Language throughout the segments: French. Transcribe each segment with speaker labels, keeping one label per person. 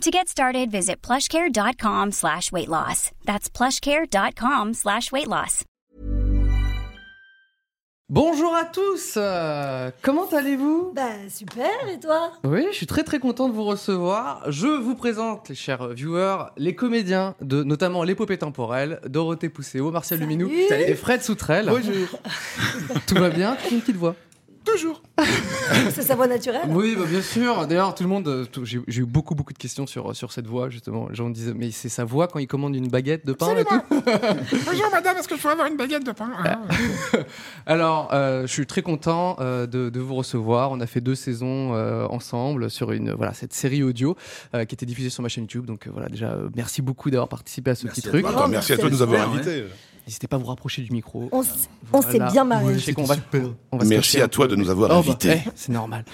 Speaker 1: To get started, visit plushcare.com slash weight loss. That's plushcare.com slash weight loss.
Speaker 2: Bonjour à tous euh, Comment allez-vous
Speaker 3: Bah super, et toi
Speaker 2: Oui, je suis très très content de vous recevoir. Je vous présente, les chers viewers, les comédiens de notamment l'épopée temporelle, Dorothée Pousséo, Martial
Speaker 3: Salut.
Speaker 2: Luminou
Speaker 3: Salut.
Speaker 2: et Fred Soutrel.
Speaker 4: Bonjour.
Speaker 2: Tout va bien Tu as une petite voix
Speaker 4: Toujours.
Speaker 3: C'est sa voix naturelle
Speaker 2: Oui, bah, bien sûr. D'ailleurs, tout le monde, euh, tout- j'ai j'ai eu beaucoup beaucoup de questions sur, sur cette voix, justement. Les gens me disaient, mais c'est sa voix quand il commande une baguette de pain et tout
Speaker 4: Absolument. Bonjour madame, est-ce que je pourrais avoir une baguette de pain Ah,
Speaker 2: Alors, euh, je suis très content euh, de, de vous recevoir. On a fait deux saisons euh, ensemble sur une voilà cette série audio euh, qui était diffusée sur ma chaîne YouTube. Donc euh, voilà, déjà euh, merci beaucoup d'avoir participé à ce petit truc.
Speaker 3: toi. Vraiment,
Speaker 5: Bah, merci à
Speaker 3: merci
Speaker 5: toi de
Speaker 3: à
Speaker 5: nous avoir
Speaker 6: toi.
Speaker 5: invités.
Speaker 2: N'hésitez pas à vous rapprocher du micro.
Speaker 3: On s- on
Speaker 2: Voilà.
Speaker 3: s'est bien
Speaker 2: Je
Speaker 3: marré.
Speaker 2: sais qu'on va- on va se
Speaker 5: Merci
Speaker 2: cacher un
Speaker 5: à toi
Speaker 2: peu,
Speaker 5: de nous
Speaker 2: mais-
Speaker 5: avoir
Speaker 2: Oh, bah,
Speaker 5: invités.
Speaker 2: eh, c'est normal.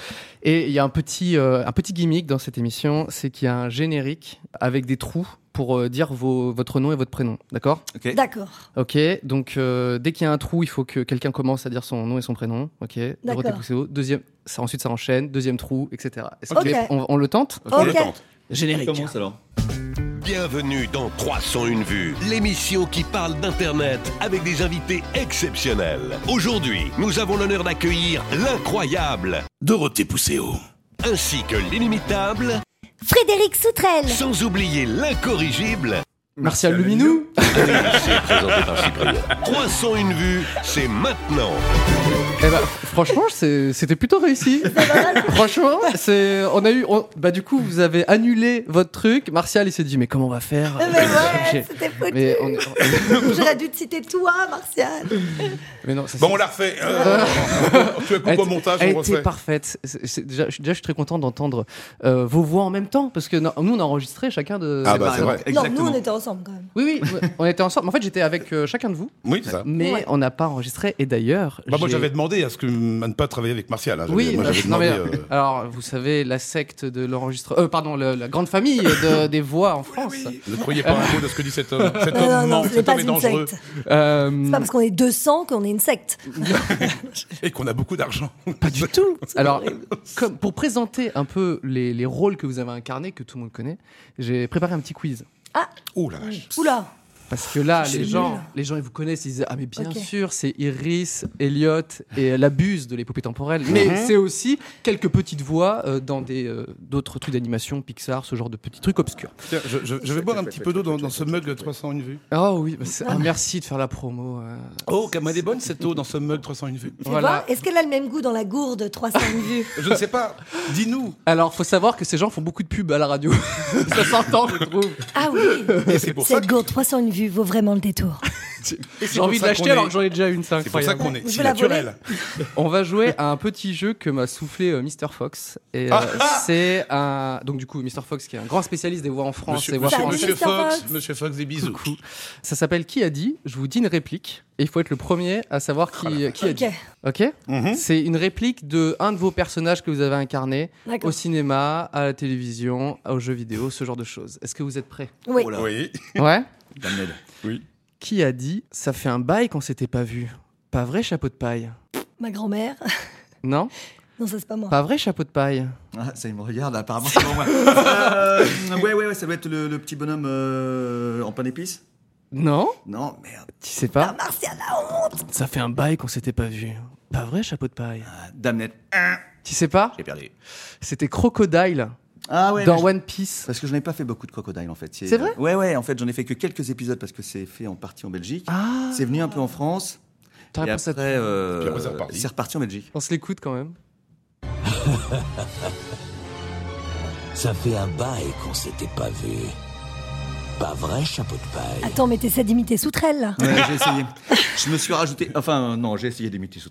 Speaker 2: Et il y a un petit, euh, un petit gimmick dans cette émission, c'est qu'il y a un générique avec des trous pour euh, dire vos- votre nom et votre prénom. D'accord
Speaker 3: D'accord.
Speaker 2: Ok, donc euh, dès qu'il y a un trou, il faut que quelqu'un commence à dire son nom et son prénom. Ok, Dorothée Pousseau. Deuxième, ça, ensuite ça enchaîne, deuxième trou, etc. Est-ce
Speaker 3: Ok.
Speaker 2: que- on, on le tente
Speaker 3: Ok.
Speaker 2: Générique.
Speaker 6: Commence alors.
Speaker 7: Bienvenue dans 301 vues, l'émission qui parle d'Internet avec des invités exceptionnels. Aujourd'hui, nous avons l'honneur d'accueillir l'incroyable
Speaker 5: Dorothée Pousséo.
Speaker 7: ainsi que l'inimitable,
Speaker 3: Frédéric Soutrel
Speaker 7: sans oublier l'incorrigible.
Speaker 2: Martial Luminou
Speaker 7: C'est présenté par Cyprien. 301 vues, c'est maintenant.
Speaker 2: Eh ben, franchement, c'est- c'était plutôt réussi. franchement, c'est, on a eu, on- bah du coup, vous avez annulé votre truc. Martial, il s'est dit, mais comment on va faire
Speaker 3: Ah,
Speaker 8: Eh
Speaker 3: Mais
Speaker 8: ben,
Speaker 2: J'ai-
Speaker 3: ouais, c'était foutu
Speaker 2: mais, on-
Speaker 3: J'aurais dû te citer toi, Martial
Speaker 2: mais non, ça,
Speaker 5: Bon, on l'a refait. Euh, tu as coupé
Speaker 2: Elle-
Speaker 5: au montage,
Speaker 2: elle
Speaker 5: on
Speaker 2: était
Speaker 5: refait.
Speaker 2: parfaite. C'est- c'est- déjà, je, déjà, je suis très content d'entendre euh, vos voix en même temps, parce que non- nous, on a enregistré chacun de.
Speaker 5: Ah bah c'est vrai.
Speaker 3: Non, nous
Speaker 6: Exactement.
Speaker 3: on était ensemble quand même.
Speaker 2: Oui, oui, on était ensemble. En fait, j'étais avec euh, chacun de vous,
Speaker 5: Oui, c'est ça.
Speaker 2: mais
Speaker 3: Ouais.
Speaker 2: on n'a pas enregistré. Et d'ailleurs,
Speaker 5: Bah, moi,
Speaker 2: j'ai-
Speaker 5: j'avais demandé à ce que à ne pas travailler avec Martial. hein. J'avais-
Speaker 2: Oui,
Speaker 5: moi,
Speaker 2: bah,
Speaker 5: j'avais
Speaker 2: non,
Speaker 5: demandé.
Speaker 2: mais-
Speaker 5: euh,
Speaker 2: alors vous savez, la secte de l'enregistreur, euh, pardon, le- la grande famille de- des voix en France.
Speaker 5: Ne croyez pas un mot de ce que dit cet homme. Cet
Speaker 3: Non,
Speaker 8: Euh,
Speaker 3: non,
Speaker 5: homme
Speaker 3: non,
Speaker 5: ment,
Speaker 3: ce n'est
Speaker 5: cet
Speaker 3: pas
Speaker 5: homme est
Speaker 3: une
Speaker 5: dangereux
Speaker 3: secte.
Speaker 2: Euh,
Speaker 3: C'est pas parce qu'on est 200 qu'on est une secte.
Speaker 5: et qu'on a beaucoup d'argent.
Speaker 2: pas du tout. Alors, comme, pour présenter un peu les, les rôles que vous avez incarnés, que tout le monde connaît, j'ai préparé un petit quiz.
Speaker 5: Oh la vache.
Speaker 3: Oula
Speaker 2: Parce que là, les
Speaker 3: nul.
Speaker 2: gens, les gens, ils vous connaissent, ils disent Ah, mais bien
Speaker 3: Ok.
Speaker 2: sûr, c'est Iris, Elliot et la buse de l'épopée temporelle.
Speaker 5: Mm-hmm.
Speaker 2: Mais c'est aussi quelques petites voix euh, dans des, euh, d'autres trucs d'animation, Pixar, ce genre de petits trucs obscurs.
Speaker 5: Tiens, je, je- je vais boire un petit peu d'eau dans, dans ce mug de 301 vues.
Speaker 2: Ah oui, bah, c'est- ah, merci de faire la promo. euh.
Speaker 5: Oh, comme elle est bonne cette eau dans ce mug 301 vues.
Speaker 3: Tu
Speaker 2: Voilà.
Speaker 3: vois, Est-ce qu'elle a le même goût dans la gourde 300 vues
Speaker 5: Je ne sais pas. Dis-nous.
Speaker 2: Alors, faut savoir que ces gens font beaucoup de pubs à la radio. ça s'entend, je trouve.
Speaker 3: Ah oui
Speaker 5: Et c'est pour ça
Speaker 3: Cette
Speaker 5: que-
Speaker 3: gourde 300 vues vaut vraiment le détour.
Speaker 5: et c'est
Speaker 2: J'ai
Speaker 5: pour
Speaker 2: envie de
Speaker 5: ça qu'on
Speaker 2: l'acheter
Speaker 5: est-
Speaker 2: alors que j'en ai déjà une, c'est
Speaker 5: C'est pour ça
Speaker 2: incroyable.
Speaker 5: qu'on est
Speaker 3: Je
Speaker 5: si
Speaker 3: vais la voler.
Speaker 5: naturel.
Speaker 2: On va jouer à un petit jeu que m'a soufflé euh, Mr. Fox. Et euh,
Speaker 5: Ah,
Speaker 2: c'est un. Donc, du coup, Mr. Fox, qui est un grand spécialiste des voix en France
Speaker 5: Monsieur,
Speaker 2: et voix
Speaker 5: monsieur-
Speaker 3: françaises.
Speaker 5: monsieur
Speaker 3: Salut,
Speaker 5: Fox,
Speaker 3: Starbucks.
Speaker 5: Monsieur Fox, des bisous.
Speaker 2: Coucou. Ça s'appelle Qui a dit Je vous dis une réplique et il faut être le premier à savoir qui, qui a
Speaker 3: Ok,
Speaker 2: dit. Ok
Speaker 5: Mhm.
Speaker 2: C'est une réplique de un de vos personnages que vous avez incarné au
Speaker 3: d'accord.
Speaker 2: cinéma, à la télévision, aux jeux vidéo, ce genre de choses. Est-ce que vous êtes prêts
Speaker 3: Oui.
Speaker 6: Oh là,
Speaker 5: Oui.
Speaker 2: Ouais
Speaker 6: Damned.
Speaker 2: Qui a dit Ça fait un bail qu'on s'était pas vu Pas vrai, chapeau de paille
Speaker 3: Ma grand-mère.
Speaker 2: Non
Speaker 3: Non, ça c'est pas moi.
Speaker 2: Pas vrai, chapeau de paille
Speaker 6: Ah, ça il me regarde, apparemment c'est pour moi. Euh, ouais, ouais, ouais, ça doit être le, le petit bonhomme euh, en pain d'épices
Speaker 2: Non
Speaker 6: Non, merde.
Speaker 2: Tu sais
Speaker 3: Ah,
Speaker 2: pas
Speaker 3: Martial,
Speaker 2: Ça fait un bail qu'on s'était pas vu. Pas vrai, chapeau de paille
Speaker 6: Ah, Damned.
Speaker 2: Tu sais pas
Speaker 6: J'ai perdu.
Speaker 2: C'était Crocodile
Speaker 6: Ah ouais, mais
Speaker 2: dans
Speaker 6: je-
Speaker 2: One Piece.
Speaker 6: parce que je n'ai pas fait beaucoup de crocodiles en fait.
Speaker 2: C'est vrai
Speaker 6: Ouais, ouais, en fait j'en ai fait que quelques épisodes parce que c'est fait en partie en Belgique.
Speaker 2: Ah
Speaker 6: C'est venu un peu en France.
Speaker 2: T'aurais
Speaker 6: et
Speaker 2: pensé à-
Speaker 6: après, euh,
Speaker 5: Puis après, c'est reparti.
Speaker 6: c'est reparti en Belgique.
Speaker 2: On se l'écoute quand même.
Speaker 9: Ça fait un bail qu'on s'était pas vu.
Speaker 10: Pas vrai, chapeau de paille.
Speaker 8: Attends, mais t'essaies d'imiter Soutrelle, là.
Speaker 6: Ouais, j'ai essayé. Je me suis rajouté. Enfin, euh, non, j'ai essayé d'imiter sous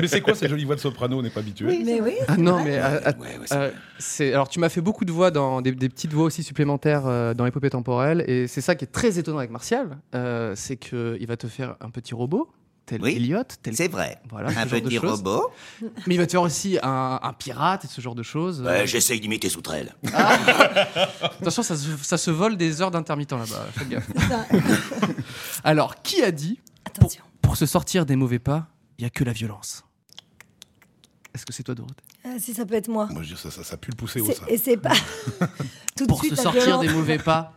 Speaker 5: Mais c'est quoi cette jolie voix de soprano On n'est pas habitué.
Speaker 8: Mais oui.
Speaker 2: Ah non, mais euh, att- euh, c'est alors tu m'as fait beaucoup de voix dans des, des petites voix aussi supplémentaires euh, dans l'épopée temporelle et c'est ça qui est très étonnant avec Martial, euh, c'est que il va te faire un petit robot tel
Speaker 10: Oui,
Speaker 2: Elliot, tel
Speaker 10: C'est vrai.
Speaker 2: Voilà,
Speaker 10: un
Speaker 2: ce genre de
Speaker 10: petit
Speaker 2: choses.
Speaker 10: robot.
Speaker 2: mais il va te faire aussi un, un pirate et ce genre de choses.
Speaker 10: Ouais, J'essaye d'imiter Soutrelle.
Speaker 2: Attention, ça, se- ça se vole des heures d'intermittent là-bas. Faites gaffe. Alors, qui a dit
Speaker 8: Attention.
Speaker 2: pour se sortir des mauvais pas, il y a que la violence Est-ce que c'est toi, Dorothée
Speaker 8: Ah, si ça peut être moi.
Speaker 5: Moi, je dis, ça, ça, ça pue le poussé haut,
Speaker 8: C'est-
Speaker 5: ça.
Speaker 8: Et c'est pas. Tout de
Speaker 2: Pour
Speaker 8: suite,
Speaker 2: se
Speaker 8: la
Speaker 2: sortir
Speaker 8: violence.
Speaker 2: des mauvais pas,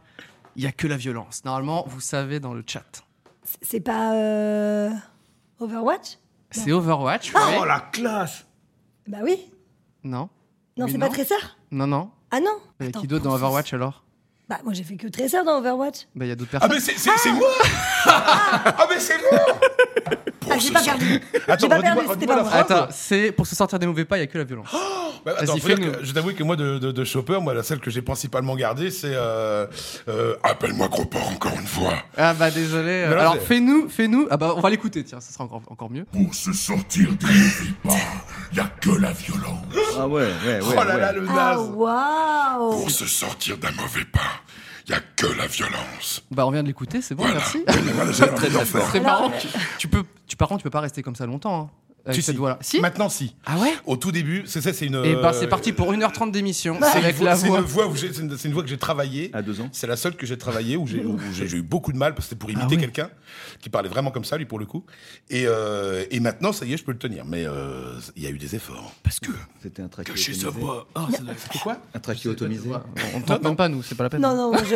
Speaker 2: il y a que la violence. Normalement, vous savez dans le chat.
Speaker 8: Bah. C'est pas. euh, Overwatch
Speaker 2: C'est Overwatch. ouais.
Speaker 5: la classe
Speaker 8: Bah oui.
Speaker 2: Non.
Speaker 8: Non,
Speaker 2: Oui,
Speaker 8: c'est pas Tresseur
Speaker 2: Non, non.
Speaker 8: Ah non
Speaker 2: Il y a
Speaker 8: Attends,
Speaker 2: qui d'autre dans
Speaker 8: pour se-
Speaker 2: Overwatch alors
Speaker 8: Bah, moi j'ai fait que Tresseur dans Overwatch.
Speaker 2: Bah, il y a d'autres
Speaker 5: Ah,
Speaker 2: personnes.
Speaker 5: mais c'est c'est- c'est moi Ah, mais c'est moi
Speaker 8: Ah, j'ai pas perdu. J'ai
Speaker 5: Attends,
Speaker 8: pas perdu, c'était
Speaker 5: redis-moi-
Speaker 8: pas
Speaker 5: redis-moi la
Speaker 8: moi.
Speaker 5: phrase.
Speaker 2: Attends, c'est pour se sortir des mauvais pas, il y a que la violence.
Speaker 5: Bah, attends,
Speaker 2: Vas-y,
Speaker 5: faut dire
Speaker 2: fais-nous.
Speaker 5: que je t'avoue que moi, de, de, de Chopper, moi, la seule que j'ai principalement gardée, c'est. euh, euh, Appelle-moi gros porc encore une fois.
Speaker 2: Ah bah désolé. euh,
Speaker 5: Mais là,
Speaker 2: Alors
Speaker 5: c'est-
Speaker 2: fais-nous, fais-nous. Ah bah on va l'écouter. Tiens, ça sera encore encore mieux.
Speaker 7: Pour se sortir des mauvais pas, y a que la violence.
Speaker 6: Ah ouais, ouais, ouais.
Speaker 5: oh là
Speaker 6: ouais.
Speaker 5: là, le
Speaker 8: Ah,
Speaker 5: naze
Speaker 8: waouh
Speaker 7: Pour se sortir d'un mauvais
Speaker 5: Bah,
Speaker 7: pas, y a que la violence.
Speaker 2: Bah on vient de l'écouter, c'est bon, merci.
Speaker 7: J'ai envie d'en faire.
Speaker 2: C'est marrant. Tu, tu peux, tu par contre, tu peux pas rester comme ça longtemps. hein, avec
Speaker 5: Tu
Speaker 2: cette
Speaker 5: sais.
Speaker 2: voix-là. Si.
Speaker 5: Maintenant, si.
Speaker 2: Ah ouais.
Speaker 5: Au tout début, c'est ça, c'est une.
Speaker 2: Et bah
Speaker 5: euh,
Speaker 2: c'est parti pour 1h30 d'émission
Speaker 5: C'est une
Speaker 2: avec
Speaker 5: voix-
Speaker 2: la
Speaker 5: c'est une
Speaker 2: voix.
Speaker 5: voix où j'ai- c'est une, c'est une voix que j'ai travaillée.
Speaker 6: À deux ans.
Speaker 5: C'est la seule que j'ai travaillée où j'ai où j'ai- j'ai eu beaucoup de mal parce que c'était pour imiter
Speaker 2: ouais.
Speaker 5: quelqu'un qui parlait vraiment comme ça lui pour le coup. Et, euh, et maintenant ça y est je peux le tenir mais euh, il y a eu des efforts. Parce que
Speaker 6: C'était un traqué
Speaker 5: chez sa
Speaker 6: automisé.
Speaker 5: voix. C'était quoi
Speaker 6: Un traqué automisé.
Speaker 2: On tente même pas nous, c'est pas la peine.
Speaker 8: Non, non, moi, je.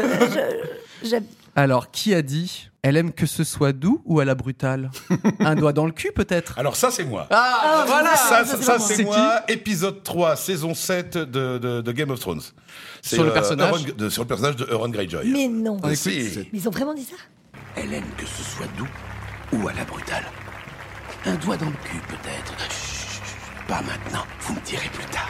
Speaker 8: je- j'aime-
Speaker 2: Alors qui a dit Elle aime que ce soit doux ou à la brutale Un doigt dans le cul peut-être.
Speaker 5: Alors ça c'est moi.
Speaker 2: Ah voilà.
Speaker 5: ça,
Speaker 8: ça,
Speaker 5: ça,
Speaker 8: c'est
Speaker 5: ça,
Speaker 8: moi.
Speaker 5: c'est
Speaker 2: C'est
Speaker 5: moi, épisode 3, saison 7 de, de- de Game of Thrones. C'est,
Speaker 2: Sur le personnage
Speaker 5: Euron- de- sur le personnage de Euron Greyjoy.
Speaker 8: Mais non.
Speaker 5: Ah,
Speaker 8: Mais
Speaker 5: si.
Speaker 8: ils ont vraiment dit ça
Speaker 10: Elle aime que ce soit doux ou à la brutale. Un doigt dans le cul, peut-être. Chut, chut, Pas maintenant, vous me direz plus tard.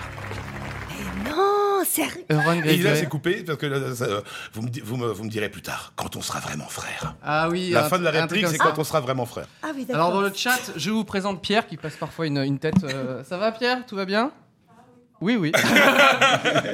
Speaker 8: Non, sérieux.
Speaker 2: Euron
Speaker 5: Et là,
Speaker 2: Greyjoy.
Speaker 5: c'est coupé parce que là, ça, euh, vous, me, di- vous, me, vous me direz plus tard, quand on sera vraiment frère.
Speaker 2: Ah oui.
Speaker 5: La
Speaker 2: un-
Speaker 5: fin de la
Speaker 2: un truc
Speaker 5: réplique,
Speaker 2: comme
Speaker 5: c'est
Speaker 2: ça.
Speaker 5: quand on sera vraiment frère.
Speaker 8: Ah oui, d'accord.
Speaker 2: Alors dans le chat, je vous présente Pierre qui passe parfois une, une tête. euh, Ça va Pierre Tout va bien Oui, oui.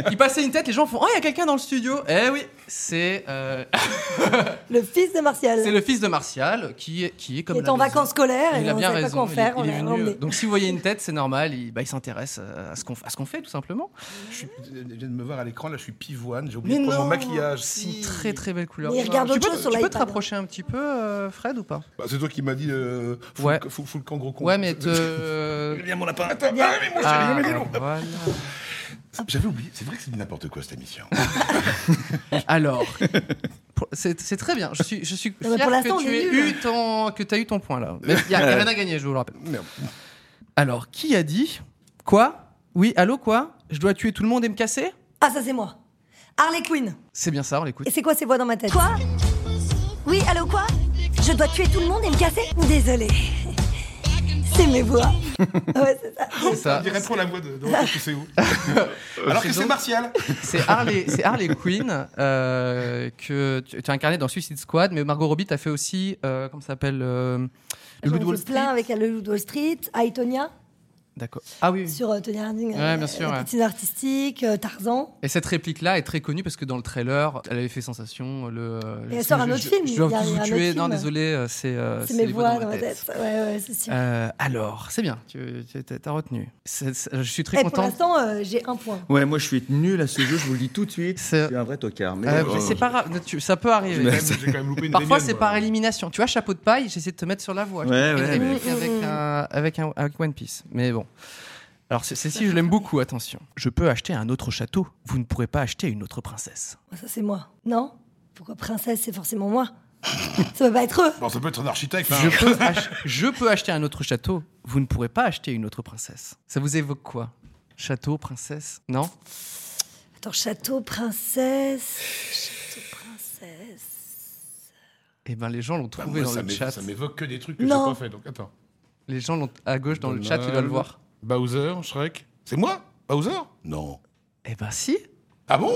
Speaker 2: il passait une tête, les gens font Oh, il y a quelqu'un dans le studio Eh oui, c'est euh,
Speaker 8: Le fils de Martial.
Speaker 2: c'est le fils de Martial qui est, qui est comme.
Speaker 8: Il est
Speaker 2: la
Speaker 8: en
Speaker 2: maison.
Speaker 8: vacances scolaires
Speaker 2: Il
Speaker 8: et
Speaker 2: a
Speaker 8: on
Speaker 2: bien
Speaker 8: savait pas quoi en
Speaker 2: raison. il est-
Speaker 8: faire. On
Speaker 2: il est
Speaker 8: l'a
Speaker 2: venu. euh,
Speaker 8: emmené.
Speaker 2: Donc si vous voyez une tête, c'est normal, il, bah, il s'intéresse euh, à ce qu'on à ce qu'on fait tout simplement.
Speaker 5: Je, suis, je viens de me voir à l'écran, là je suis pivoine, j'ai
Speaker 2: Mais
Speaker 5: oublié de prendre mon
Speaker 2: non,
Speaker 5: maquillage.
Speaker 2: C'est
Speaker 5: Si.
Speaker 2: une très très belle couleur.
Speaker 8: Mais il regarde
Speaker 2: tu
Speaker 8: autre
Speaker 2: peux,
Speaker 8: chose sur
Speaker 2: tu peux te
Speaker 8: l'iPad. hein.
Speaker 2: rapprocher un petit peu, euh, Fred, ou pas
Speaker 5: Bah, c'est toi qui m'as dit euh, fous
Speaker 2: Ouais.
Speaker 5: le- fous- fous le camp gros con.
Speaker 2: Ouais, mais te.
Speaker 5: Viens, mon lapin. Attends, ah, mais euh, moi, j'ai
Speaker 2: Ah,
Speaker 5: jamais dit non.
Speaker 2: voilà.
Speaker 5: J'avais oublié, c'est vrai que c'est du n'importe quoi cette émission.
Speaker 2: Alors, pour- c'est c'est très bien. Je suis, je suis
Speaker 8: Non, mais
Speaker 2: fier
Speaker 8: pour l'instant,
Speaker 2: que tu
Speaker 8: on est
Speaker 2: aies
Speaker 8: nuls.
Speaker 2: eu ton, que t'as eu ton point là. Mais il y a, il y a rien à gagner, je vous le rappelle.
Speaker 5: Merde.
Speaker 2: Alors, qui a dit quoi Oui, allô, quoi Je dois tuer tout le monde et me casser
Speaker 8: Ah, ça c'est moi. Harley Quinn.
Speaker 2: C'est bien ça, on l'écoute.
Speaker 8: Et c'est quoi ces voix dans ma tête Quoi Oui, allô, quoi Je dois tuer tout le monde et me casser Désolée. C'est mes voix. ouais, c'est ça.
Speaker 2: C'est ça.
Speaker 5: On dirait trop la voix de de Rocket Poussé haut. Alors que Euh, c'est Martial.
Speaker 2: C'est Harley, c'est Harley Quinn euh, que tu tu as incarné dans Suicide Squad, mais Margot Robbie t'as fait aussi, euh, comment ça s'appelle euh, Le Loup de
Speaker 8: J'en
Speaker 2: Wall
Speaker 8: fais plein
Speaker 2: Street.
Speaker 8: avec le Loup de Wall Street, I, Tonya,
Speaker 2: D'accord. Ah oui. oui.
Speaker 8: sur euh, Tonya Harding,
Speaker 2: Ouais,
Speaker 8: euh,
Speaker 2: bien sûr,
Speaker 8: la
Speaker 2: ouais.
Speaker 8: petite artistique, euh, Tarzan.
Speaker 2: Et cette réplique-là est très connue parce que dans le trailer, elle avait fait sensation. Le,
Speaker 8: Et elle
Speaker 2: je-
Speaker 8: sort un
Speaker 2: je-
Speaker 8: autre
Speaker 2: je-
Speaker 8: film,
Speaker 2: Je dois
Speaker 8: il y a
Speaker 2: vous
Speaker 8: un autre
Speaker 2: tuer. Non,
Speaker 8: film.
Speaker 2: désolé, euh, c'est euh,
Speaker 8: C'est
Speaker 2: c'est
Speaker 8: mes
Speaker 2: les
Speaker 8: voix dans ma tête. Ouais, ouais, c'est sûr.
Speaker 2: Euh, alors, c'est bien, tu tu- t'as t'as retenu. C'est- c'est- je suis très
Speaker 8: et pour
Speaker 2: contente.
Speaker 8: l'instant, euh, j'ai un point.
Speaker 6: Ouais, moi je suis nul à ce jeu, je vous le dis tout de suite.
Speaker 2: C'est-
Speaker 6: Je suis un vrai tocard. Mais
Speaker 2: Euh,
Speaker 6: bon.
Speaker 2: c'est pas grave, tu- ça peut arriver.
Speaker 5: J'ai quand même loupé une
Speaker 2: Parfois,
Speaker 5: réunion,
Speaker 2: c'est
Speaker 5: moi.
Speaker 2: par élimination. Tu vois, chapeau de paille, j'essaie de te mettre sur la voie.
Speaker 6: Ouais,
Speaker 2: Je
Speaker 6: ouais,
Speaker 2: t'ai
Speaker 6: mais-
Speaker 2: mis avec, un, avec, un- avec One Piece. Mais bon. Alors, ce- celle-ci, je l'aime beaucoup, attention. Je peux acheter un autre château, vous ne pourrez pas acheter une autre princesse.
Speaker 8: Ça, c'est moi. Non Pourquoi princesse, c'est forcément moi Ça peut pas être eux.
Speaker 5: Bon, ça peut être un architecte. hein.
Speaker 2: Je peux, ach- je peux acheter un autre château, vous ne pourrez pas acheter une autre princesse. Ça vous évoque quoi Château, princesse Non
Speaker 8: Attends, château, princesse. Château, princesse.
Speaker 2: Eh ben, les gens l'ont
Speaker 5: Bah,
Speaker 2: trouvé
Speaker 5: moi,
Speaker 2: dans
Speaker 5: ça
Speaker 2: le
Speaker 5: m'é-
Speaker 2: chat.
Speaker 5: Ça m'évoque que des trucs que j'ai
Speaker 8: Non.
Speaker 5: pas fait. Donc attends.
Speaker 2: Les gens l'ont à gauche dans le chat, tu dois le voir.
Speaker 5: Bowser, Shrek. C'est moi Bowser Non.
Speaker 2: Eh ben, si
Speaker 5: Ah bon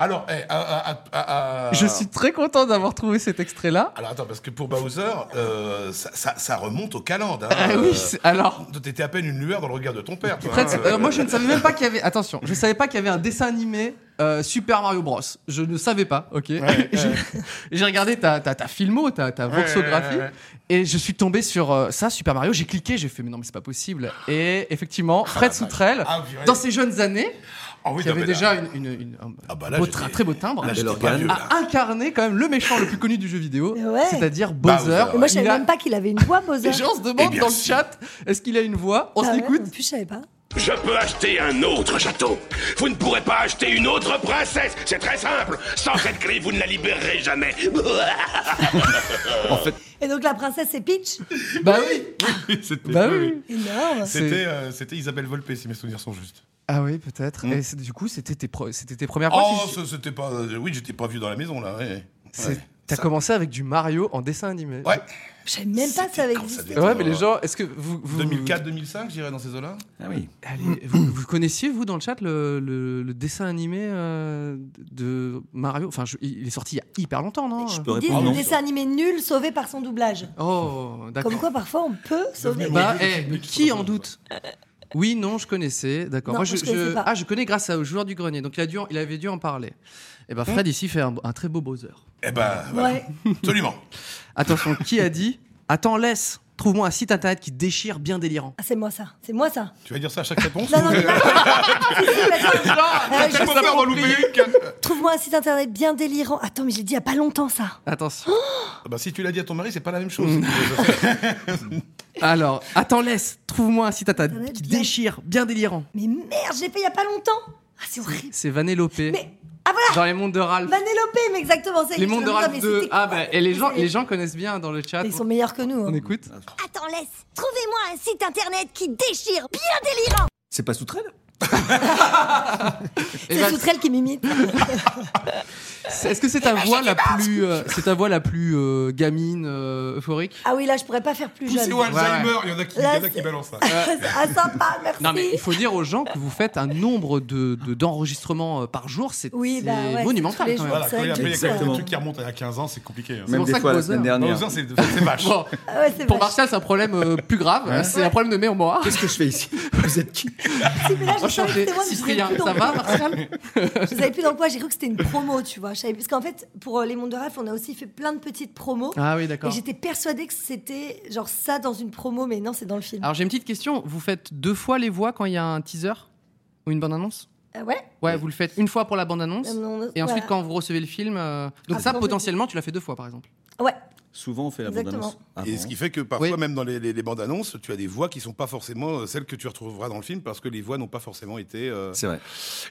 Speaker 5: Alors, eh, à- à- à- à-
Speaker 2: Je suis très content d'avoir trouvé cet extrait-là.
Speaker 5: Alors attends, parce que pour Bowser, euh, ça, ça- ça remonte au calende. Hein,
Speaker 2: Ah
Speaker 5: Euh,
Speaker 2: oui, c'est- alors.
Speaker 5: toi, T'étais à peine une lueur dans le regard de ton père. toi,
Speaker 2: Fred,
Speaker 5: hein.
Speaker 2: c'est- euh, moi je ne savais même pas qu'il y avait. Attention, je savais pas qu'il y avait un dessin animé euh, Super Mario Bros. Je ne savais pas, ok. J'ai- J'ai regardé ta, ta, ta filmo, ta, ta voxographie,
Speaker 5: ouais, ouais, ouais.
Speaker 2: et je suis tombé sur euh, ça, Super Mario. J'ai cliqué, j'ai fait mais non mais c'est pas possible. Et effectivement, Fred Soutrel,
Speaker 5: Ah, purée.
Speaker 2: dans ses jeunes années,
Speaker 5: Ah oui,
Speaker 2: qui
Speaker 5: non,
Speaker 2: avait
Speaker 5: mais là-
Speaker 2: déjà une, une- une- un
Speaker 5: Ah bah là,
Speaker 2: beau
Speaker 5: j'étais-
Speaker 2: tra- très beau timbre,
Speaker 5: là, j'étais
Speaker 6: Bel
Speaker 5: pas
Speaker 6: organe.
Speaker 5: vieux, là.
Speaker 2: a incarné quand même le méchant le plus connu du jeu vidéo,
Speaker 8: Ouais.
Speaker 2: c'est-à-dire
Speaker 5: Bowser.
Speaker 2: Bowser.
Speaker 5: Et
Speaker 8: Et moi, je savais
Speaker 2: Il a-
Speaker 8: même pas qu'il avait une voix, Bowser.
Speaker 2: Les gens se
Speaker 5: Eh
Speaker 2: demandent
Speaker 5: bien,
Speaker 2: dans le
Speaker 5: si.
Speaker 2: chat, est-ce qu'il a une voix On
Speaker 8: Ah
Speaker 2: se
Speaker 8: ouais,
Speaker 2: l'écoute
Speaker 8: non plus, je savais pas.
Speaker 10: Je peux acheter un autre château. Vous ne pourrez pas acheter une autre princesse. C'est très simple. Sans cette clé, vous ne la libérerez jamais.
Speaker 8: Et donc, la princesse, c'est Peach.
Speaker 2: Bah oui,
Speaker 5: C'était-
Speaker 2: bah
Speaker 5: Eh oui,
Speaker 2: oui.
Speaker 5: oui.
Speaker 8: Énorme.
Speaker 5: C'était euh, c'était Isabelle Volpé, si mes souvenirs sont justes.
Speaker 2: Ah oui, peut-être. Et c'est- du coup, c'était tes, pro- c'était tes premières
Speaker 5: Mm. Oh,
Speaker 2: parties.
Speaker 5: ça, c'était pas. euh, oui, j'étais pas vieux dans la maison là. ouais.
Speaker 2: C'est-
Speaker 5: Ouais.
Speaker 2: T'as
Speaker 5: Ça-
Speaker 2: commencé avec du Mario en dessin animé.
Speaker 5: Ouais.
Speaker 8: Je savais même pas que ça avait
Speaker 5: Quand ça
Speaker 8: existé.
Speaker 5: devait
Speaker 2: Ouais,
Speaker 5: être,
Speaker 2: mais les
Speaker 5: euh,
Speaker 2: gens, est-ce que vous. vous
Speaker 5: 2004-2005, j'irais dans ces eaux-là.
Speaker 6: Ah oui.
Speaker 2: Allez, vous, vous connaissiez, vous, dans le chat, le, le- le dessin animé euh, de Mario Enfin, je- il est sorti il y a hyper longtemps,
Speaker 6: peux
Speaker 2: non
Speaker 8: Ils disent
Speaker 6: répondre
Speaker 8: le
Speaker 6: non.
Speaker 8: dessin animé nul sauvé par son doublage.
Speaker 2: Oh, d'accord.
Speaker 8: Comme quoi, parfois, on peut sauver.
Speaker 2: Bah,
Speaker 5: Devenu
Speaker 2: eh,
Speaker 5: mon
Speaker 2: mais
Speaker 5: but,
Speaker 2: qui
Speaker 5: sur
Speaker 2: en
Speaker 5: le
Speaker 2: doute Oui, non, je connaissais, d'accord.
Speaker 8: Non,
Speaker 2: Moi,
Speaker 8: moi, je connaissais pas.
Speaker 2: Ah, je connais grâce à- au joueur du grenier, donc il, a dû en- il avait dû en parler. Et
Speaker 8: Mm.
Speaker 2: ben Fred, ici, fait un, un très beau Bowser.
Speaker 5: Eh ben,
Speaker 2: Bah,
Speaker 5: voilà.
Speaker 8: Ouais.
Speaker 5: absolument.
Speaker 2: Attention, qui a dit Attends, laisse, trouve-moi un site internet qui déchire bien délirant.
Speaker 8: Ah, c'est moi ça, c'est moi ça.
Speaker 5: Tu vas dire ça à chaque réponse
Speaker 8: Non, non, mais
Speaker 5: ou-
Speaker 8: là- Si, si, mais attends. Euh, je
Speaker 5: J'ai pas
Speaker 8: sais.
Speaker 5: peur d'en louper une.
Speaker 8: Trouve-moi un site internet bien délirant. Attends, mais j'ai dit il y a pas longtemps ça.
Speaker 2: Attention.
Speaker 8: Oh.
Speaker 5: Ah bah, si tu l'as dit à ton mari, c'est pas la même chose.
Speaker 2: Alors, attends, laisse, trouve-moi un site internet
Speaker 8: Internet
Speaker 2: qui
Speaker 8: bien-
Speaker 2: déchire bien délirant.
Speaker 8: Mais merde, j'ai fait il y a pas longtemps. Ah, c'est horrible.
Speaker 2: C'est Vanellopé
Speaker 8: Mais ah voilà,
Speaker 2: dans les mondes de Ralph.
Speaker 8: Vanellopé, mais exactement ça.
Speaker 2: Les mondes de Ralph 2. Ah bah, et les gens,
Speaker 8: Désolé.
Speaker 2: les gens connaissent bien dans le chat.
Speaker 8: Ils sont meilleurs que nous.
Speaker 2: On
Speaker 8: hein.
Speaker 2: écoute.
Speaker 11: Attends, laisse. Trouvez-moi un site internet qui déchire, bien délirant.
Speaker 6: C'est pas sous traîne
Speaker 2: Eh
Speaker 8: C'est
Speaker 2: ben,
Speaker 8: Soutrelle qui m'imite.
Speaker 2: c'est- Est-ce que c'est ta
Speaker 8: bah,
Speaker 2: voix la plus, euh, c'est ta voix la plus euh, gamine, euh, euphorique
Speaker 8: Ah oui, là, je pourrais pas faire plus
Speaker 5: C'est
Speaker 8: jeune.
Speaker 5: au Alzheimer, il y en a qui, il y en a
Speaker 8: Là,
Speaker 5: qui
Speaker 8: c'est-
Speaker 5: balancent ça.
Speaker 8: ah sympa, merci.
Speaker 2: Non mais il faut dire aux gens que vous faites un nombre de de- d'enregistrements euh, par jour, c'est
Speaker 8: Oui,
Speaker 2: c'est
Speaker 8: bah ouais, c'est
Speaker 2: monumental
Speaker 8: tous les
Speaker 2: quand même.
Speaker 8: jours.
Speaker 5: Voilà,
Speaker 8: C'est
Speaker 5: quand il y a
Speaker 8: vrai que
Speaker 5: après, il y a quand même des
Speaker 6: Exactement.
Speaker 5: trucs qui remontent à 15 ans, c'est compliqué. hein.
Speaker 2: pour
Speaker 6: Même des
Speaker 2: ça que
Speaker 6: fois la
Speaker 2: Bowser-
Speaker 6: semaine
Speaker 5: Dans
Speaker 6: dernière.
Speaker 5: les heures, c'est c'est vache.
Speaker 2: Bon,
Speaker 8: Ah ouais, c'est
Speaker 2: pour
Speaker 8: vache.
Speaker 2: Martial, c'est un problème euh, plus grave. C'est un problème de mémoire.
Speaker 6: Qu'est-ce que je fais ici Vous êtes qui
Speaker 8: Si, mais là, je savais que
Speaker 2: Enchanté,
Speaker 8: c'était moi, mais je savais
Speaker 2: Cyprien,
Speaker 8: plus dans
Speaker 2: ça
Speaker 8: quoi.
Speaker 2: va Martial
Speaker 8: Je savais plus dans quoi, j'ai cru que c'était une promo, tu vois. Je savais- Parce qu'en fait, pour euh, les mondes de Raph, on a aussi fait plein de petites promos.
Speaker 2: Ah oui,
Speaker 8: Et
Speaker 2: d'accord.
Speaker 8: j'étais persuadée que c'était genre ça dans une promo, mais non, c'est dans le film.
Speaker 2: Alors j'ai une petite question. Vous faites deux fois les voix quand il y a un teaser ou une bande-annonce
Speaker 8: Euh, ouais
Speaker 2: Ouais, vous le faites une fois pour la bande-annonce.
Speaker 8: Euh, non,
Speaker 2: Et
Speaker 8: voilà.
Speaker 2: ensuite, quand vous recevez le film, euh, donc
Speaker 8: Ah,
Speaker 2: ça
Speaker 8: bon,
Speaker 2: potentiellement tu l'as fait deux fois par exemple.
Speaker 8: Ouais,
Speaker 6: Souvent, on fait la
Speaker 8: Exactement.
Speaker 6: bande-annonce. Ah
Speaker 5: Et
Speaker 6: avant.
Speaker 5: ce qui fait que parfois,
Speaker 2: Ah Oui.
Speaker 5: même dans les, les- les bandes annonces, tu as des voix qui sont pas forcément euh, celles que tu retrouveras dans le film parce que les voix n'ont pas forcément été, euh,
Speaker 6: C'est vrai.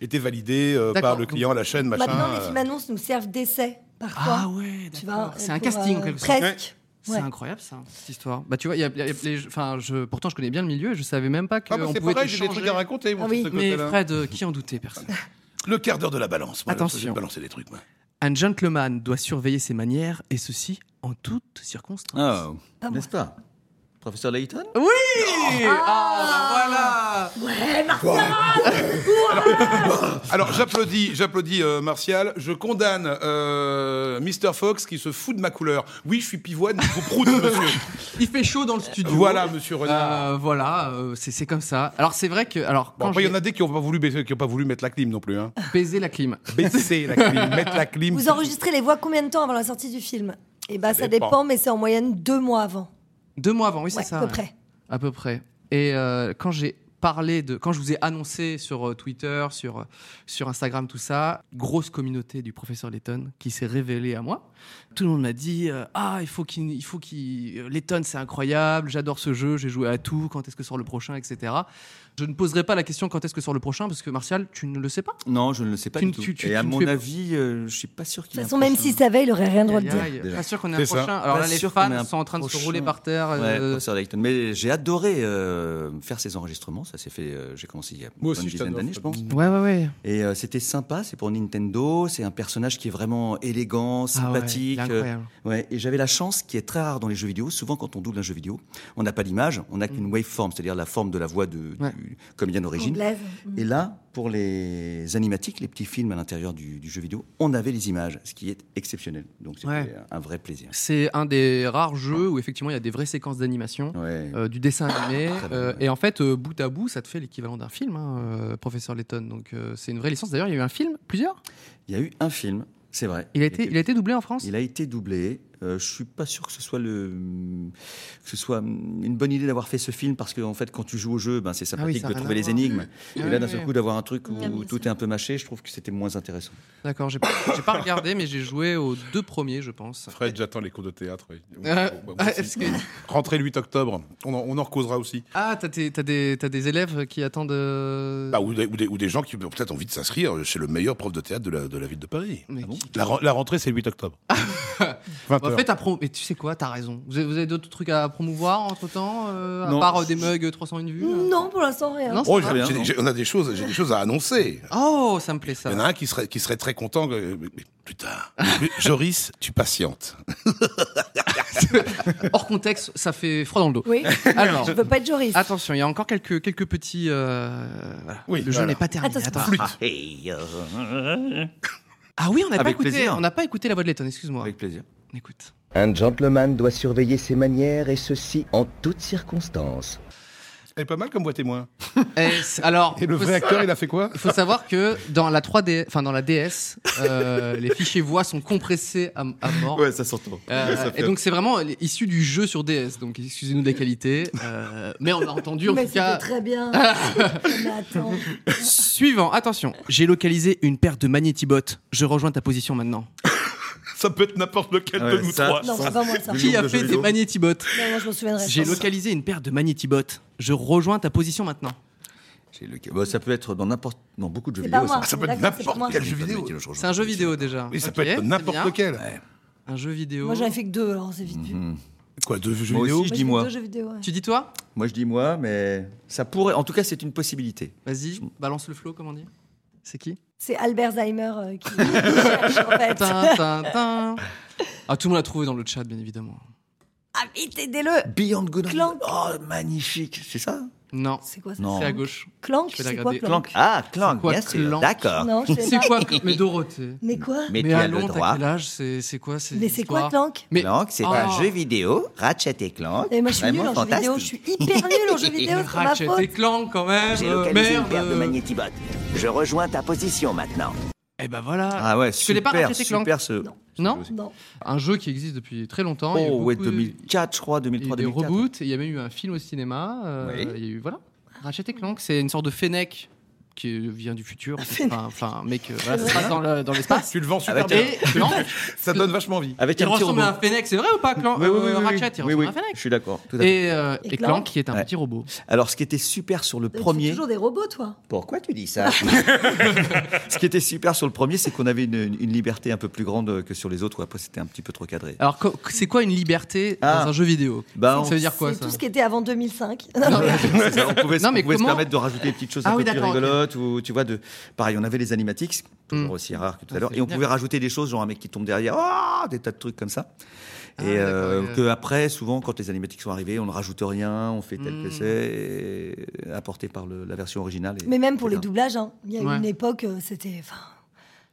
Speaker 5: été validées euh,
Speaker 2: D'accord.
Speaker 5: par le client, la chaîne, machin.
Speaker 8: maintenant Bah, les
Speaker 5: euh.
Speaker 8: films annonces nous servent d'essai parfois.
Speaker 2: Ah ouais,
Speaker 8: Tu vois,
Speaker 2: C'est un
Speaker 8: pour,
Speaker 2: casting en
Speaker 8: euh,
Speaker 2: quelque sorte.
Speaker 8: Presque.
Speaker 2: C'est
Speaker 8: Ouais.
Speaker 2: incroyable ça, cette histoire. Bah tu vois, il y a, il y a les- enfin, je, pourtant je connais bien le milieu et je savais même pas qu'on
Speaker 5: Ah bah, c'est
Speaker 2: pouvait
Speaker 5: pareil, j'ai des
Speaker 2: échanger.
Speaker 5: trucs à raconter. moi,
Speaker 8: Ah oui.
Speaker 5: de ce
Speaker 2: Mais
Speaker 5: côté-là.
Speaker 2: Fred, euh, qui en doutait personne
Speaker 5: Le quart d'heure de la balance. Moi,
Speaker 2: Attention.
Speaker 5: je vais balancer des trucs. moi.
Speaker 2: Un gentleman doit surveiller ses manières et ceci en toutes circonstances.
Speaker 6: Ah,
Speaker 8: Pas moi.
Speaker 6: n'est-ce pas Professeur Layton
Speaker 2: Oui Ah, bah voilà
Speaker 5: Alors, j'applaudis, j'applaudis euh, Martial. Je condamne euh, Mr. Fox qui se fout de ma couleur. Oui, je suis pivoine, je vous proute, monsieur.
Speaker 2: Il fait chaud dans le studio.
Speaker 5: voilà, monsieur Renard.
Speaker 2: Euh, voilà, euh, c'est c'est comme ça. Alors c'est vrai que alors
Speaker 5: Bon,
Speaker 2: quand
Speaker 5: après, il y en
Speaker 2: j'ai
Speaker 5: a des qui n'ont pas, voulu baisser- qui ont pas voulu mettre la clim non plus. Hein.
Speaker 2: baisé la clim.
Speaker 5: Baisser la clim, mettre la clim.
Speaker 8: Vous enregistrez les voix combien de temps avant la sortie du film Eh ben, ça,
Speaker 5: dépend.
Speaker 8: dépend. mais c'est en moyenne deux mois avant.
Speaker 2: Deux mois avant, oui, c'est
Speaker 8: Ouais,
Speaker 2: ça.
Speaker 8: à peu
Speaker 2: ouais.
Speaker 8: près.
Speaker 2: À peu près. Et euh, quand j'ai parlé de, quand je vous ai annoncé sur euh, Twitter, sur euh, sur Instagram, tout ça, grosse communauté du professeur Letton qui s'est révélée à moi. Tout le monde m'a dit euh, ah il faut qu'il il faut qu'il euh, Letton c'est incroyable, j'adore ce jeu, j'ai joué à tout. Quand est-ce que sort le prochain, etc. Je ne poserai pas la question quand est-ce que sort le prochain parce que Martial, tu ne le sais pas.
Speaker 6: Non, je ne le sais pas
Speaker 2: Tu-
Speaker 6: du
Speaker 2: tu-
Speaker 6: tout.
Speaker 2: tu-
Speaker 6: Et à
Speaker 2: tu ne
Speaker 6: mon
Speaker 2: fais-
Speaker 6: avis, euh, je suis pas sûr
Speaker 8: De toute
Speaker 6: qu'il y ait un
Speaker 8: façon, même
Speaker 6: prochain.
Speaker 8: s'il savait, il aurait rien le droit de
Speaker 2: Aïe,
Speaker 8: dire.
Speaker 2: aïe,
Speaker 6: déjà.
Speaker 2: Pas sûr qu'on ait un
Speaker 5: C'est ça.
Speaker 2: prochain. Alors
Speaker 6: Pas
Speaker 2: là, les
Speaker 6: sûr qu'on ait
Speaker 2: fans
Speaker 6: un
Speaker 2: sont en train de se
Speaker 6: prochain.
Speaker 2: rouler par terre.
Speaker 6: Ouais,
Speaker 2: euh,
Speaker 6: professeur Layton. Mais j'ai adoré euh, faire ces enregistrements. Ça s'est fait. euh, J'ai commencé il y a
Speaker 5: Moi
Speaker 6: une
Speaker 5: aussi,
Speaker 6: bonne
Speaker 5: je
Speaker 6: dizaine
Speaker 5: t'adore,
Speaker 6: d'années, je pense.
Speaker 2: Ouais, ouais, ouais.
Speaker 6: Et euh, c'était sympa, c'est pour Nintendo, c'est un personnage qui est vraiment élégant,
Speaker 2: Ah ouais,
Speaker 6: sympathique.
Speaker 2: il est
Speaker 6: euh,
Speaker 2: incroyable.
Speaker 6: ouais, et j'avais la chance, qui est très rare dans les jeux vidéo, souvent quand on double un jeu vidéo, on n'a pas l'image, on n'a qu'une waveform, c'est-à-dire la forme de la voix de,
Speaker 2: Mm. Ouais.
Speaker 6: du comédien d'origine.
Speaker 8: Anglaise.
Speaker 6: Et là, pour les animatiques, les petits films à l'intérieur du, du jeu vidéo, on avait les images, ce qui est exceptionnel. Donc c'était
Speaker 2: Ouais.
Speaker 6: un vrai plaisir.
Speaker 2: C'est un des rares jeux où effectivement il y a des vraies séquences d'animation.
Speaker 6: Ouais.
Speaker 2: euh, du dessin animé
Speaker 6: Très bon,
Speaker 2: euh,
Speaker 6: ouais.
Speaker 2: et en fait euh, bout à bout ça te fait l'équivalent d'un film hein, euh, professeur Letton donc euh, c'est une vraie licence d'ailleurs il y a eu un film plusieurs
Speaker 6: Il y a eu un film, c'est vrai.
Speaker 2: il a été il a été doublé en France
Speaker 6: Il a été doublé. Euh, je suis pas sûr que ce soit le que ce soit hum, une bonne idée d'avoir fait ce film parce que en fait quand tu joues au jeu, ben c'est
Speaker 2: Ah oui,
Speaker 6: sympathique
Speaker 2: ça a
Speaker 6: de
Speaker 2: rien
Speaker 6: trouver
Speaker 2: à
Speaker 6: les
Speaker 2: voir.
Speaker 6: énigmes. Et
Speaker 2: Ah
Speaker 6: là
Speaker 2: oui,
Speaker 6: d'un seul
Speaker 2: oui.
Speaker 6: coup d'avoir un truc
Speaker 8: Ah
Speaker 6: où
Speaker 8: oui,
Speaker 6: tout
Speaker 8: ça.
Speaker 6: est un peu mâché, je trouve que c'était moins intéressant.
Speaker 2: d'accord j'ai pas, j'ai pas regardé mais j'ai joué aux deux premiers je pense
Speaker 5: Fred, j'attends les cours de théâtre. oui.
Speaker 2: Euh,
Speaker 5: Bon, bah, moi aussi.
Speaker 2: est-ce que-
Speaker 5: Rentrée le 8 octobre, on en, on en causera aussi.
Speaker 2: ah t'as des t'as des t'as des élèves qui attendent euh,
Speaker 12: Bah, ou, des, ou des- ou des gens qui ont peut-être envie de s'inscrire chez le meilleur prof de théâtre de la, de la ville de Paris. Ah
Speaker 2: mais
Speaker 6: bon
Speaker 2: qui-
Speaker 5: La, ren- la rentrée, c'est le 8 octobre. 20
Speaker 2: Bah,
Speaker 5: heures.
Speaker 2: faites un pro- Mais tu sais quoi, t'as raison. Vous avez, vous avez d'autres trucs à promouvoir entre temps À
Speaker 6: Non.
Speaker 2: part euh, des mugs 301 vues euh
Speaker 8: Non, pour l'instant, rien.
Speaker 2: Non, c'est
Speaker 12: Oh,
Speaker 2: pas
Speaker 12: j'ai-
Speaker 2: grave.
Speaker 12: j'ai- j'ai- on a des choses, j'ai des choses à annoncer.
Speaker 5: Ah.
Speaker 2: Oh, ça me plaît ça.
Speaker 12: Il y en a un qui serait, qui serait très content. que- mais- mais Putain. Mais Joris, tu patientes.
Speaker 2: Hors contexte, ça fait froid dans le dos.
Speaker 8: Oui,
Speaker 2: Alors,
Speaker 8: je veux pas être Joris.
Speaker 2: attention, il y a encore quelques, quelques petits. euh, voilà.
Speaker 5: Oui,
Speaker 2: le jeu
Speaker 5: voilà.
Speaker 2: n'est pas terminé.
Speaker 8: Attention.
Speaker 2: Attends.
Speaker 5: Flûte.
Speaker 2: Ah oui, on n'a pas,
Speaker 6: Avec
Speaker 2: écouté-
Speaker 6: plaisir.
Speaker 2: on n'a pas écouté la voix de Letton, excuse-moi.
Speaker 6: Avec plaisir.
Speaker 2: On Écoute.
Speaker 13: Un gentleman doit surveiller ses manières et ceci en toutes circonstances.
Speaker 5: Elle est pas mal comme voix témoin.
Speaker 2: Eh, c'est- alors,
Speaker 5: Et le
Speaker 2: faut
Speaker 5: vrai
Speaker 2: sa-
Speaker 5: acteur, il a fait quoi
Speaker 2: Il faut savoir que dans la 3D, enfin dans la DS, euh, les fichiers voix sont compressés à, à
Speaker 5: Ah
Speaker 2: mort.
Speaker 6: Ouais, ça s'entend.
Speaker 2: Euh,
Speaker 6: Ça fait-
Speaker 2: et donc c'est vraiment issu du jeu sur DS, donc excusez-nous des qualités, euh, mais on a entendu en
Speaker 8: Mais
Speaker 2: tout cas.
Speaker 8: c'était très bien. Mais attends.
Speaker 2: Suivant, attention, j'ai localisé une paire de magnétibots. Je rejoins ta position maintenant.
Speaker 5: Ça peut être n'importe lequel
Speaker 6: Ouais,
Speaker 5: de nous
Speaker 6: ça-
Speaker 5: trois.
Speaker 8: Non, c'est pas moi ça.
Speaker 2: Qui
Speaker 6: nombre
Speaker 2: a
Speaker 6: de
Speaker 2: fait
Speaker 6: jeux
Speaker 2: des
Speaker 6: vidéo.
Speaker 2: magnétibots
Speaker 8: Non, moi, je m'en souviendrai.
Speaker 2: J'ai
Speaker 8: je pense.
Speaker 2: localisé une paire de magnétibots. Je rejoins ta position maintenant.
Speaker 6: J'ai le- Bah, ça peut être dans n'importe dans beaucoup de jeux
Speaker 8: C'est
Speaker 6: vidéo.
Speaker 8: pas moi.
Speaker 6: ça.
Speaker 5: Ça peut être
Speaker 8: D'accord, c'est pas
Speaker 5: n'importe
Speaker 8: moi.
Speaker 5: quel jeu vidéo.
Speaker 2: C'est un jeu vidéo déjà.
Speaker 5: Oui, ça
Speaker 2: Ok,
Speaker 5: peut être
Speaker 2: c'est
Speaker 5: n'importe
Speaker 2: bien.
Speaker 5: lequel.
Speaker 2: Un jeu vidéo.
Speaker 8: Moi, j'en ai fait que deux, alors c'est vite vu. Moi,
Speaker 5: Quoi, deux jeux
Speaker 6: Moi
Speaker 5: vidéo
Speaker 6: aussi, je
Speaker 8: j'ai
Speaker 6: dis
Speaker 8: fait
Speaker 6: moi.
Speaker 8: Deux jeux vidéo, ouais.
Speaker 2: Tu dis toi
Speaker 6: Moi je dis moi, mais ça pourrait. En tout cas, c'est une possibilité.
Speaker 2: Vas-y, balance le flow, comme on dit. C'est qui
Speaker 8: C'est Albert Zeimer euh, qui cherche, en fait.
Speaker 2: Tin, tin, tin. Ah, tout le monde l'a trouvé dans le chat, bien évidemment.
Speaker 8: Ah, vite, aidez-le
Speaker 6: Beyond Good. and
Speaker 8: Clank.
Speaker 6: Evil. Oh, magnifique. C'est ça
Speaker 2: Non,
Speaker 8: C'est quoi ça
Speaker 6: Non.
Speaker 2: c'est à gauche.
Speaker 8: Clank,
Speaker 2: Je vais la
Speaker 8: c'est quoi
Speaker 2: regarder.
Speaker 8: Clank
Speaker 6: Ah, Clank.
Speaker 2: C'est quoi,
Speaker 6: bien sûr.
Speaker 2: Clank
Speaker 6: D'accord.
Speaker 8: Non, je sais
Speaker 2: C'est
Speaker 8: pas.
Speaker 2: quoi Mais Dorothée.
Speaker 8: Mais quoi
Speaker 6: Mais,
Speaker 2: Mais
Speaker 6: tu as
Speaker 2: allons,
Speaker 6: le
Speaker 2: t'as
Speaker 6: droit.
Speaker 2: quel âge C'est c'est quoi cette
Speaker 8: Mais c'est quoi
Speaker 2: histoire
Speaker 8: Clank
Speaker 2: Mais
Speaker 6: Clank, c'est
Speaker 2: Oh.
Speaker 6: un jeu vidéo, Ratchet et Clank.
Speaker 8: Et Eh, moi, je suis
Speaker 6: vraiment
Speaker 8: nulle en jeu vidéo. Je suis
Speaker 6: fantastique.
Speaker 8: hyper nulle en jeu vidéo, c'est ma
Speaker 2: Ratchet et
Speaker 8: faute.
Speaker 2: Clank quand même.
Speaker 13: J'ai
Speaker 2: euh,
Speaker 13: localisé une
Speaker 2: merde.
Speaker 13: paire de magnétibots. Je rejoins ta position maintenant.
Speaker 2: Et ben voilà.
Speaker 6: Ah ouais,
Speaker 2: Tu connais pas
Speaker 6: super,
Speaker 2: Ratchet et Clank
Speaker 6: super ce.
Speaker 8: Non.
Speaker 2: Non
Speaker 8: Non.
Speaker 2: Un jeu qui existe depuis très longtemps. il y a eu
Speaker 6: Oh, ouais,
Speaker 2: beaucoup de-
Speaker 6: 2004, je crois,
Speaker 2: Il y a eu
Speaker 6: 2003,
Speaker 2: des
Speaker 6: 2004.
Speaker 2: reboots. et Il y a même eu un film au cinéma. euh,
Speaker 6: Oui.
Speaker 2: Il y a eu voilà. Ratchet et Clank, c'est une sorte de Fennec qui vient du futur. Enfin, enfin, un mec, euh, voilà, ça se passe dans le- dans l'espace.
Speaker 5: Tu le vends super
Speaker 6: Avec
Speaker 5: bien.
Speaker 2: Et Clank,
Speaker 5: Ça donne vachement envie.
Speaker 6: Avec
Speaker 2: il
Speaker 6: un petit
Speaker 2: ressemble
Speaker 6: robot.
Speaker 2: à un Fennec, c'est vrai ou pas Clank
Speaker 6: Oui, oui, oui, oui,
Speaker 2: Euh,
Speaker 6: oui.
Speaker 2: Ratchet, il
Speaker 6: Oui,
Speaker 2: ressemble
Speaker 6: oui,
Speaker 2: à un Fennec.
Speaker 6: Je suis d'accord. tout à fait.
Speaker 2: Et, euh, et
Speaker 8: Et
Speaker 2: Clank,
Speaker 8: Clank
Speaker 2: qui est un
Speaker 6: Ouais.
Speaker 2: petit robot.
Speaker 6: Alors, ce qui était super sur le
Speaker 8: Tu fais
Speaker 6: premier,
Speaker 8: toujours des robots, toi
Speaker 13: Pourquoi tu dis ça
Speaker 6: ce qui était super sur le premier, c'est qu'on avait une, une liberté un peu plus grande que sur les autres. où Après, c'était un petit peu trop cadré.
Speaker 2: Alors, co- c'est quoi une liberté
Speaker 6: Ah.
Speaker 2: dans un jeu vidéo
Speaker 6: Bah, on-
Speaker 2: Ça veut dire quoi
Speaker 8: C'est
Speaker 2: ça Ah
Speaker 8: tout ce qui était avant 2005.
Speaker 2: Non, mais-
Speaker 6: on pouvait,
Speaker 2: Non, mais
Speaker 6: on pouvait
Speaker 2: comment-
Speaker 6: se permettre de rajouter des petites choses
Speaker 2: Ah
Speaker 6: un
Speaker 2: oui,
Speaker 6: peu plus
Speaker 2: d'accord, ok.
Speaker 6: rigolotes ou tu vois de pareil on avait les animatiques toujours
Speaker 2: Mm.
Speaker 6: aussi rares que tout
Speaker 2: Ah,
Speaker 6: à l'heure
Speaker 2: c'est
Speaker 6: et on
Speaker 2: génial.
Speaker 6: pouvait rajouter des choses genre un mec qui tombe derrière ah, des tas de trucs comme ça
Speaker 2: Ah,
Speaker 6: et
Speaker 2: d'accord,
Speaker 6: euh,
Speaker 2: ok.
Speaker 6: que après souvent quand les animatiques sont arrivées on ne rajoute rien on fait tel
Speaker 2: Mm.
Speaker 6: que c'est et- apporté par le- la version originale et-
Speaker 8: Mais même pour les
Speaker 6: etc.
Speaker 8: doublages, hein. il y a eu
Speaker 2: Ouais.
Speaker 8: une époque, euh, c'était. Enfin,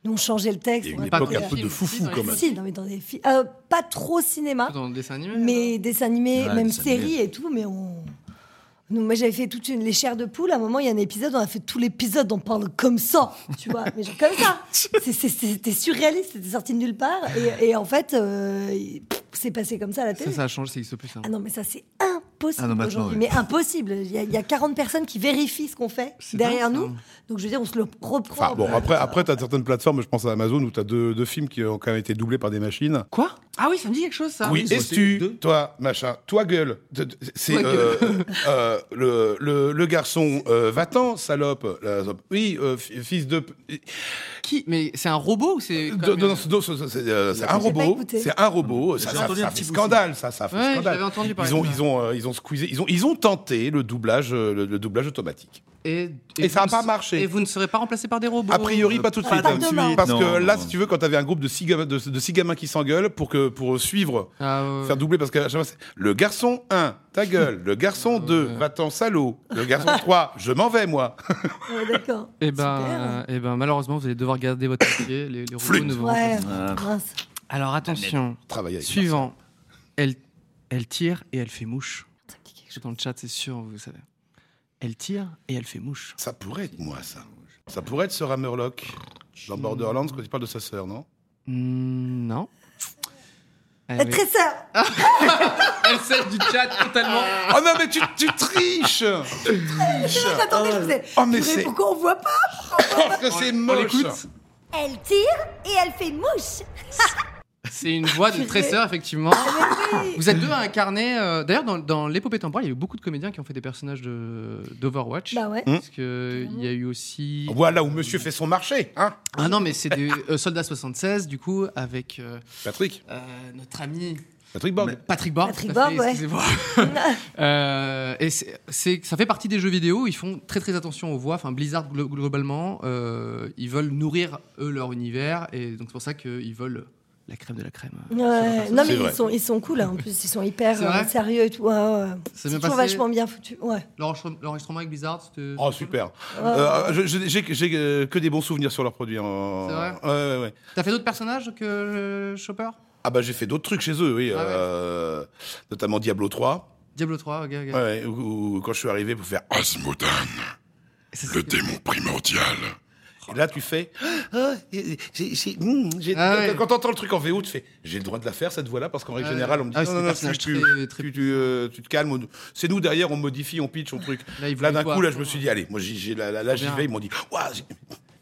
Speaker 8: nous, on changeait le texte.
Speaker 12: Il y a
Speaker 8: on
Speaker 12: une
Speaker 8: a
Speaker 2: Pas
Speaker 12: époque
Speaker 8: pas-
Speaker 12: un peu de foufou quand même.
Speaker 8: Si, non, mais dans des films. Euh, pas trop cinéma,
Speaker 2: Dans le dessin animé
Speaker 8: mais dessins animés,
Speaker 6: Ouais,
Speaker 8: même
Speaker 6: dessins animés.
Speaker 8: séries et tout, mais on. Nous, moi, j'avais fait toute une. Les chairs de poule, à un moment, il y a un épisode, on a fait tout l'épisode, on parle comme ça, tu vois, mais genre comme ça. C'est- c'est- C'était surréaliste, c'était sorti de nulle part. Et, et en fait, euh, il- pff, c'est passé comme ça à la
Speaker 2: Ça,
Speaker 8: télé.
Speaker 2: ça a changé, c'est X plus. hein.
Speaker 8: Ah non, mais ça, c'est impossible
Speaker 6: Ah non, maintenant,
Speaker 8: aujourd'hui.
Speaker 6: ouais.
Speaker 8: Mais impossible. Il y, a- il y a 40 personnes qui vérifient ce qu'on fait
Speaker 2: C'est
Speaker 8: derrière
Speaker 2: dingue, ça.
Speaker 8: nous. Donc, je veux dire, on se le reprend.
Speaker 5: Enfin, bon, après, après t'as certaines plateformes, je pense à Amazon, où t'as deux, deux films qui ont quand même été doublés par des machines.
Speaker 2: Quoi Ah oui, ça me dit quelque chose ça.
Speaker 5: oui,
Speaker 6: ils ont été
Speaker 5: Estu,
Speaker 6: deux.
Speaker 5: toi, machin, toi, gueule. De- de- C'est
Speaker 2: Toi,
Speaker 5: euh, euh, le, le, le garçon, euh, va-t'en, salope. La- oui, euh, fi- fils de. p-
Speaker 2: Qui Mais c'est un robot ou c'est.
Speaker 5: Euh, de-
Speaker 2: comme-
Speaker 5: de- non, c'est- non, c'est- c'est euh, c'est un
Speaker 8: J'ai pas
Speaker 5: robot.
Speaker 8: écouté.
Speaker 5: C'est un robot. Ça,
Speaker 6: J'ai
Speaker 5: ça,
Speaker 6: entendu
Speaker 5: ça
Speaker 6: un
Speaker 5: fait
Speaker 6: petit bout,
Speaker 5: scandale, ça, ça fait
Speaker 2: Ouais, je
Speaker 5: scandale.
Speaker 2: l'avais entendu parler
Speaker 5: Ils ont,
Speaker 2: de ça.
Speaker 5: ils ont, euh, ils ont squeezé. Ils ont, ils ont tenté le doublage, euh, le, le doublage automatique.
Speaker 2: Et,
Speaker 5: Et ça
Speaker 2: vous
Speaker 5: a pas
Speaker 2: ne-
Speaker 5: marché.
Speaker 2: Et vous ne serez pas remplacé par des robots
Speaker 5: A priori, pas tout de
Speaker 2: Euh,
Speaker 5: suite.
Speaker 2: pas tout de suite.
Speaker 5: Parce que là, si tu veux, quand t'avais un groupe de six, gamins- de, de six gamins qui s'engueulent pour, que, pour suivre,
Speaker 2: Ah,
Speaker 5: faire doubler, parce que à chaque fois, c'est, le garçon 1, ta gueule. Le garçon 2, va-t'en salaud. Le garçon 3, je m'en vais, moi.
Speaker 8: Ouais, D'accord. hein.
Speaker 2: Eh ben, euh, eh ben, malheureusement, vous allez devoir garder votre métier. Les, les robots ne vont
Speaker 8: Ouais,
Speaker 2: pas.
Speaker 8: mince.
Speaker 2: Alors attention.
Speaker 5: Travailler avec
Speaker 2: Suivant. Elle, elle tire et elle fait mouche. Dans le chat, c'est sûr, vous savez. Elle tire et elle fait mouche.
Speaker 5: Ça pourrait être moi, ça. Ça pourrait être Sarah Murloc dans Borderlands quand il parle de sa sœur, non
Speaker 2: Hmm, non. Eh
Speaker 8: Elle
Speaker 2: oui.
Speaker 8: très sœur.
Speaker 2: Elle cesse du chat totalement.
Speaker 5: Oh non, mais tu, tu triches Tu triches
Speaker 8: Attendez, Ah, je vous ai.
Speaker 5: Oh, mais
Speaker 8: Purée,
Speaker 5: c'est-
Speaker 8: Pourquoi on voit pas
Speaker 5: Parce que c'est moche
Speaker 8: Elle tire et elle fait mouche.
Speaker 2: C'est une voix de tresseur, effectivement.
Speaker 8: Ah,
Speaker 2: Vous êtes deux à incarner. euh, D'ailleurs, dans, dans l'épopée temporelle, il y a eu beaucoup de comédiens qui ont fait des personnages de- d'Overwatch.
Speaker 8: Bah ouais.
Speaker 2: Parce que il y a eu aussi.
Speaker 5: Voilà où monsieur fait son marché, hein
Speaker 2: Ah non, mais c'est des euh, soldats 76, du coup, avec euh,
Speaker 5: Patrick
Speaker 2: euh, notre ami
Speaker 5: Patrick Borg
Speaker 2: Patrick Borg.
Speaker 8: Patrick
Speaker 2: tout à fait,
Speaker 8: Borg, ouais.
Speaker 2: excusez-moi. Euh, et c'est- c'est- ça fait partie des jeux vidéo. Ils font très très attention aux voix. Enfin, Blizzard glo- globalement, euh, ils veulent nourrir eux leur univers, et donc c'est pour ça qu'ils veulent la crème de la crème. euh, sur leur
Speaker 8: Ouais.
Speaker 2: personnage.
Speaker 8: Non mais
Speaker 2: C'est vrai.
Speaker 8: ils sont, ils sont cool hein, en plus ils sont hyper
Speaker 2: C'est
Speaker 8: euh,
Speaker 2: vrai
Speaker 8: sérieux et tout. Ouais, ouais.
Speaker 2: C'est
Speaker 8: C'est
Speaker 2: bien
Speaker 8: toujours
Speaker 2: passé
Speaker 8: vachement bien foutu. Ouais.
Speaker 2: L'enregistre- L'enregistrement avec Blizzard, c'était.
Speaker 5: Oh super.
Speaker 8: Ouais.
Speaker 5: Euh, je- je- J'ai j'ai, euh, que des bons souvenirs sur leurs produits. en-
Speaker 2: C'est vrai
Speaker 5: Ouais, ouais, ouais.
Speaker 2: T'as fait d'autres personnages que euh, Chopper
Speaker 5: Ah bah j'ai fait d'autres trucs chez eux, oui.
Speaker 2: Ah ouais.
Speaker 5: euh, notamment Diablo 3.
Speaker 2: Diablo 3, ok, ok.
Speaker 5: Ouais, où- où- quand je suis arrivé pour faire Asmodan, le démon primordial. Et là tu fais. Ah, j'ai- j'ai- j'ai- mm, j'ai-
Speaker 2: Ah ouais.
Speaker 5: quand- Quand t'entends le truc en VO, tu fais. J'ai le droit de la faire cette voix-là parce qu'en règle
Speaker 2: Ah ouais.
Speaker 5: générale on me dit
Speaker 2: Ah,
Speaker 5: non
Speaker 2: c'est
Speaker 5: non
Speaker 2: des
Speaker 5: non tu,
Speaker 2: personnages
Speaker 5: tu-
Speaker 2: très-
Speaker 5: tu- tu, euh, tu te calmes. on- C'est nous derrière on modifie, on pitch, on truc.
Speaker 2: Là, ils
Speaker 5: Là
Speaker 2: voulaient
Speaker 5: d'un
Speaker 2: toi,
Speaker 5: coup là
Speaker 2: toi.
Speaker 5: je me suis dit allez moi j'y- j'ai- là, là, là, j'y
Speaker 2: bien.
Speaker 5: vais ils m'ont dit waouh j'ai-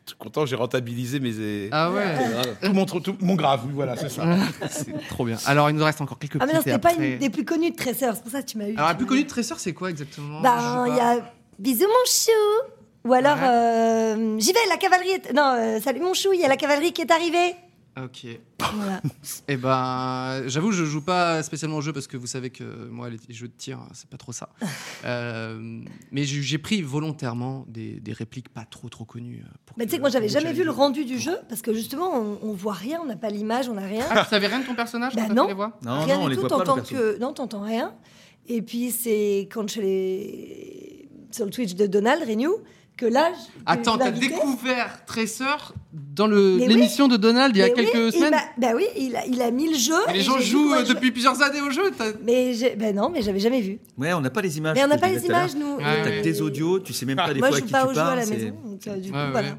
Speaker 5: je suis content j'ai rentabilisé mes
Speaker 2: Ah ouais.
Speaker 5: tout mon, tru- tout mon grave oui, voilà c'est ça.
Speaker 2: C'est trop bien. Alors, il nous reste encore quelques
Speaker 8: Ah mais non
Speaker 2: petites et
Speaker 8: c'était pas
Speaker 2: après-
Speaker 8: une des plus connues de Tresseur, c'est pour ça que tu m'as eu.
Speaker 2: Alors, la plus connue de Tressor, c'est quoi exactement
Speaker 8: Ben,
Speaker 2: Bah, Je sais
Speaker 8: il y
Speaker 2: pas.
Speaker 8: a Bisous mon chou Ou alors, euh, j'y vais, la cavalerie est... Non, euh, salut mon chou, il y a la cavalerie qui est arrivée
Speaker 2: Ok.
Speaker 8: Voilà.
Speaker 2: Eh ben, j'avoue, je joue pas spécialement au jeu parce que vous savez que moi, les jeux de tir, c'est pas trop ça. Euh, mais j'ai j'ai pris volontairement des, des répliques pas trop trop connues. euh, Pour
Speaker 8: Mais Bah, tu
Speaker 2: que-
Speaker 8: sais que moi, j'avais
Speaker 2: pour
Speaker 8: jamais
Speaker 2: que
Speaker 8: vu le rendu du jeu, parce que justement, on, on voit rien, on n'a pas l'image, on n'a rien.
Speaker 2: Ah, tu savais rien de ton personnage
Speaker 8: Bah
Speaker 2: quand t'as
Speaker 8: non.
Speaker 2: fait les voix
Speaker 6: Non,
Speaker 8: rien
Speaker 6: non, on
Speaker 8: du
Speaker 6: les
Speaker 8: tout,
Speaker 6: voit pas, le
Speaker 8: t'entends
Speaker 6: perso.
Speaker 8: que... Non, t'entends rien. Et puis, c'est quand je les... Sur le Twitch de Donald, Renew, que là... je- que
Speaker 2: Attends, t'as
Speaker 8: l'invité-
Speaker 2: découvert Tressor dans le-
Speaker 8: Mais oui.
Speaker 2: l'émission de Donald il y a
Speaker 8: Mais oui,
Speaker 2: quelques
Speaker 8: il
Speaker 2: semaines
Speaker 8: m'a- Bah oui, il a, il a mis le jeu.
Speaker 2: Et les
Speaker 8: et
Speaker 2: gens
Speaker 8: j'ai vu
Speaker 2: jouent
Speaker 8: comment
Speaker 2: euh,
Speaker 8: il jouait.
Speaker 2: depuis plusieurs années au jeu t'as-
Speaker 8: Mais j'ai- ben non, mais j'avais jamais vu.
Speaker 6: Ouais, on n'a pas les images.
Speaker 8: Mais on n'a
Speaker 6: Ah, je
Speaker 8: pas
Speaker 6: disais
Speaker 8: les
Speaker 6: tout à l'heure.
Speaker 8: images, nous.
Speaker 2: Ouais,
Speaker 6: T'as
Speaker 2: ouais.
Speaker 6: que des audios, tu sais même pas des
Speaker 8: Moi, je
Speaker 6: fois à
Speaker 8: joue
Speaker 6: qui
Speaker 8: pas
Speaker 6: tu
Speaker 8: au jeu à la
Speaker 6: parles.
Speaker 8: maison,
Speaker 6: c'est-
Speaker 8: donc euh, du coup,
Speaker 2: Ouais, ouais.
Speaker 8: voilà.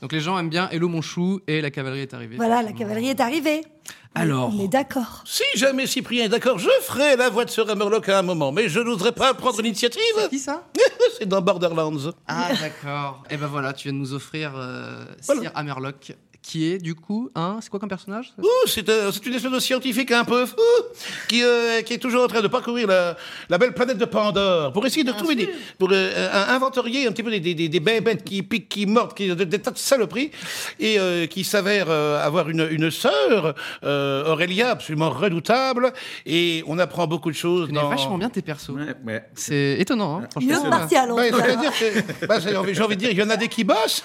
Speaker 2: Donc les gens aiment bien Hello mon chou et la cavalerie est arrivée.
Speaker 8: Voilà, la cavalerie est arrivée.
Speaker 2: Alors.
Speaker 8: On est d'accord.
Speaker 12: Si jamais Cyprien est d'accord, je ferai la voix de Sarah Murloc à un moment, mais je n'oserais pas prendre l'initiative.
Speaker 2: C'est qui ça
Speaker 12: C'est dans Borderlands.
Speaker 2: Ah d'accord. Et ben voilà, tu viens de nous offrir euh,
Speaker 12: Voilà.
Speaker 2: Sir Amerlock, qui est du coup un. C'est quoi comme personnage
Speaker 12: Ouh, c'est euh, c'est une espèce de scientifique un peu fou qui, euh, qui est toujours en train de parcourir la, la belle planète de Pandore pour essayer de trouver des, pour euh, euh, inventorier un petit peu des, des, des, des belles bêtes qui piquent, qui mordent, qui, des, des tas de saloperies et euh, qui s'avère euh, avoir une, une sœur euh, Aurélia absolument redoutable et on apprend beaucoup de choses.
Speaker 2: Tu connais
Speaker 12: dans-
Speaker 2: vachement bien tes persos.
Speaker 6: Ouais, ouais.
Speaker 2: C'est étonnant. Hein,
Speaker 8: Une autre martiale, en
Speaker 12: Ouais,
Speaker 8: tout cas.
Speaker 12: j'allais dire que- bah, j'ai envie, j'ai envie de dire, il y en a des qui bossent.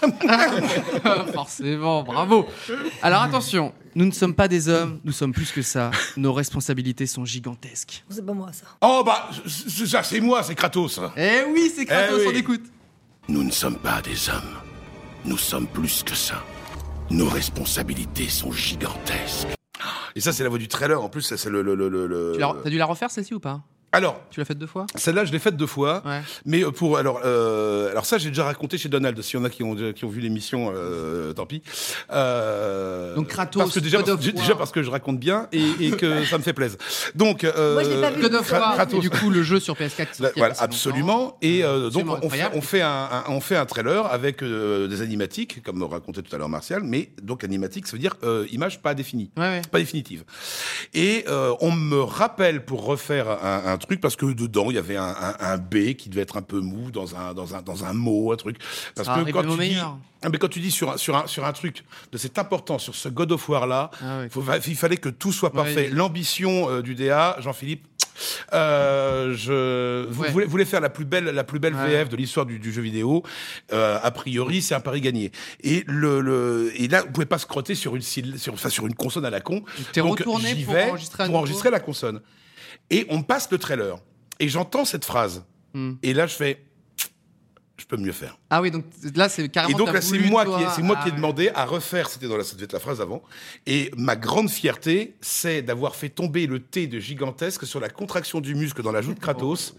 Speaker 2: Forcément, bravo. Alors attention, nous ne sommes pas des hommes, nous sommes plus que ça. Nos responsabilités sont gigantesques.
Speaker 8: C'est pas moi, ça.
Speaker 5: Oh bah c- c- ça c'est moi c'est Kratos.
Speaker 2: Eh oui, c'est Kratos,
Speaker 5: Eh oui.
Speaker 2: on écoute.
Speaker 9: Nous ne sommes pas des hommes. Nous sommes plus que ça. Nos responsabilités sont gigantesques.
Speaker 5: Et ça c'est la voix du trailer en plus ça, c'est le, le, le, le- le-
Speaker 2: Tu l'as- T'as dû la refaire celle-ci ou pas
Speaker 5: Alors
Speaker 2: Tu l'as faite deux fois
Speaker 5: Celle-là, je l'ai faite deux fois.
Speaker 2: Ouais.
Speaker 5: Mais euh, pour alors, euh, alors ça, j'ai déjà raconté chez Donald. S'il y en a qui ont qui ont vu l'émission, euh, tant pis. Euh,
Speaker 2: Donc, Kratos,
Speaker 5: parce que déjà,
Speaker 2: God
Speaker 5: parce-
Speaker 2: of
Speaker 5: j'ai-
Speaker 2: War.
Speaker 5: déjà parce que je raconte bien et, et que ça me fait plaisir. Donc, euh,
Speaker 8: Moi, je l'ai pas vu.
Speaker 2: Que deux
Speaker 5: Kra-
Speaker 2: fois.
Speaker 5: Kratos.
Speaker 2: Et du coup, le jeu sur PS4. qui est sorti
Speaker 5: Là,
Speaker 2: il y a
Speaker 5: voilà,
Speaker 2: pas si
Speaker 5: absolument. Et euh, donc,
Speaker 2: hein. Absolument
Speaker 5: on fait,
Speaker 2: incroyable.
Speaker 5: on, fait un, un- on fait un trailer avec euh, des animatiques, comme racontait tout à l'heure Martial, mais donc animatique, ça veut dire euh, image pas définie,
Speaker 2: Ouais, ouais.
Speaker 5: pas définitive. Et euh, on me rappelle pour refaire un, un truc, parce que dedans, il y avait un, un- un B qui devait être un peu mou dans un, dans un, dans un mot, un truc. Parce
Speaker 2: Ça
Speaker 5: que
Speaker 2: arrive
Speaker 5: quand
Speaker 2: au
Speaker 5: tu, dis,
Speaker 2: meilleur.
Speaker 5: Ah, mais quand tu dis sur un, sur un, sur un truc de cette importance, sur ce God of War-là,
Speaker 2: Ah ouais.
Speaker 5: faut- il fallait que tout soit
Speaker 2: Ouais,
Speaker 5: parfait.
Speaker 2: il-
Speaker 5: L'ambition euh, du DA, Jean-Philippe, Euh, je, vous, voulez, vous voulez faire la plus belle, la plus belle VF de l'histoire du, du jeu vidéo. Euh, a priori, c'est un pari gagné. Et, le, le- et là, vous pouvez pas se crotter sur une, sil- sur, enfin, sur une consonne à la con.
Speaker 2: T'es
Speaker 5: Donc,
Speaker 2: retourné
Speaker 5: j'y
Speaker 2: pour
Speaker 5: vais
Speaker 2: enregistrer un
Speaker 5: pour
Speaker 2: nouveau
Speaker 5: enregistrer la consonne. Et on passe le trailer. Et j'entends cette phrase.
Speaker 2: Hmm.
Speaker 5: Et là, je fais, je peux mieux faire.
Speaker 2: Ah oui, donc là, c'est carrément.
Speaker 5: Et donc
Speaker 2: t'as
Speaker 5: là, c'est
Speaker 2: voulu,
Speaker 5: moi,
Speaker 2: toi,
Speaker 5: qui, ai- c'est moi
Speaker 2: ah,
Speaker 5: qui ai demandé à refaire, c'était dans la, ça devait être la phrase avant, et ma grande fierté, c'est d'avoir fait tomber le T de gigantesque sur la contraction du muscle dans la joue de Kratos,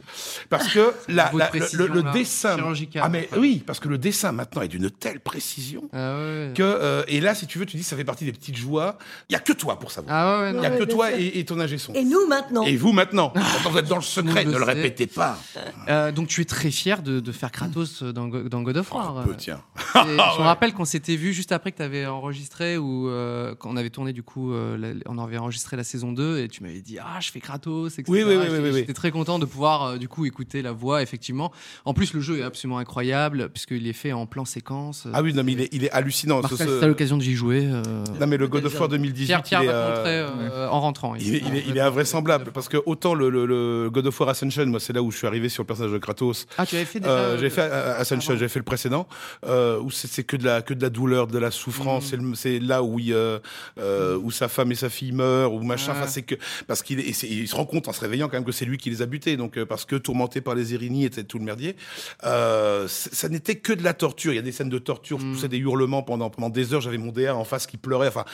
Speaker 5: parce que la-
Speaker 2: Oh. Niveau de
Speaker 5: la-
Speaker 2: précision,
Speaker 5: le, le
Speaker 2: là,
Speaker 5: dessin...
Speaker 2: chirurgical,
Speaker 5: Ah mais
Speaker 2: enfin.
Speaker 5: oui, parce que le dessin maintenant est d'une telle précision
Speaker 2: Ah ouais.
Speaker 5: que... euh, et là, si tu veux, tu dis, ça fait partie des petites joies, il n'y a que toi pour savoir.
Speaker 2: Ah ouais,
Speaker 5: Il
Speaker 2: ouais,
Speaker 5: n'y a
Speaker 2: non.
Speaker 5: que
Speaker 2: Ouais, bien
Speaker 5: toi
Speaker 2: sûr. Ah,
Speaker 5: et, et ton ingé son.
Speaker 8: Et nous maintenant.
Speaker 5: Et vous maintenant, Maintenant, vous êtes dans le secret,
Speaker 2: Tout
Speaker 5: ne
Speaker 2: monde
Speaker 5: le
Speaker 2: sait.
Speaker 5: répétez pas.
Speaker 2: Euh, donc tu es très fier de, de faire Kratos euh, dans, Go- dans God of War.
Speaker 5: peu, Ah, bah, tiens.
Speaker 2: Et je me rappelle qu'on s'était vu juste après que tu avais enregistré ou euh, quand on avait tourné du coup, euh, la- on avait enregistré la saison 2 et tu m'avais dit ah je fais Kratos. Etc.
Speaker 5: Oui, oui, oui,
Speaker 2: Et
Speaker 5: oui, oui, oui.
Speaker 2: J'étais très content de pouvoir euh, du coup écouter la voix effectivement. En plus le jeu est absolument incroyable puisqu'il est fait en plan séquence.
Speaker 5: Ah oui, non, mais il est, il est hallucinant.
Speaker 2: Marcel,
Speaker 5: ce- ce-
Speaker 2: si t'as l'occasion d'y jouer. euh,
Speaker 5: Non, mais le God of War 2018.
Speaker 2: Pierre, Pierre
Speaker 5: il
Speaker 2: va
Speaker 5: est,
Speaker 2: te
Speaker 5: euh,
Speaker 2: montrer euh, en rentrant.
Speaker 5: Il est, il est- il est invraisemblable parce que autant le, le- le God of War Ascension, moi c'est là où je suis arrivé sur le personnage de Kratos.
Speaker 2: Ah, tu avais fait déjà,
Speaker 5: Euh,
Speaker 2: euh,
Speaker 5: J'ai fait euh, Ascension, j'ai fait le précédent euh, où c'est c'est que de la que de la douleur, de la souffrance. c'est le- C'est là où il, euh, euh, où sa femme et sa fille meurent, où machin.
Speaker 2: Ouais.
Speaker 5: Enfin c'est que parce qu'il est- et c'est- il se rend compte en se réveillant quand même que c'est lui qui les a butés. Donc euh, parce que tourmenté par les Irini et tout le merdier, euh, c'est- ça n'était que de la torture. Il y a des scènes de torture, je
Speaker 2: Hmm.
Speaker 5: poussais des hurlements pendant pendant des heures. J'avais mon DA en face qui pleurait. Enfin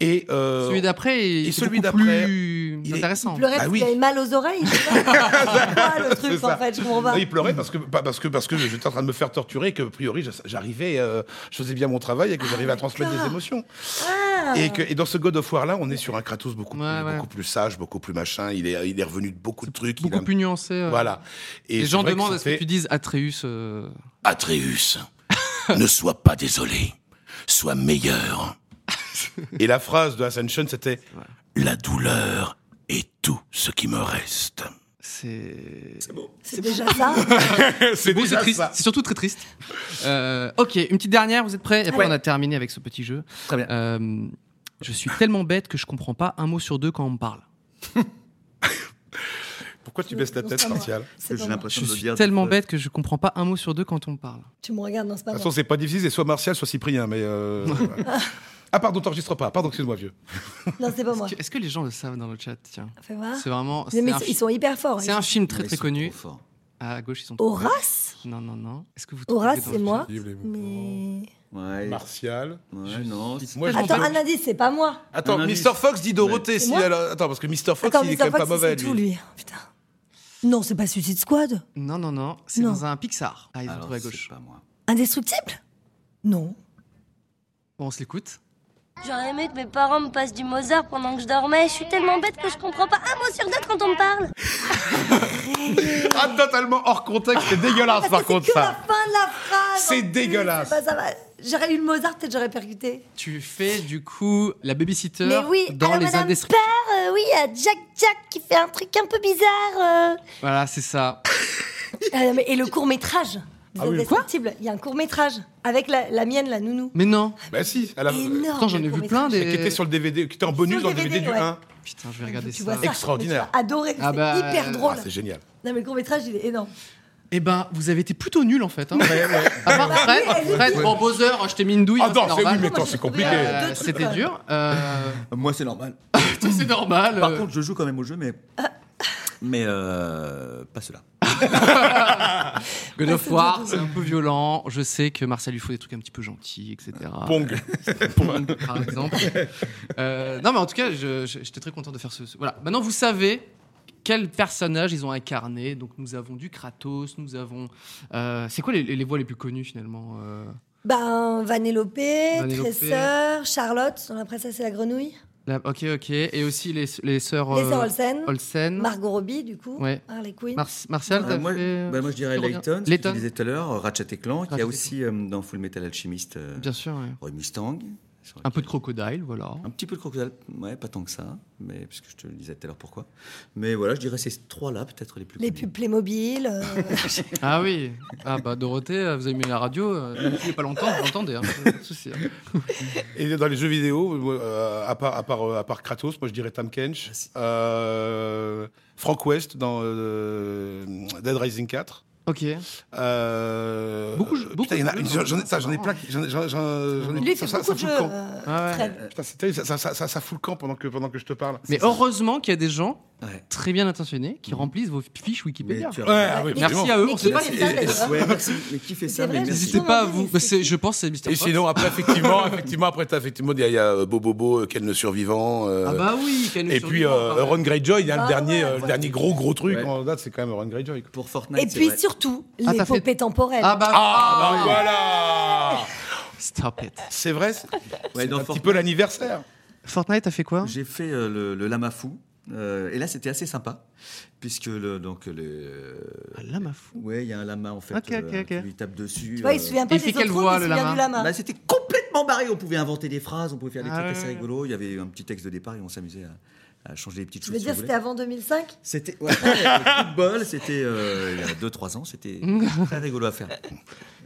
Speaker 5: et euh,
Speaker 2: Celui d'après, il
Speaker 5: et
Speaker 2: est
Speaker 5: celui
Speaker 2: beaucoup
Speaker 5: d'après,
Speaker 2: plus intéressant.
Speaker 8: Il pleurait
Speaker 5: Bah
Speaker 8: parce
Speaker 5: oui.
Speaker 8: qu'il avait mal aux oreilles. je sais pas. C'est quoi le
Speaker 5: C'est
Speaker 8: truc
Speaker 5: ça.
Speaker 8: en fait Je comprends pas.
Speaker 5: Non, ah, il pleurait parce que pas- parce que parce que j'étais en train de me faire torturer que a priori j'a- j'arrivais euh, je faisais bien mon travail et que j'arrivais à transmettre des émotions.
Speaker 8: Ah.
Speaker 5: Et, que, et dans ce God of War là, on est sur un Kratos beaucoup plus,
Speaker 2: Ouais, ouais.
Speaker 5: beaucoup plus sage, beaucoup plus machin, il est il est revenu de beaucoup de trucs, il
Speaker 2: Beaucoup
Speaker 5: a-
Speaker 2: plus nuancé. euh.
Speaker 5: voilà. Et
Speaker 2: Les
Speaker 5: c'est
Speaker 2: gens
Speaker 5: vrai que
Speaker 2: demandent
Speaker 5: ça
Speaker 2: à ce que
Speaker 5: fait-
Speaker 2: tu dises Atreus. euh,
Speaker 9: Atreus, ne sois pas désolé, sois meilleur.
Speaker 5: Et la phrase de Ascension c'était
Speaker 9: La douleur est tout ce qui me reste.
Speaker 2: C'est.
Speaker 8: C'est déjà ça.
Speaker 5: c'est
Speaker 2: beau, c'est
Speaker 5: déjà
Speaker 2: triste.
Speaker 5: ça.
Speaker 2: C'est surtout très triste. Euh, ok, une petite dernière, vous êtes prêts Et après, on a terminé avec ce petit jeu.
Speaker 6: Très bien.
Speaker 2: Euh, je suis tellement bête que je comprends pas un mot sur deux quand on me parle.
Speaker 5: Pourquoi tu baisses la tête Martial De
Speaker 8: C'est pas
Speaker 6: J'ai
Speaker 8: moi.
Speaker 6: l'impression
Speaker 2: Je
Speaker 6: de
Speaker 2: suis
Speaker 6: dire.
Speaker 2: tellement bête que je comprends pas un mot sur deux quand on me parle.
Speaker 8: Tu me regardes, non, c'est pas
Speaker 5: toute
Speaker 8: moi.
Speaker 5: façon, c'est pas difficile, c'est soit Martial soit Cyprien mais euh, voilà. Ah pardon, t'enregistres pas. Pardon, excuse-moi vieux.
Speaker 8: Non, c'est pas moi.
Speaker 2: Est-ce que, est-ce que les gens le savent dans le chat Tiens,
Speaker 8: Fais voir.
Speaker 2: c'est vraiment.
Speaker 8: Mais,
Speaker 2: C'est un,
Speaker 8: c'est-
Speaker 2: fi-
Speaker 8: ils sont hyper forts.
Speaker 2: c'est
Speaker 8: ils
Speaker 2: un
Speaker 8: sont-
Speaker 2: film très très connu.
Speaker 6: Fort.
Speaker 2: À gauche, ils sont. trop forts.
Speaker 8: Horace
Speaker 2: Non, non, non. Est-ce que vous trouvez
Speaker 8: Horace,
Speaker 2: dans
Speaker 8: c'est
Speaker 2: le
Speaker 8: moi.
Speaker 5: livre, les mots.
Speaker 8: Mais.
Speaker 6: Ouais.
Speaker 5: Martial.
Speaker 6: ouais, non.
Speaker 2: chat
Speaker 6: c'est-
Speaker 5: Moi, je-
Speaker 8: Attends,
Speaker 5: Martial.
Speaker 8: un indice, c'est pas moi.
Speaker 5: Attends,
Speaker 6: Un indice.
Speaker 5: Mr Fox dit Dorothée.
Speaker 8: Ouais.
Speaker 5: Si
Speaker 8: Moi
Speaker 5: elle a- Attends, parce que Mr Fox,
Speaker 8: Attends,
Speaker 5: il
Speaker 8: mais
Speaker 5: est quand
Speaker 8: ça
Speaker 5: même pas
Speaker 8: Fox,
Speaker 5: mauvais.
Speaker 8: c'est
Speaker 5: lui.
Speaker 8: tout lui. hein, Putain. Non, c'est pas Suicide Squad.
Speaker 2: Non, non, non. C'est
Speaker 8: Non.
Speaker 2: dans un Pixar. Ah, ils ont
Speaker 6: Alors,
Speaker 2: trouvé à
Speaker 6: c'est
Speaker 2: gauche.
Speaker 6: pas moi.
Speaker 8: Indestructible Non.
Speaker 2: Bon, on se l'écoute.
Speaker 3: J'aurais aimé que mes parents me passent du Mozart pendant que je dormais. Je suis tellement bête que je comprends pas un mot sur deux quand on me parle.
Speaker 5: Ah, totalement hors contexte, c'est dégueulasse par
Speaker 8: Parce que
Speaker 5: contre
Speaker 8: Ah, c'est que
Speaker 5: ça.
Speaker 8: la fin de la phrase.
Speaker 5: C'est
Speaker 8: en plus,
Speaker 5: dégueulasse.
Speaker 8: c'est pas ça, va. J'aurais eu le Mozart, peut-être j'aurais percuté.
Speaker 2: Tu fais du coup la babysitter
Speaker 3: Mais oui,
Speaker 2: dans
Speaker 3: allô,
Speaker 2: les
Speaker 3: madame
Speaker 2: industries.
Speaker 3: Père, euh, oui, il y a Jack Jack qui fait un truc un peu bizarre. euh.
Speaker 2: Voilà, c'est ça.
Speaker 8: Ah, mais- et le court-métrage des
Speaker 5: Ah oui, le
Speaker 8: Indestructibles. Il y a un court-métrage avec la, la mienne, la nounou.
Speaker 2: Mais non.
Speaker 5: Bah si, elle a-
Speaker 8: Énorme.
Speaker 2: Pourtant, j'en ai
Speaker 8: le
Speaker 2: vu
Speaker 8: court-métrage.
Speaker 2: plein des.
Speaker 5: qui était sur le DVD, qui était en bonus
Speaker 8: Sur
Speaker 5: dans
Speaker 8: le
Speaker 5: le DVD du
Speaker 8: ouais.
Speaker 5: 1.
Speaker 2: Putain, je vais regarder
Speaker 8: Ah, Tu
Speaker 2: ça.
Speaker 8: vois ça
Speaker 5: Extraordinaire.
Speaker 8: mais tu vas adorer,
Speaker 2: Ah
Speaker 8: c'est
Speaker 2: bah,
Speaker 8: hyper
Speaker 2: euh,
Speaker 8: drôle.
Speaker 5: Ah, c'est génial.
Speaker 8: non mais le court-métrage, il est énorme.
Speaker 2: Eh ben, vous avez été plutôt nul en fait. Hein. À part
Speaker 8: Bah,
Speaker 2: Fred,
Speaker 8: oui, elle est
Speaker 2: Fred, bon, Bowser, je t'ai mis une douille.
Speaker 5: Ah
Speaker 2: hein,
Speaker 5: non, c'est oui,
Speaker 2: normal.
Speaker 5: mais attends,
Speaker 8: j'ai
Speaker 5: c'est
Speaker 8: trouvé,
Speaker 5: compliqué.
Speaker 8: euh,
Speaker 2: Euh,
Speaker 8: deux trucs,
Speaker 2: C'était
Speaker 8: ouais.
Speaker 2: dur. Euh,
Speaker 6: Moi, c'est normal.
Speaker 2: c'est normal.
Speaker 6: Par
Speaker 2: euh.
Speaker 6: contre, je joue quand même au jeu, mais. Mais euh, pas cela.
Speaker 2: God of War, c'est un peu violent. Je sais que Marcel, il faut des trucs un petit peu gentils, etc.
Speaker 5: Pong.
Speaker 2: Par exemple. Euh, non, mais en tout cas, je- je- j'étais très content de faire ce, ce- Voilà. Maintenant, vous savez quels personnages ils ont incarné. Donc, nous avons du Kratos, nous avons. euh, c'est quoi les, les voix les plus connues finalement euh,
Speaker 8: Ben, Vanellope,
Speaker 2: Vanellope.
Speaker 8: Tresseur, Charlotte, dans la princesse et la grenouille,
Speaker 2: la- Ok, ok. Et aussi les, les sœurs.
Speaker 8: les
Speaker 2: euh,
Speaker 8: sœurs Olsen,
Speaker 2: Olsen.
Speaker 8: Margot Robbie, du coup,
Speaker 2: Ouais.
Speaker 8: Harley Quinn.
Speaker 2: Mar- Martial, t'as
Speaker 6: Euh, moi,
Speaker 2: fait-
Speaker 6: bah, moi, je dirais
Speaker 2: tu reviens-
Speaker 6: Layton, ce que
Speaker 2: Layton.
Speaker 6: je disais tout à l'heure, Ratchet et Clank. Il y
Speaker 2: Ratchet et
Speaker 6: a aussi euh, dans Full Metal Alchimiste euh,
Speaker 2: Bien sûr, ouais.
Speaker 6: Roy Mustang.
Speaker 2: Un peu de crocodile, voilà.
Speaker 6: Un petit peu de crocodile, ouais, pas tant que ça, mais parce que je te le disais tout à l'heure pourquoi. Mais voilà, je dirais ces trois-là, peut-être les plus.
Speaker 8: Les pubs Playmobil. euh,
Speaker 2: Ah oui. Ah bah Dorothée, euh, vous avez mis la radio euh, depuis pas longtemps, vous l'entendez. hein, pas de souci, hein.
Speaker 5: Et dans les jeux vidéo, euh, à, part, à, part, euh, à part Kratos, moi je dirais Tam Kench, euh, Frank West dans euh, Dead Rising 4.
Speaker 2: Ok.
Speaker 5: Euh,
Speaker 2: Beaucoup,
Speaker 5: putain, il y en a- j'en- j'en ai- ça, j'en ai plein. qui- J'en ai- j'en- j'en- j'en ai-
Speaker 8: Lui, il fait
Speaker 5: ça- ça
Speaker 8: beaucoup de
Speaker 5: fout
Speaker 8: jeux,
Speaker 5: le camp.
Speaker 8: euh,
Speaker 2: Ah ouais.
Speaker 8: Fred.
Speaker 5: Putain, c'est terrible, ça, ça, ça, ça- ça fout le camp pendant que, pendant que je te parle.
Speaker 2: Mais heureusement qu'il y a des gens
Speaker 6: Ouais.
Speaker 2: très bien intentionnés qui remplissent vos fiches Wikipédia.
Speaker 6: Mais tu as-
Speaker 5: Ouais, ah oui,
Speaker 2: Merci
Speaker 5: absolument.
Speaker 2: à eux.
Speaker 8: Mais
Speaker 2: on
Speaker 8: qui
Speaker 2: sait pas
Speaker 8: fait
Speaker 2: si-
Speaker 8: ça, d'ailleurs
Speaker 6: Ouais, merci. Mais qui fait ça
Speaker 8: C'est
Speaker 6: mais
Speaker 8: vrai,
Speaker 6: merci.
Speaker 2: N'hésitez pas à vous. bah, c'est- je pense que c'est Mister
Speaker 5: Et sinon, après, effectivement, effectivement après, t'as effectivement, il y a- il y a euh, Bobobo, euh, Ken le survivant. euh,
Speaker 2: Ah bah oui, qu'elle nous
Speaker 5: et puis,
Speaker 2: survivra,
Speaker 5: euh,
Speaker 2: pardon.
Speaker 5: Ron Greyjoy, il y a
Speaker 8: Ah
Speaker 5: le dernier,
Speaker 8: ouais.
Speaker 5: euh, le dernier gros, gros truc
Speaker 6: Ouais.
Speaker 5: en date, c'est quand même Ron Greyjoy. quoi.
Speaker 6: Pour
Speaker 8: Et
Speaker 6: Fortnite. c'est
Speaker 8: puis
Speaker 6: vrai.
Speaker 8: surtout,
Speaker 2: Ah, t'as
Speaker 8: l'épopée
Speaker 2: fait-
Speaker 8: temporelle.
Speaker 2: Ah bah,
Speaker 5: Ah,
Speaker 2: ah,
Speaker 5: bah voilà
Speaker 2: Stop it.
Speaker 5: C'est vrai, c'est
Speaker 6: Ouais, dans
Speaker 5: un petit
Speaker 6: Fortnite.
Speaker 5: peu l'anniversaire.
Speaker 2: Fortnite a fait quoi
Speaker 6: J'ai fait euh, le, le lama fou. euh, et là, c'était assez sympa, puisque le, donc le.
Speaker 2: Là ma fou.
Speaker 6: Ouais, il y a un lama en fait. euh,
Speaker 2: Ok, ok, ok.
Speaker 6: qui lui tape dessus.
Speaker 8: Tu vois, il se
Speaker 6: euh,
Speaker 8: souvient pas
Speaker 2: il
Speaker 8: des
Speaker 2: fait
Speaker 8: autres
Speaker 2: quelle
Speaker 8: rôles,
Speaker 2: voix,
Speaker 8: il se
Speaker 2: le
Speaker 8: souvient du
Speaker 2: lama
Speaker 8: lama.
Speaker 6: Bah, c'était complètement barré. On pouvait inventer des phrases, on pouvait faire des
Speaker 2: Ah
Speaker 6: trucs
Speaker 2: ouais.
Speaker 6: assez rigolos. Il y avait un petit texte de départ et on s'amusait à, à changer des petites
Speaker 8: Tu
Speaker 6: choses.
Speaker 8: veux
Speaker 6: si
Speaker 8: dire
Speaker 6: on voulait.
Speaker 8: c'était avant 2005
Speaker 6: C'était ouais, coup de bol, c'était euh, il y a 2-3 ans, c'était très rigolo à faire.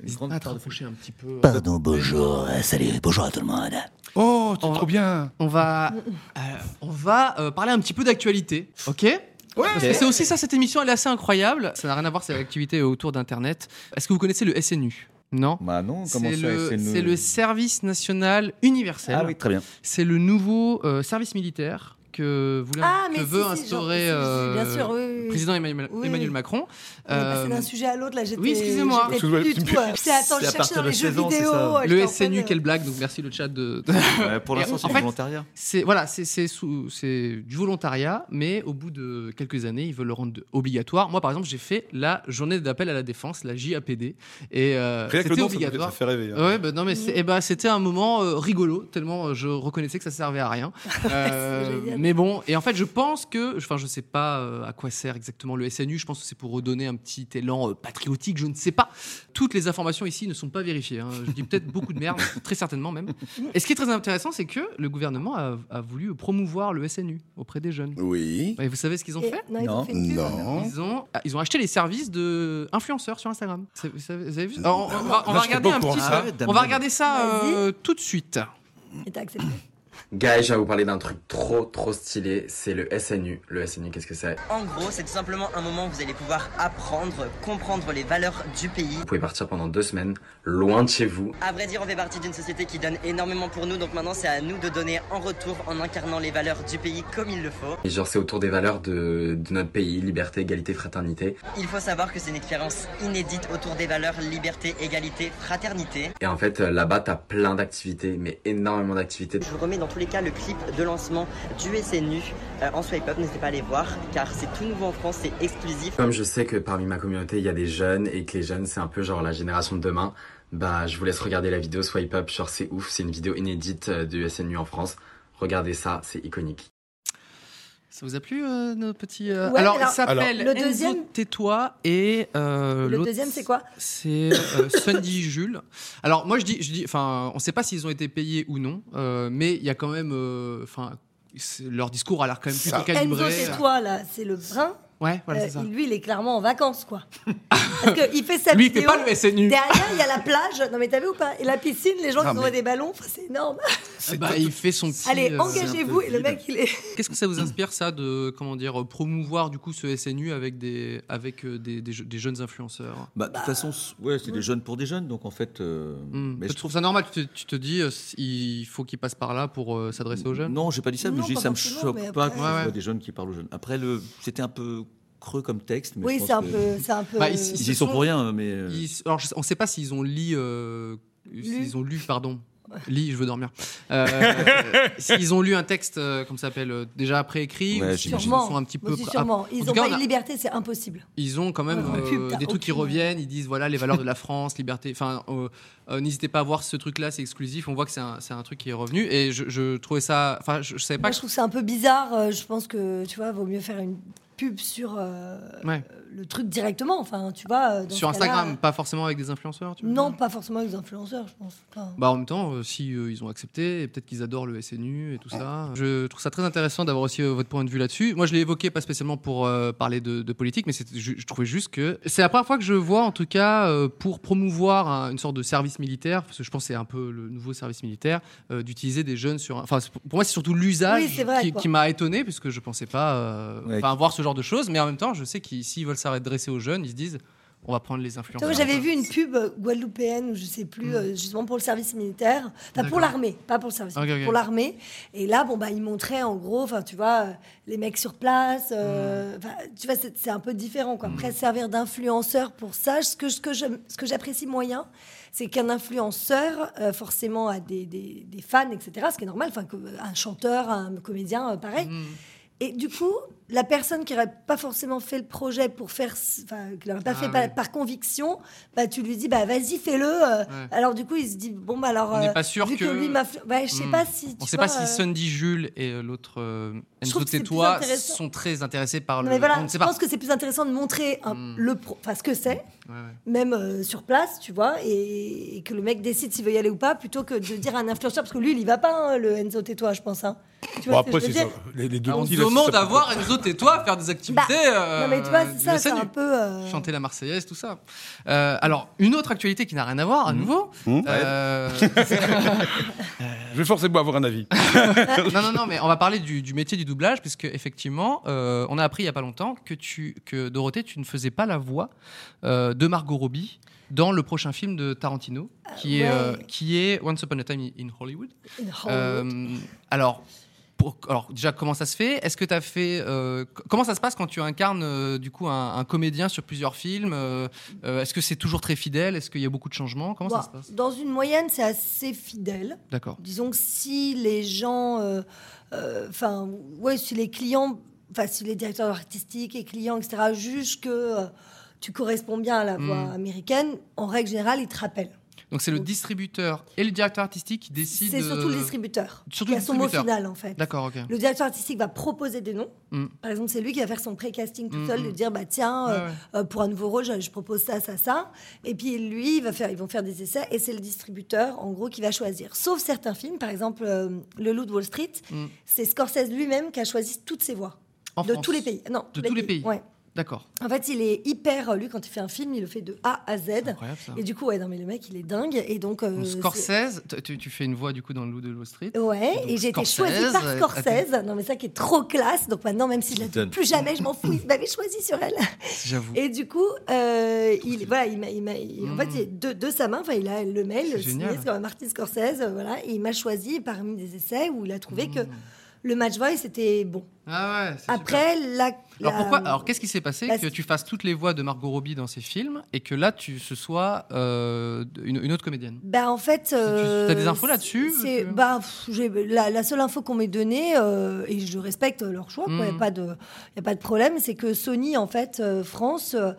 Speaker 6: Une grande part de
Speaker 2: un petit peu.
Speaker 13: Pardon, bonjour, euh, salut, bonjour à tout le monde.
Speaker 5: Oh,
Speaker 2: On
Speaker 5: c'est
Speaker 2: va-
Speaker 5: trop bien
Speaker 2: On va, euh, on va euh, parler un petit peu d'actualité, ok Parce que c'est aussi ça, cette émission, elle est assez incroyable. Ça n'a rien à voir, c'est l'activité autour d'Internet. Est-ce que vous connaissez le SNU Non
Speaker 6: Bah non,
Speaker 2: c'est le, c'est le service national universel.
Speaker 6: Ah oui, très bien.
Speaker 2: C'est le nouveau euh, service militaire que, voulait-
Speaker 8: Ah,
Speaker 2: que
Speaker 8: mais
Speaker 2: veut
Speaker 8: si, si, genre, si,
Speaker 2: instaurer
Speaker 8: si,
Speaker 2: euh,
Speaker 8: bien sûr, oui, oui, oui.
Speaker 2: le président Emmanuel,
Speaker 8: Oui,
Speaker 2: Emmanuel
Speaker 8: oui.
Speaker 2: Macron.
Speaker 8: On est passé d'un
Speaker 2: Euh,
Speaker 8: sujet à l'autre, là, j'étais.
Speaker 2: oui, excusez-moi.
Speaker 8: j'étais
Speaker 5: Excuse-moi,
Speaker 8: plus,
Speaker 5: tu me
Speaker 8: toi.
Speaker 5: fais-
Speaker 8: J'étais, attends,
Speaker 6: C'est
Speaker 8: je
Speaker 6: à
Speaker 8: cherchais
Speaker 6: partir
Speaker 8: dans
Speaker 6: de
Speaker 8: les jeux
Speaker 6: 16 ans, c'est
Speaker 8: vidéo.
Speaker 6: ça.
Speaker 8: j'étais
Speaker 2: le
Speaker 8: en euh. train
Speaker 2: SNU,
Speaker 8: de-
Speaker 2: quelle blague Donc merci le chat de.
Speaker 6: Euh, pour
Speaker 2: Et
Speaker 6: l'instant,
Speaker 2: en
Speaker 6: c'est du
Speaker 2: fait,
Speaker 6: volontariat.
Speaker 2: C'est voilà, c'est c'est sous- c'est du volontariat, mais au bout de quelques années, ils veulent le rendre obligatoire. Moi, par exemple, j'ai fait la journée d'appel à la défense, la JAPD, et euh,
Speaker 5: Rien que le
Speaker 2: c'était
Speaker 5: nom, ça, me fait-
Speaker 2: obligatoire.
Speaker 5: ça fait rêver. hein.
Speaker 2: Ouais, bah non, mais c'est- eh ben, c'était un moment euh, rigolo, tellement euh, je reconnaissais que ça servait à rien. Euh,
Speaker 8: C'est génial.
Speaker 2: mais bon, et en fait, je pense que, enfin, je sais pas euh, à quoi sert exactement le SNU, je pense que c'est pour redonner un petit élan euh, patriotique, je ne sais pas. Toutes les informations ici ne sont pas vérifiées. hein. Je dis peut-être beaucoup de merde, très certainement même. Et ce qui est très intéressant, c'est que le gouvernement a, a voulu promouvoir le SNU auprès des jeunes.
Speaker 5: Oui.
Speaker 2: Et vous savez ce qu'ils ont
Speaker 8: Et-
Speaker 2: fait
Speaker 8: Non, ils ont
Speaker 6: Non.
Speaker 8: fait une pub.
Speaker 5: Non.
Speaker 2: ils ont, ah, ils ont acheté les services de influenceurs sur Instagram. C'est- Vous savez- vous avez vu Alors, on, on va, on
Speaker 5: Là,
Speaker 2: va
Speaker 5: je serais
Speaker 2: regarder
Speaker 5: pas
Speaker 2: un
Speaker 5: au courant.
Speaker 2: petit-
Speaker 6: Ah ouais,
Speaker 2: on va
Speaker 6: Damien.
Speaker 2: regarder ça
Speaker 8: Vas-y.
Speaker 2: euh, tout de suite.
Speaker 8: Et t'as accepté.
Speaker 14: Guys, je vais vous parler d'un truc trop trop stylé, c'est le SNU. Le SNU, qu'est-ce que c'est
Speaker 15: En gros, c'est tout simplement un moment où vous allez pouvoir apprendre, comprendre les valeurs du pays.
Speaker 14: Vous pouvez partir pendant deux semaines, loin de chez vous.
Speaker 15: À vrai dire, on fait partie d'une société qui donne énormément pour nous, donc maintenant c'est à nous de donner en retour en incarnant les valeurs du pays comme il le faut.
Speaker 14: Et genre, c'est autour des valeurs de, de notre pays, liberté, égalité, fraternité.
Speaker 15: Il faut savoir que c'est une expérience inédite autour des valeurs liberté, égalité, fraternité.
Speaker 14: Et en fait, euh, là-bas, t'as plein d'activités, mais énormément d'activités.
Speaker 15: Je vous remets dans tous les cas le clip de lancement du SNU euh, en swipe up, n'hésitez pas à aller voir car c'est tout nouveau en France, c'est exclusif.
Speaker 14: Comme je sais que parmi ma communauté, il y a des jeunes et que les jeunes, c'est un peu genre la génération de demain, bah, je vous laisse regarder la vidéo Swipe Up. Genre, c'est ouf, c'est une vidéo inédite euh, du SNU en France. Regardez ça, c'est iconique.
Speaker 2: Ça vous a plu, euh, nos petits. euh,
Speaker 8: Ouais,
Speaker 2: alors,
Speaker 8: alors-
Speaker 2: il s'appelle
Speaker 8: Le deuxième-
Speaker 2: Enzo Tais-toi et. euh,
Speaker 8: Le
Speaker 2: l'autre,
Speaker 8: deuxième, c'est quoi
Speaker 2: C'est euh, Sunny Jules. Alors, moi, je dis. je dis, Enfin, on ne sait pas s'ils ont été payés ou non, euh, mais il y a quand même. euh, Enfin, c'est- leur discours a l'air quand même plutôt
Speaker 5: Ça-
Speaker 2: calibré.
Speaker 8: Enzo, c'est toi, là, c'est le brun.
Speaker 2: Ouais, voilà,
Speaker 8: Euh,
Speaker 2: c'est ça.
Speaker 8: lui, il est clairement en vacances, quoi. Parce qu'il fait sa
Speaker 2: Lui, il fait
Speaker 8: vidéo.
Speaker 2: pas le SNU.
Speaker 8: Derrière, il y a la plage. Non, mais t'as vu ou pas Et la piscine, les gens
Speaker 5: Non,
Speaker 8: qui ont
Speaker 5: mais-
Speaker 8: des ballons, enfin, c'est énorme.
Speaker 2: Ah bah, il fait son petit.
Speaker 8: Allez,
Speaker 2: euh,
Speaker 8: engagez-vous. Et le mec, il est.
Speaker 2: Qu'est-ce que ça vous inspire ça de comment dire promouvoir du coup ce SNU avec des avec euh, des, des je- des jeunes influenceurs
Speaker 6: Bah, de toute façon, c- ouais, c'est des jeunes pour des jeunes, donc en fait. euh,
Speaker 2: Hmm.
Speaker 6: mais
Speaker 2: Tu trouves ça normal tu te, tu te dis euh, s- il faut qu'ils passent par là pour euh, s'adresser aux jeunes
Speaker 6: Non, j'ai pas dit ça, mais
Speaker 8: Non,
Speaker 6: j'ai dit
Speaker 8: pas
Speaker 6: ça me
Speaker 8: forcément,
Speaker 6: choque
Speaker 8: mais
Speaker 6: pas
Speaker 8: après-
Speaker 6: que
Speaker 2: Ouais,
Speaker 6: je
Speaker 2: ouais.
Speaker 6: vois des jeunes qui parlent aux jeunes. Après, le, c'était un peu creux comme texte, mais je
Speaker 8: Oui,
Speaker 6: pense
Speaker 8: c'est un
Speaker 6: que-
Speaker 8: peu. C'est un peu.
Speaker 2: Bah, ici-
Speaker 6: Ils y sont pour rien, mais. euh,
Speaker 2: Ils- alors je- on sait pas s'ils ont lu euh, s'ils ont lu pardon Lit, je veux dormir. Euh, s'ils ont lu un texte, euh, comme ça s'appelle, euh, déjà préécrit,
Speaker 6: Ouais,
Speaker 2: ou s'ils
Speaker 8: Sûrement.
Speaker 2: sont un petit
Speaker 8: Moi,
Speaker 2: peu.
Speaker 8: je dis
Speaker 2: pré-
Speaker 8: sûrement.
Speaker 2: En
Speaker 8: Ils
Speaker 2: tout
Speaker 8: n'ont
Speaker 2: cas,
Speaker 8: pas
Speaker 2: on
Speaker 8: eu
Speaker 2: a-
Speaker 8: de liberté, c'est impossible.
Speaker 2: Ils ont quand même
Speaker 8: Ouais,
Speaker 2: euh,
Speaker 8: pub, t'as
Speaker 2: des trucs qui
Speaker 8: aucune-
Speaker 2: reviennent. Ils disent voilà les valeurs de la France, liberté. Enfin, euh, euh, n'hésitez pas à voir ce truc-là, c'est exclusif. On voit que c'est un, c'est un truc qui est revenu. Et je, je trouvais ça. Enfin, je, je savais pas.
Speaker 8: Moi,
Speaker 2: que-
Speaker 8: je trouve que c'est un peu bizarre. euh, Je pense que, tu vois, vaut mieux faire une pub sur euh,
Speaker 2: Ouais.
Speaker 8: euh, le truc directement. Enfin, tu vois. euh, dans
Speaker 2: Sur
Speaker 8: ce cas-là,
Speaker 2: Instagram, pas forcément avec des influenceurs, tu
Speaker 8: euh,
Speaker 2: veux
Speaker 8: Non, pas forcément avec des influenceurs, je pense. Enfin,
Speaker 2: Bah en même temps, euh, si euh, ils ont accepté, et peut-être qu'ils adorent le SNU et tout ça. Je trouve ça très intéressant d'avoir aussi euh, votre point de vue là-dessus. Moi, je l'ai évoqué pas spécialement pour euh, parler de, de politique, mais c'est- je, je trouvais juste que c'est la première fois que je vois, en tout cas, euh, pour promouvoir un- une sorte de service militaire, parce que je pense que c'est un peu le nouveau service militaire, euh, d'utiliser des jeunes sur. un- Enfin, c'est- pour moi, c'est surtout l'usage
Speaker 8: Oui, c'est vrai,
Speaker 2: qui,
Speaker 8: quoi.
Speaker 2: qui m'a étonné, puisque je pensais pas, euh, enfin, voir ce genre de choses. Mais en même temps, je sais qu'ils s'ils veulent s'adresser aux jeunes, ils se disent, on va prendre les
Speaker 8: tu vois,
Speaker 2: influenceurs.
Speaker 8: J'avais vu une pub euh, guadeloupéenne, ou je sais plus, euh, justement pour le service militaire, enfin
Speaker 2: D'accord.
Speaker 8: pour l'armée, pas pour le service
Speaker 2: Ok,
Speaker 8: militaire,
Speaker 2: ok.
Speaker 8: pour l'armée. Et là, bon, bah, ils montraient en gros, enfin, tu vois, euh, les mecs sur place. euh,
Speaker 2: Hmm.
Speaker 8: enfin, Tu vois, c'est c'est un peu différent, quoi. Après, servir d'influenceur pour ça, ce que, ce que j'aime- ce que j'apprécie moyen, c'est qu'un influenceur, euh, forcément, a des, des- des fans, etc., ce qui est normal, enfin, que- un chanteur, un comédien, euh, pareil.
Speaker 2: Hmm.
Speaker 8: Et du coup, la personne qui n'aurait pas forcément fait le projet pour faire, ce- enfin, qui l'aurait pas
Speaker 16: Ah
Speaker 8: fait par,
Speaker 16: oui.
Speaker 8: par conviction, bah tu lui dis, bah vas-y, fais-le. euh.
Speaker 2: Ouais.
Speaker 8: Alors du coup, il se dit, bon bah alors,
Speaker 2: On n'est
Speaker 8: euh,
Speaker 2: pas sûr
Speaker 8: vu que,
Speaker 2: que-
Speaker 8: lui m'a, fait- bah, je sais
Speaker 2: Hmm.
Speaker 8: pas si,
Speaker 2: On
Speaker 8: tu
Speaker 2: sait
Speaker 8: vois,
Speaker 2: pas si
Speaker 8: euh,
Speaker 2: Sunday Jules et euh, l'autre euh,
Speaker 8: Je
Speaker 2: Enzo
Speaker 8: trouve que c'est
Speaker 2: et
Speaker 8: plus
Speaker 2: toi
Speaker 8: intéressant.
Speaker 2: sont très intéressés par
Speaker 8: non,
Speaker 2: le.
Speaker 8: mais voilà,
Speaker 2: on ne sait
Speaker 8: je
Speaker 2: pas. Hmm.
Speaker 8: pense que c'est plus intéressant de montrer un- le pro, enfin ce que c'est,
Speaker 2: Ouais, ouais.
Speaker 8: même euh, sur place, tu vois, et, et que le mec décide s'il veut y aller ou pas, plutôt que de dire à un influenceur, parce que lui, il y va pas, hein, le Enzo et toi, je pense. hein. Tu
Speaker 5: Bon,
Speaker 8: vois ce que
Speaker 5: après,
Speaker 8: je veux
Speaker 5: c'est
Speaker 8: dire
Speaker 5: ça. Les, les deux
Speaker 2: on
Speaker 5: petits,
Speaker 2: te
Speaker 5: là,
Speaker 2: demande
Speaker 5: ça- ça-
Speaker 2: d'avoir Enzo et toi faire des activités. euh,
Speaker 8: Bah, non, mais tu vois, c'est
Speaker 2: du
Speaker 8: ça, c'est
Speaker 2: SNU.
Speaker 8: un peu. euh,
Speaker 2: Chanter la Marseillaise, tout ça. Euh, alors, une autre actualité qui n'a rien à voir, à nouveau. Euh,
Speaker 5: Je vais forcément avoir un avis.
Speaker 2: non, non, non, mais on va parler du, du métier du doublage, puisque effectivement, euh, on a appris il n'y a pas longtemps que, tu, que Dorothée, tu ne faisais pas la voix euh, de Margot Robbie dans le prochain film de Tarantino, qui, est,
Speaker 8: ouais.
Speaker 2: euh, qui est Once Upon a Time in Hollywood.
Speaker 8: In Hollywood.
Speaker 2: Euh, alors, pour- alors, déjà, comment ça se fait Est-ce que tu as fait. euh, co- comment ça se passe quand tu incarnes euh, du coup un, un comédien sur plusieurs films Euh, euh, Est-ce que c'est toujours très fidèle Est-ce qu'il y a beaucoup de changements Comment ça
Speaker 8: Bon,
Speaker 2: se passe
Speaker 8: Dans une moyenne, c'est assez fidèle.
Speaker 2: D'accord.
Speaker 8: Disons que si les gens, euh, euh, enfin, ouais, si les clients, enfin, si les directeurs artistiques et clients, etc., jugent que euh, tu corresponds bien à la
Speaker 2: Mm.
Speaker 8: voix américaine, en règle générale, ils te rappellent.
Speaker 2: Donc, c'est le distributeur et le directeur artistique qui décident.
Speaker 8: C'est surtout le
Speaker 2: euh,
Speaker 8: distributeur. Euh,
Speaker 2: Surtout
Speaker 8: qui
Speaker 2: le
Speaker 8: a son mot
Speaker 2: distributeur.
Speaker 8: final, en fait.
Speaker 2: D'accord, ok.
Speaker 8: Le directeur artistique va proposer des noms.
Speaker 2: Mm.
Speaker 8: Par exemple, c'est lui qui va faire son pré-casting tout
Speaker 2: Mm,
Speaker 8: seul,
Speaker 2: mm.
Speaker 8: de dire bah tiens, euh,
Speaker 2: Ouais, ouais.
Speaker 8: euh, pour un nouveau rôle, je, je propose ça, ça, ça. Et puis lui, il va faire, ils vont faire des essais et c'est le distributeur, en gros, qui va choisir. Sauf certains films, par exemple, euh, Le Loup de Wall Street,
Speaker 2: Mm.
Speaker 8: c'est Scorsese lui-même qui a choisi toutes ses voix.
Speaker 2: En
Speaker 8: de
Speaker 2: France.
Speaker 8: tous les pays. Non,
Speaker 2: De tous les pays.
Speaker 8: Ouais.
Speaker 2: D'accord.
Speaker 8: En fait, il est hyper. euh, Lui, quand il fait un film, il le fait de A à Z.
Speaker 2: Incroyable, ça.
Speaker 8: Et du coup, ouais, non, mais le mec, il est dingue. Et donc. euh,
Speaker 2: Donc,
Speaker 8: c'est- Euh,
Speaker 2: Scorsese, t- tu, tu fais une voix du coup dans le Loup de Wall Street.
Speaker 8: Ouais,
Speaker 2: Donc,
Speaker 8: et j'ai été
Speaker 2: Scorsese,
Speaker 8: choisie par
Speaker 2: euh,
Speaker 8: Scorsese. Non, mais ça qui est trop classe. Donc maintenant, même si je la
Speaker 2: Donne.
Speaker 8: dis plus jamais, je m'en fous. Il m'avait choisi sur elle.
Speaker 2: J'avoue. Hmm.
Speaker 8: Et du coup, euh, il, voilà, il m'a, il m'a- il- en fait, il- de, de sa main, enfin, il a le mail
Speaker 2: C'est
Speaker 8: signé
Speaker 2: génial.
Speaker 8: sur Martin Scorsese. euh, Voilà, et il m'a choisi parmi des essais où il a trouvé que le match voice était bon.
Speaker 2: Ah ouais, Hmm. c'est
Speaker 8: Après, la, la-
Speaker 2: Alors pourquoi Alors qu'est-ce qui s'est passé
Speaker 8: la-
Speaker 2: que tu fasses toutes les voix de Margot Robbie dans ces films et que là tu ce soit euh, une, une autre comédienne
Speaker 8: Bah en fait, euh,
Speaker 2: t'as des infos là-dessus
Speaker 8: C'est bah pff, j'ai- la, la seule info qu'on m'ait donnée euh, et je respecte leur choix. Il n'y a
Speaker 2: Mm.
Speaker 8: pas de y a pas de problème. C'est que Sony en fait euh, France. euh,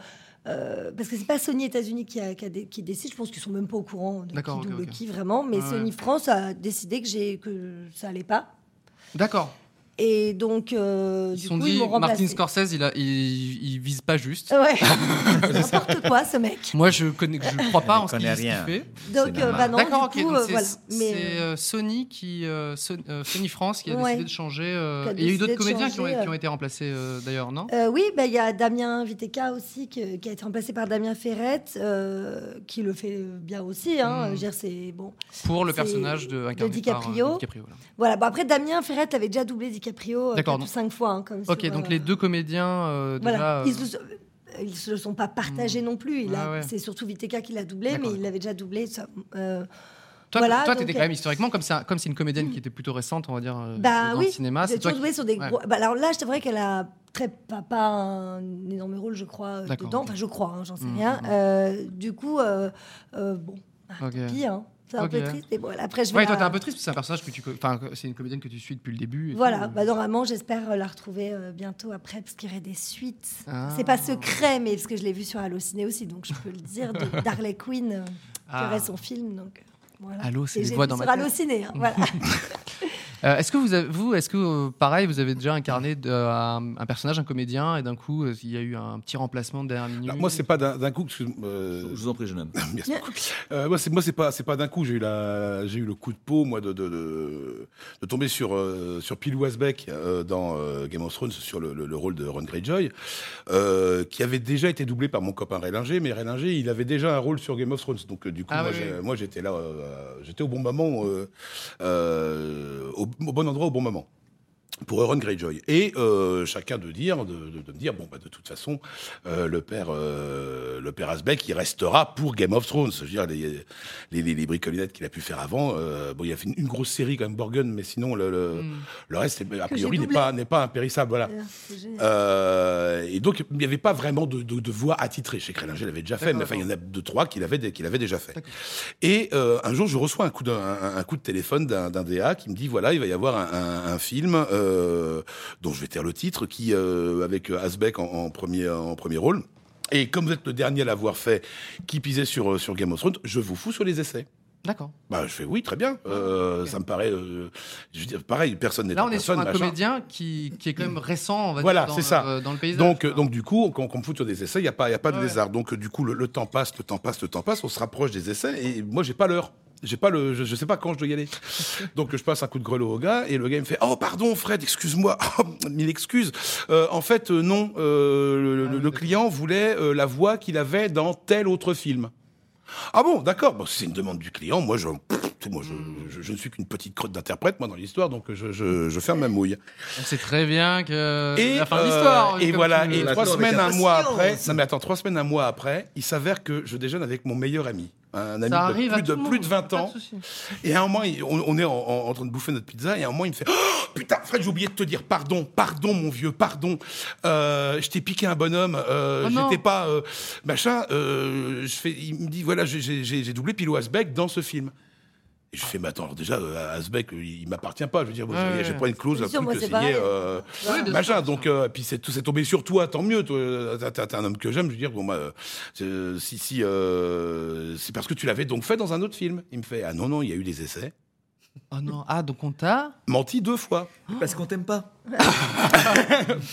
Speaker 8: euh, parce que c'est pas Sony États-Unis qui, a- qui, a dé- qui décide, je pense qu'ils sont même pas au courant de qui
Speaker 2: D'accord, ok,
Speaker 8: double
Speaker 2: ok.
Speaker 8: qui vraiment, mais
Speaker 2: Ouais, ouais.
Speaker 8: Sony France a décidé que, j'ai- que ça allait pas.
Speaker 2: D'accord.
Speaker 8: Et donc, euh,
Speaker 2: Ils
Speaker 8: du
Speaker 2: se sont
Speaker 8: coup,
Speaker 2: dit
Speaker 8: ils m'ont remplacé.
Speaker 2: Martin Scorsese, il, a, il, il vise pas juste.
Speaker 8: Ouais, n'importe quoi ce mec.
Speaker 2: Moi je connais, je crois pas en ce qu'il
Speaker 6: connaît
Speaker 2: ce qu'il
Speaker 6: rien.
Speaker 2: fait.
Speaker 8: Donc, euh, bah non,
Speaker 2: D'accord,
Speaker 8: du
Speaker 2: ok.
Speaker 8: coup,
Speaker 2: donc
Speaker 8: euh,
Speaker 2: c'est
Speaker 8: voilà. Mais,
Speaker 2: c'est, euh, Sony qui euh, Son- euh, Sony France qui a
Speaker 8: Ouais.
Speaker 2: décidé de changer. euh,
Speaker 8: Qui a
Speaker 2: et il y a eu
Speaker 8: décidé
Speaker 2: d'autres
Speaker 8: de
Speaker 2: comédiens qui ont,
Speaker 8: changer, euh.
Speaker 2: qui ont été remplacés euh, d'ailleurs, non
Speaker 8: Euh, oui, bah, il y a Damien Viteka aussi que- qui a été remplacé par Damien Ferrette, euh, qui le fait bien aussi. Hein,
Speaker 2: Mm.
Speaker 8: je veux dire, c'est bon.
Speaker 2: Pour le
Speaker 8: c'est
Speaker 2: personnage de, incarné
Speaker 8: DiCaprio.
Speaker 2: Par, euh, DiCaprio, voilà.
Speaker 8: Voilà. Bon, après Damien Ferrette avait déjà doublé DiCaprio euh,
Speaker 2: D'accord,
Speaker 8: quatre ou
Speaker 2: donc-
Speaker 8: cinq fois. hein, comme
Speaker 2: Ok,
Speaker 8: sur,
Speaker 2: donc
Speaker 8: euh,
Speaker 2: les deux comédiens euh,
Speaker 8: Voilà.
Speaker 2: déjà. euh, hmm.
Speaker 8: Ils se, ils se sont pas partagés non plus. Il a-
Speaker 2: Ouais, ouais.
Speaker 8: C'est surtout Viteka qui l'a doublé, mais
Speaker 2: D'accord,
Speaker 8: il l'avait déjà doublé. ça, euh,
Speaker 2: Toi,
Speaker 8: voilà,
Speaker 2: toi,
Speaker 8: donc,
Speaker 2: t'étais
Speaker 8: euh,
Speaker 2: quand même historiquement comme c'est un- comme c'est une comédienne qui était plutôt récente, on va dire euh,
Speaker 8: Bah
Speaker 2: dans
Speaker 8: oui,
Speaker 2: le cinéma.
Speaker 8: j'ai
Speaker 2: toi
Speaker 8: toujours joué
Speaker 2: qui-
Speaker 8: sur des
Speaker 2: Ouais.
Speaker 8: gros. bah alors là, c'est vrai qu'elle a très pas, pas un énorme rôle, je crois, euh,
Speaker 2: D'accord,
Speaker 8: dedans.
Speaker 2: ok.
Speaker 8: Enfin, je crois, hein, j'en sais
Speaker 2: Mhm,
Speaker 8: rien.
Speaker 2: mhm.
Speaker 8: Euh, du coup, euh, euh, bon,
Speaker 2: Ok.
Speaker 8: pire. Hein. C'est un peu
Speaker 2: Ok.
Speaker 8: triste, mais bon, après je vais.
Speaker 2: Ouais, toi
Speaker 8: la-
Speaker 2: t'es un peu triste parce que c'est un personnage que tu, co- enfin que- c'est une comédienne que tu suis depuis le début. et
Speaker 8: Voilà,
Speaker 2: tout.
Speaker 8: bah, normalement j'espère euh, la retrouver euh, bientôt après parce qu'il y aurait des suites.
Speaker 2: Ah.
Speaker 8: C'est pas secret, mais parce que je l'ai vu sur Allociné aussi, donc je peux le dire, de- d'Harley Quinn, euh, qui
Speaker 2: Ah.
Speaker 8: aurait son film. Donc, euh, voilà.
Speaker 2: Allô, c'est
Speaker 8: Et
Speaker 2: les
Speaker 8: j'ai
Speaker 2: voix
Speaker 8: vu
Speaker 2: dans ma
Speaker 8: Sur
Speaker 2: tête.
Speaker 8: Allociné, hein, voilà.
Speaker 2: Euh, est-ce que vous, avez- vous est-ce que euh, pareil, vous avez déjà incarné de- un, un personnage, un comédien, et d'un coup, euh, il y a eu un petit remplacement de dernière minute
Speaker 5: Alors, Bah, moi, c'est pas d'un d'un coup que. euh, Je,
Speaker 6: vous en prie, jeune homme.
Speaker 5: Euh, moi, c'est moi, c'est pas, c'est pas d'un coup. J'ai eu la, j'ai eu le coup de peau, moi, de de, de, de tomber sur euh, sur Pilou Asbeck euh, dans euh, Game of Thrones sur le, le- le rôle de Ron Greyjoy, euh, qui avait déjà été doublé par mon copain Rélinger, mais Rélinger, il avait déjà un rôle sur Game of Thrones, donc euh, du coup,
Speaker 2: Ah
Speaker 5: moi,
Speaker 2: oui,
Speaker 5: j'ai-
Speaker 2: oui.
Speaker 5: moi, j'étais là, euh, j'étais au bon moment, euh, euh, au- au bon endroit, au bon moment pour Euron Greyjoy. Et euh, chacun de dire, de, de- de me dire, bon, bah, de toute façon, euh, le père, euh, le père Asbeck, il restera pour Game of Thrones. Je veux dire, les, les, les- les bricolettes qu'il a pu faire avant. euh, bon, il a fait une, une grosse série quand même, Borgen, mais sinon le, le, le reste, a
Speaker 8: Mm. j'ai
Speaker 5: priori, n'est
Speaker 8: doublé.
Speaker 5: pas, n'est pas impérissable. Voilà.
Speaker 8: C'est génial.
Speaker 5: Euh, et donc, il n'y avait pas vraiment de, de, de voix attitrée. Chez Crélinger, il l'avait déjà fait,
Speaker 2: D'accord,
Speaker 5: mais enfin, il y en a deux, trois qu'il avait, dé- qu'il avait déjà fait. Et euh, un jour, je reçois un coup, d'un- un, un coup de téléphone d'un d'un DA qui me dit voilà, il va y avoir un, un- un film euh, dont je vais taire le titre, qui, euh, avec euh, Asbeck en, en premier, en premier rôle. Et comme vous êtes le dernier à l'avoir fait, qui pisait sur, euh, sur Game of Thrones, je vous fous sur les essais.
Speaker 2: D'accord.
Speaker 5: Bah, je fais oui, très bien. Euh, Ça me paraît. euh, je veux dire, pareil, personne n'est
Speaker 2: Ah, Là, on est
Speaker 5: personne,
Speaker 2: sur un
Speaker 5: machin.
Speaker 2: comédien qui, qui est quand même récent, on va
Speaker 5: Voilà,
Speaker 2: dire, dans,
Speaker 5: c'est ça.
Speaker 2: le- dans le paysage.
Speaker 5: Donc, euh, donc du coup, quand, quand on me fout sur des essais, il n'y a pas, y a pas de
Speaker 2: Ouais.
Speaker 5: lézard. Donc, euh, du coup, le, le temps passe, le temps passe, le temps passe. On se rapproche des essais et moi, j'ai pas l'heure. J'ai pas le, je, je sais pas quand je dois y aller. Donc, je passe un coup de grelot au gars et le gars il me fait, oh pardon Fred, excuse-moi, Oh, mille excuses. Euh, en fait, euh, non, euh, le, le- le client voulait euh, la voix qu'il avait dans tel autre film. Ah bon, d'accord. Bon, c'est une demande du client. Moi, je, pff, moi, je, je- je ne suis qu'une petite crotte d'interprète, moi, dans l'histoire, donc je, je, je ferme ma mouille.
Speaker 2: On sait très bien que c'est la fin de
Speaker 5: euh,
Speaker 2: l'histoire.
Speaker 5: et
Speaker 2: comme
Speaker 5: voilà,
Speaker 2: tu-
Speaker 5: et
Speaker 2: comme
Speaker 5: trois
Speaker 2: tu-
Speaker 5: semaines, un mois après. Non, mais attends, trois semaines, un mois après, il s'avère que je déjeune avec mon meilleur ami. Un
Speaker 2: Ça
Speaker 5: ami de
Speaker 2: arrive à
Speaker 5: plus, de,
Speaker 2: tout le
Speaker 5: plus
Speaker 2: monde,
Speaker 5: de 20 ans. Et à un moment, il- on, on est en, en- en train de bouffer notre pizza, et à un moment, il me fait Oh, Putain, Fred, j'ai oublié de te dire pardon, pardon, mon vieux, pardon. Euh, je t'ai piqué un bonhomme, euh,
Speaker 2: Oh non.
Speaker 5: j'étais pas. euh, machin. euh, je fais, il me dit Voilà, j'ai- j'ai j'ai- j'ai doublé Pilou Asbeck dans ce film. Et je fais, mais attends, alors déjà, euh, Asbeck, il, il m'appartient pas. Je veux dire, moi,
Speaker 2: Ouais,
Speaker 5: j'ai- j'ai
Speaker 2: ouais.
Speaker 5: pas une clause,
Speaker 2: Bien
Speaker 5: un
Speaker 2: sûr,
Speaker 5: truc
Speaker 2: moi,
Speaker 5: que
Speaker 2: c'est
Speaker 5: signé,
Speaker 2: pareil.
Speaker 5: euh,
Speaker 2: Ouais, bien sûr,
Speaker 5: machin. donc, euh, puis c'est tout- c'est tombé sur toi, tant mieux. toi, euh, t'as- T'as t'as un homme que j'aime. Je veux dire, bon, bah, euh, c'est- si, si, euh, c'est parce que tu l'avais donc fait dans un autre film. Il me fait, ah non, non, il y a eu des essais.
Speaker 2: Oh non, ah, donc on t'a.
Speaker 5: Menti deux fois.
Speaker 6: Parce qu'on t'aime pas.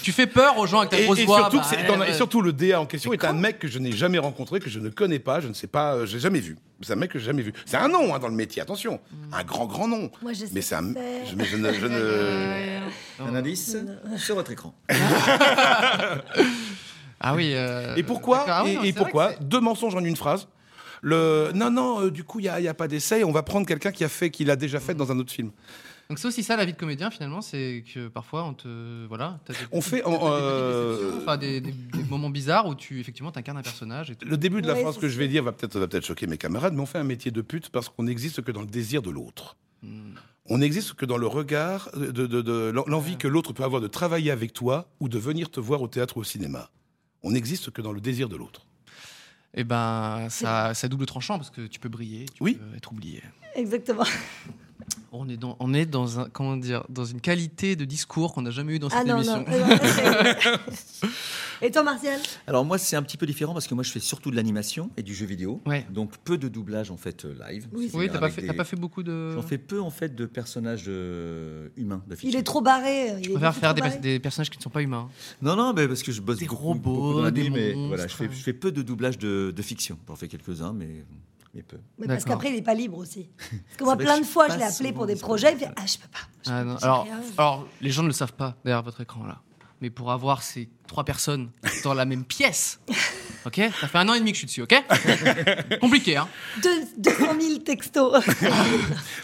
Speaker 2: Tu fais peur aux gens avec ta
Speaker 5: Et,
Speaker 2: grosse
Speaker 5: et
Speaker 2: voix.
Speaker 5: surtout,
Speaker 2: bah,
Speaker 5: que c'est-
Speaker 2: ouais,
Speaker 5: dans- et
Speaker 2: ouais.
Speaker 5: surtout, le DA en question est un mec que je n'ai jamais rencontré, que je ne connais pas, je ne sais pas, euh, j'ai jamais vu. C'est un mec que j'ai jamais vu. C'est un nom hein, dans le métier, attention,
Speaker 2: Mm.
Speaker 5: un grand grand nom.
Speaker 8: Moi, je sais
Speaker 5: mais c'est un,
Speaker 8: qui c'est.
Speaker 5: je, mais je ne, je ne-
Speaker 6: Un indice sur votre écran.
Speaker 2: Ah oui. euh,
Speaker 5: Et pourquoi
Speaker 2: d'accord, ah oui,
Speaker 5: Et-
Speaker 2: non,
Speaker 5: Et,
Speaker 2: c'est vrai
Speaker 5: pourquoi Deux mensonges en une phrase. Le non non, euh, du coup il y a, il y a pas d'essai. On va prendre quelqu'un qui a fait, qui l'a déjà fait dans un autre film.
Speaker 2: Donc c'est aussi ça la vie de comédien finalement, c'est que parfois on te voilà, t'as des-
Speaker 5: On fait
Speaker 2: t'as
Speaker 5: en-
Speaker 2: des
Speaker 5: euh,
Speaker 2: petites déceptions, enfin, des, des- des moments bizarres où tu effectivement t'incarnes un personnage. Et tout.
Speaker 5: Le début de la phrase que je vais dire va peut-être va peut-être choquer mes camarades, mais on fait un métier de pute parce qu'on n'existe que dans le désir de l'autre. On n'existe que dans le regard, de, de- de l'en- l'envie que l'autre peut avoir de travailler avec toi ou de venir te voir au théâtre ou au cinéma. On n'existe que dans le désir de l'autre.
Speaker 2: Et ben ça, ça double tranchant parce que tu peux briller, tu
Speaker 5: Oui.
Speaker 2: peux être oublié.
Speaker 8: Exactement.
Speaker 2: On est dans on est dans un comment dire dans une qualité de discours qu'on n'a jamais eu dans
Speaker 8: Ah
Speaker 2: cette
Speaker 8: non,
Speaker 2: émission.
Speaker 8: non. non. Et toi, Martial
Speaker 6: Alors moi c'est un petit peu différent parce que moi je fais surtout de l'animation et du jeu vidéo, donc peu de doublage en fait euh, live.
Speaker 8: Oui,
Speaker 6: C'est-à-dire
Speaker 2: Oui, t'as pas,
Speaker 6: avec
Speaker 2: fait-
Speaker 6: des-
Speaker 2: t'as pas fait beaucoup de.
Speaker 6: J'en fais peu en fait de personnages euh, humains de
Speaker 8: Il
Speaker 6: fiction.
Speaker 8: est trop barré. euh, il est
Speaker 2: Je préfère
Speaker 8: beaucoup trop
Speaker 2: faire des,
Speaker 8: barré.
Speaker 2: des personnages qui ne sont pas humains.
Speaker 6: Non non mais parce que je bosse
Speaker 2: Des
Speaker 6: beaucoup,
Speaker 2: robots,
Speaker 6: beaucoup dans l'anime,
Speaker 2: des
Speaker 6: mais
Speaker 2: monstres.
Speaker 6: voilà je fais, je fais peu de doublage de, de fiction. J'en fais quelques uns mais mais peu.
Speaker 8: Mais parce qu'après, il n'est pas libre aussi. Parce que
Speaker 6: C'est
Speaker 8: moi,
Speaker 6: vrai
Speaker 8: plein
Speaker 6: que
Speaker 8: de
Speaker 6: je
Speaker 8: fois, je
Speaker 6: passe
Speaker 8: l'ai appelé
Speaker 6: souvent
Speaker 8: pour des
Speaker 6: des
Speaker 8: projets. Il fait Ah, je peux pas.
Speaker 2: Ah non,
Speaker 8: j'ai
Speaker 2: alors,
Speaker 8: rien.
Speaker 2: alors, les gens ne le savent pas derrière votre écran là. Mais pour avoir ces trois personnes dans la même pièce, ok Ça fait un an et demi que je suis dessus, ok Compliqué, hein
Speaker 8: Deux- 200 000 textos.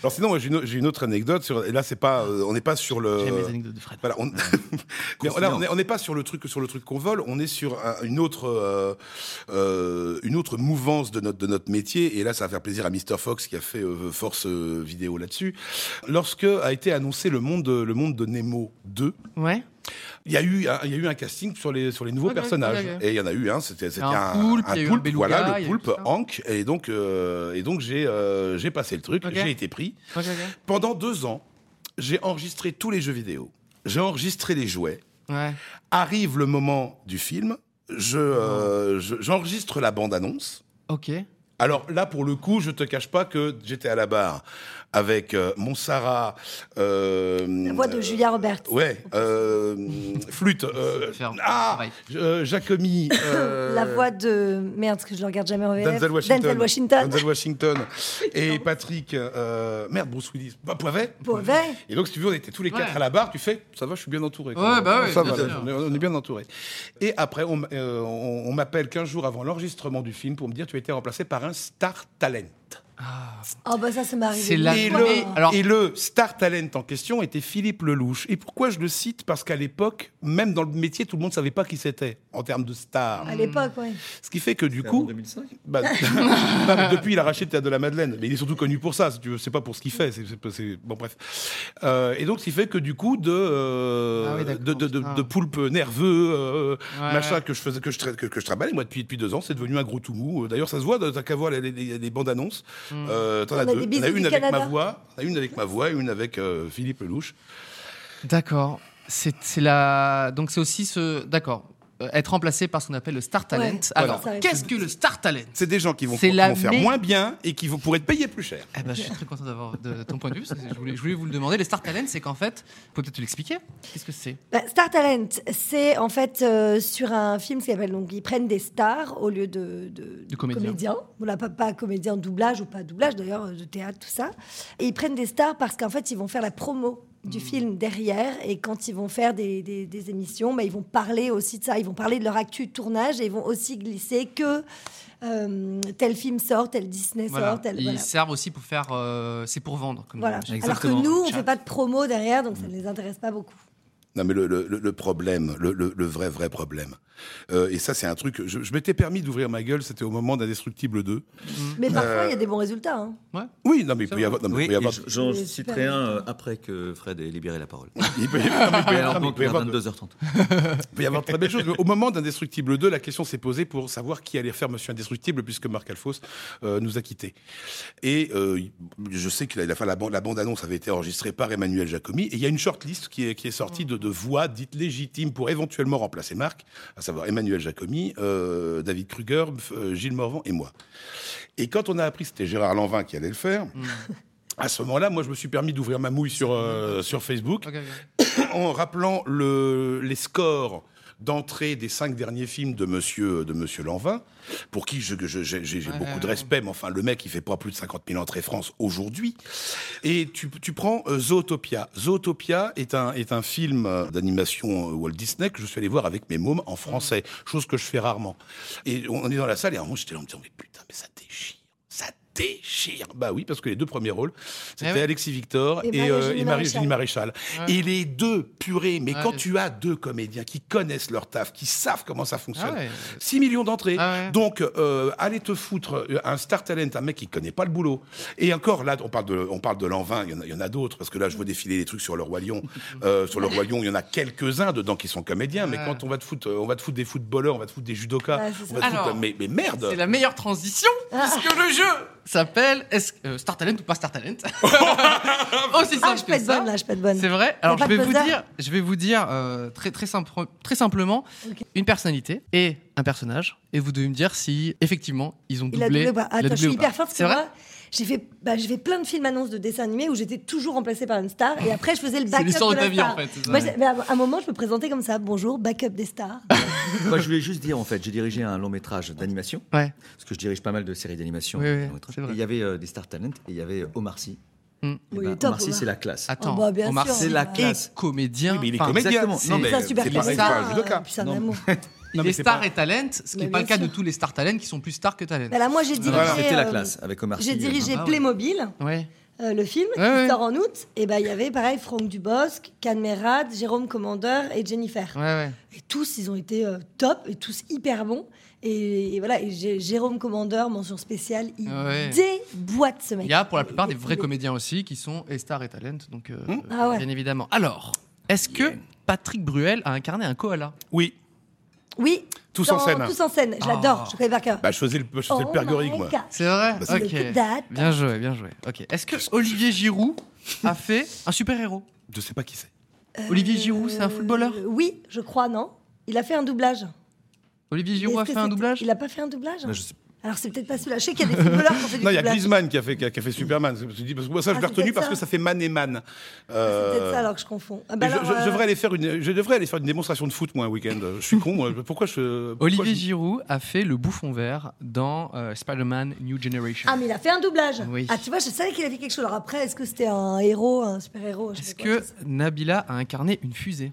Speaker 5: Alors sinon, moi, j'ai une, j'ai une autre anecdote. Sur, et là, c'est pas, euh, on n'est pas sur le.
Speaker 2: J'aime les anecdotes de Fred.
Speaker 5: Voilà, on, Mais on- là, on est- on n'est pas sur le truc sur le truc qu'on vole. On est sur un- une autre euh, euh, une autre mouvance de notre de notre métier. Et là, ça va faire plaisir à Mr Fox qui a fait euh, force euh, vidéo là-dessus. Lorsque a été annoncé le monde de- le monde de Nemo 2.
Speaker 2: Ouais.
Speaker 5: Il y, a eu un, il y a eu un casting sur les, sur les nouveaux
Speaker 2: Ok,
Speaker 5: personnages.
Speaker 2: ok, ok.
Speaker 5: Et il y en a eu un, c'était c'était
Speaker 2: Il y a un
Speaker 5: un,
Speaker 2: poulpe, il y a eu un beluga,
Speaker 5: voilà,
Speaker 2: il y
Speaker 5: le
Speaker 2: a eu
Speaker 5: poulpe, Hank. Et donc, euh, et donc j'ai euh, j'ai passé le truc,
Speaker 2: Ok.
Speaker 5: j'ai été pris.
Speaker 2: Ok, ok.
Speaker 5: Pendant deux ans, j'ai enregistré tous les jeux vidéo, j'ai enregistré les jouets.
Speaker 2: Ouais.
Speaker 5: Arrive le moment du film, je, euh, je- j'enregistre la bande-annonce.
Speaker 2: Ok.
Speaker 5: Alors là, pour le coup, je te cache pas que j'étais à la barre. avec euh, Montsara. euh,
Speaker 8: La voix de Julia Roberts.
Speaker 5: Ouais, euh, flûte. euh, ah, euh, Jacomi. euh,
Speaker 8: La voix de. Merde, parce que je le regarde jamais en VF.
Speaker 5: Denzel Washington.
Speaker 8: Denzel Washington.
Speaker 5: Denzel Washington. Et Patrick. euh, merde, Bruce Willis. Bah, Poivet.
Speaker 8: Poivet.
Speaker 5: Et donc, si tu veux, on était tous les quatre
Speaker 8: Ouais.
Speaker 5: à la barre. Tu fais, ça va, je suis bien entouré. quand
Speaker 2: Ouais,
Speaker 5: même.
Speaker 2: bah ouais,
Speaker 5: ça
Speaker 2: bien
Speaker 5: va, là,
Speaker 2: sûr.
Speaker 5: on est- on est bien entouré. Et après, on, m- euh, on- on m'appelle 15 jours avant l'enregistrement du film pour me dire, tu as été remplacé par un star talent.
Speaker 8: Oh, bah ça, ça m'est arrivé.
Speaker 5: Et
Speaker 8: une
Speaker 5: le,
Speaker 8: fois. hein,
Speaker 5: et le star talent en question était Philippe Lelouch. Et pourquoi je le cite Parce qu'à l'époque, même dans le métier, tout le monde ne savait pas qui c'était en termes de star.
Speaker 8: À l'époque, ouais.
Speaker 5: Ce qui fait que du coup. 2005 Bah, Depuis, il a racheté le Théâtre de la Madeleine. Mais il est surtout connu pour ça, si tu veux. C'est pas pour ce qu'il fait. c'est- c'est- c'est- Bon, bref. Euh, et donc, ce qui fait que du coup, de, euh,
Speaker 2: Ah oui, d'accord,
Speaker 5: de, de, de-
Speaker 2: putain.
Speaker 5: de poulpe nerveux, euh,
Speaker 2: Ouais.
Speaker 5: machin, que je, faisais, que, je tra- que, que je travaille, moi, depuis, depuis deux ans, c'est devenu un gros tout mou. Euh, D'ailleurs, ça se voit dans ta cavoie, les, les- les- les bandes annonces.
Speaker 2: Mm.
Speaker 5: Euh, t'en
Speaker 2: On
Speaker 5: as
Speaker 2: a
Speaker 5: deux.
Speaker 2: des
Speaker 5: T'en as
Speaker 2: bisous
Speaker 5: une
Speaker 2: du
Speaker 5: avec ma
Speaker 2: Canada.
Speaker 5: voix, t'en as une avec ma voix et une avec euh, Philippe Lelouch.
Speaker 2: D'accord. C'est c'est la. Donc c'est aussi ce. D'accord. Euh, être remplacé par ce qu'on appelle le star talent.
Speaker 5: Ouais,
Speaker 2: Alors,
Speaker 5: voilà.
Speaker 2: qu'est-ce que le star talent
Speaker 5: C'est des gens qui vont,
Speaker 2: C'est
Speaker 5: qui
Speaker 2: la
Speaker 5: vont faire
Speaker 2: mé-
Speaker 5: moins bien et qui vont, pour être payés plus cher.
Speaker 2: Eh ben, je suis très content d'avoir de ton point de vue. parce que Je voulais, je voulais vous le demander. Les star talent, c'est qu'en fait, faut peut-être l'expliquer. Qu'est-ce que c'est
Speaker 8: Bah, Star Talent, c'est en fait euh, sur un film qui s'appelle donc ils prennent des stars au lieu de, de,
Speaker 2: De comédiens.
Speaker 8: voilà pas, pas comédiens doublage ou pas doublage d'ailleurs euh, de théâtre tout ça, et ils prennent des stars parce qu'en fait ils vont faire la promo
Speaker 2: Mmh.
Speaker 8: du film derrière et quand ils vont faire des, des- des émissions, bah, ils vont parler aussi de ça, ils vont parler de leur actu de tournage et ils vont aussi glisser que euh, tel film sort, tel Disney
Speaker 2: Voilà.
Speaker 8: sort, tel
Speaker 2: Ils
Speaker 8: voilà.
Speaker 2: servent aussi pour faire. euh, c'est pour vendre. Comme
Speaker 8: Voilà.
Speaker 2: comme-
Speaker 8: Alors que nous on fait pas de promo derrière donc ça ne les intéresse pas beaucoup.
Speaker 2: Mmh.
Speaker 5: Non, mais le, le- le- le problème, le, le- le vrai, vrai problème. Euh, et ça, c'est un truc. Je, je m'étais permis d'ouvrir ma gueule, c'était au moment d'Indestructible 2.
Speaker 8: Mais parfois il y a
Speaker 5: Euh,
Speaker 8: des bons résultats. hein.
Speaker 5: Oui, non, mais il peut y avoir. non, mais il
Speaker 6: Oui,
Speaker 5: peut y
Speaker 6: et
Speaker 5: avoir-
Speaker 6: je- j'en citerai un euh, après que Fred ait libéré la parole.
Speaker 5: Il peut y avoir- non, mais il peut y avoir-
Speaker 6: Alors,
Speaker 5: non, mais
Speaker 6: donc,
Speaker 5: il peut y avoir-
Speaker 6: 22h30.
Speaker 5: Il peut y avoir de très belles choses. mais Au moment d'Indestructible 2, la question s'est posée pour savoir qui allait faire Monsieur Indestructible, puisque Marc Alphos euh, nous a quittés. Et euh, je sais que la, la, la bande- la bande-annonce avait été enregistrée par Emmanuel Jacomi. Et il y a une shortlist qui est, qui est sortie de, de voix dites légitimes pour éventuellement remplacer Marc, à savoir Emmanuel Jacomi, euh, David Kruger, euh, Gilles Morvan et moi. Et quand on a appris que c'était Gérard Lanvin qui allait le faire, à ce moment-là, moi, je me suis permis d'ouvrir ma mouille sur, euh, sur Facebook en rappelant le, les scores d'entrée des cinq derniers films de Monsieur, de monsieur Lanvin, pour qui je- je- j'ai j'ai- j'ai
Speaker 2: Ouais,
Speaker 5: beaucoup
Speaker 2: ouais,
Speaker 5: de respect, mais enfin, le mec, il fait pas plus de 50 000 entrées France aujourd'hui. Et tu, tu prends euh, Zootopia. Zootopia est un, est un film euh, d'animation euh, Walt Disney que je suis allé voir avec mes mômes en français,
Speaker 2: Mmh.
Speaker 5: chose que je fais rarement. Et on est dans la salle, et à un moment, j'étais là en me disant, mais putain, mais ça déchire, ça déchire. Bah oui, parce que les deux premiers rôles, c'était
Speaker 2: Ah ouais.
Speaker 5: Alexis Victor
Speaker 2: Et
Speaker 5: et,
Speaker 2: Marie-Eugénie
Speaker 5: euh, et Marie-Eugénie Maréchal.
Speaker 2: Ouais.
Speaker 5: Et les deux, purée, mais
Speaker 2: Ouais,
Speaker 5: quand
Speaker 2: bien
Speaker 5: tu as deux comédiens qui connaissent leur taf, qui savent comment ça fonctionne,
Speaker 2: Ah ouais. Ah
Speaker 5: 6 millions d'entrées. Donc, euh, allez te foutre euh, un star talent, un mec qui connaît pas le boulot. Et encore, là, on parle de, on parle de Lanvin, il y en a- il y en a, d'autres, parce que là, je vois défiler des trucs sur le Roi Lion. Euh, sur le Roi Lion, il y en a quelques-uns dedans qui sont comédiens, mais
Speaker 2: Ouais.
Speaker 5: quand on va te foutre, euh, on va te foutre des footballeurs, on va te foutre des judokas,
Speaker 2: Ouais, c'est ça.
Speaker 5: on va te foutre-
Speaker 2: Alors,
Speaker 5: mais, mais merde!
Speaker 2: C'est la meilleure transition
Speaker 8: Ah.
Speaker 2: puisque le jeu s'appelle est-ce- euh, Star Talent ou pas Star Talent Aussi simple
Speaker 8: Ah, je peux être bonne là, je peux être bonne.
Speaker 2: C'est vrai.
Speaker 8: Y a
Speaker 2: Alors
Speaker 8: pas
Speaker 2: je vais
Speaker 8: de
Speaker 2: vous
Speaker 8: buzzer
Speaker 2: dire, je vais vous dire euh, très très simple, très simplement une personnalité et un personnage et vous devez me dire si effectivement ils ont
Speaker 8: Il
Speaker 2: doublé.
Speaker 8: a doublé pas.
Speaker 2: il a
Speaker 8: Attends, je suis
Speaker 2: doublé ou pas.
Speaker 8: hyper forte parce
Speaker 2: C'est
Speaker 8: que
Speaker 2: vrai.
Speaker 8: moi, j'ai fait, bah, j'ai fait plein de films annonces de dessins animés où j'étais toujours remplacée par une star et après je faisais le
Speaker 2: C'est
Speaker 8: backup.
Speaker 2: l'histoire de
Speaker 8: la
Speaker 2: ta vie, en
Speaker 8: star.
Speaker 2: fait, c'est ça.
Speaker 8: Moi, j'ai- mais à à un moment, je me présentais comme ça bonjour, backup des stars.
Speaker 2: Ah,
Speaker 6: Moi, je voulais juste dire, en fait, j'ai dirigé un long métrage d'animation.
Speaker 2: Ouais.
Speaker 6: Parce que je dirige pas mal de séries d'animation.
Speaker 2: Oui,
Speaker 6: de
Speaker 2: oui,
Speaker 6: longs métrages. Et Il y avait euh, des Star Talent et il y avait euh, Omar Sy.
Speaker 2: Hmm.
Speaker 6: Eh ben, Omar Sy, c'est la classe.
Speaker 2: Attends,
Speaker 8: bah, bien
Speaker 2: Omar
Speaker 8: sûr,
Speaker 2: Sy
Speaker 6: Omar.
Speaker 2: est comédien.
Speaker 6: il est
Speaker 2: Enfin,
Speaker 6: comédien.
Speaker 2: exactement.
Speaker 6: C'est- Non, mais
Speaker 8: C'est un super
Speaker 2: il est
Speaker 8: comédien,
Speaker 2: star.
Speaker 8: euh, puis c'est un amour.
Speaker 2: Il
Speaker 6: mais
Speaker 2: est
Speaker 6: c'est
Speaker 2: star
Speaker 6: pas-
Speaker 2: et talent, ce qui
Speaker 8: Mais
Speaker 2: n'est pas le
Speaker 8: bien
Speaker 2: cas
Speaker 8: sûr.
Speaker 2: de tous les star talent qui sont plus stars que talent.
Speaker 8: Bah, là, moi, j'ai dirigé.
Speaker 6: Voilà, c'était la
Speaker 8: euh,
Speaker 6: classe avec Omar Sy.
Speaker 8: J'ai dirigé Playmobil.
Speaker 2: Ouais.
Speaker 8: euh, le film
Speaker 2: Ah Ouais,
Speaker 8: qui
Speaker 2: ouais.
Speaker 8: sort en août, et bah, il y avait pareil Franck Dubosc, Canmerad, Jérôme Commandeur et Jennifer.
Speaker 2: Ouais, ouais.
Speaker 8: Et tous, ils ont été euh, top et tous hyper bons. Et, et voilà, et Jé- Jérôme Commandeur, mention spéciale, il
Speaker 2: Ah Ouais.
Speaker 8: déboîte ce mec.
Speaker 2: Il y a pour la plupart des vrais comédiens aussi qui sont et stars et talent, donc euh,
Speaker 8: Ah ouais.
Speaker 2: bien évidemment. Alors, est-ce que Patrick Bruel a incarné un koala
Speaker 5: Oui.
Speaker 8: Oui.
Speaker 5: Tous
Speaker 8: dans-
Speaker 5: en scène.
Speaker 8: Tous en scène, je
Speaker 2: Ah.
Speaker 8: l'adore, je connais par cœur.
Speaker 5: Bah, je faisais le, je faisais le
Speaker 8: Oh
Speaker 5: Père
Speaker 8: my
Speaker 5: Guerig, moi.
Speaker 8: God.
Speaker 2: C'est vrai
Speaker 5: Bah, c'est-
Speaker 2: Ok.
Speaker 8: Date.
Speaker 2: Bien joué, bien joué. Ok. Est-ce que Olivier Giroud a fait un super-héros
Speaker 5: Je sais pas qui c'est.
Speaker 2: Olivier Giroud, c'est un footballeur
Speaker 8: Euh, Oui, je crois, non Il a fait un doublage.
Speaker 2: Olivier Giroud
Speaker 8: Est-ce
Speaker 2: a
Speaker 8: que
Speaker 2: fait un
Speaker 8: c'est-
Speaker 2: doublage
Speaker 8: Il a pas fait un doublage
Speaker 6: Bah, je sais-
Speaker 8: Alors, c'est peut-être pas celui-là. Je sais qu'il y a des footballeurs qui ont fait du
Speaker 5: Non, il y a
Speaker 8: doublage.
Speaker 5: Griezmann qui a fait, qui a, qui a fait Superman. Je me suis dit, parce que moi, ça, je
Speaker 8: Ah,
Speaker 5: l'ai
Speaker 8: c'est
Speaker 5: retenu
Speaker 8: peut-être
Speaker 5: parce
Speaker 8: ça.
Speaker 5: que ça fait man et man.
Speaker 8: C'est peut-être
Speaker 5: Euh,
Speaker 8: ça alors que je confonds. Ah, bah
Speaker 5: mais je,
Speaker 8: alors,
Speaker 5: je- je
Speaker 8: euh,
Speaker 5: devrais aller faire une, je devrais aller faire une démonstration de foot moi un week-end. Je suis con moi. Pourquoi je pourquoi
Speaker 2: Olivier
Speaker 5: je-
Speaker 2: Giroud a fait le bouffon vert dans euh, Spider-Man New Generation.
Speaker 8: Ah, mais il a fait un doublage.
Speaker 2: Oui.
Speaker 8: Ah, tu vois, je savais qu'il avait fait quelque chose. Alors après, est-ce que c'était un héros, un super-héros Est-ce
Speaker 2: que Nabila a incarné une fusée.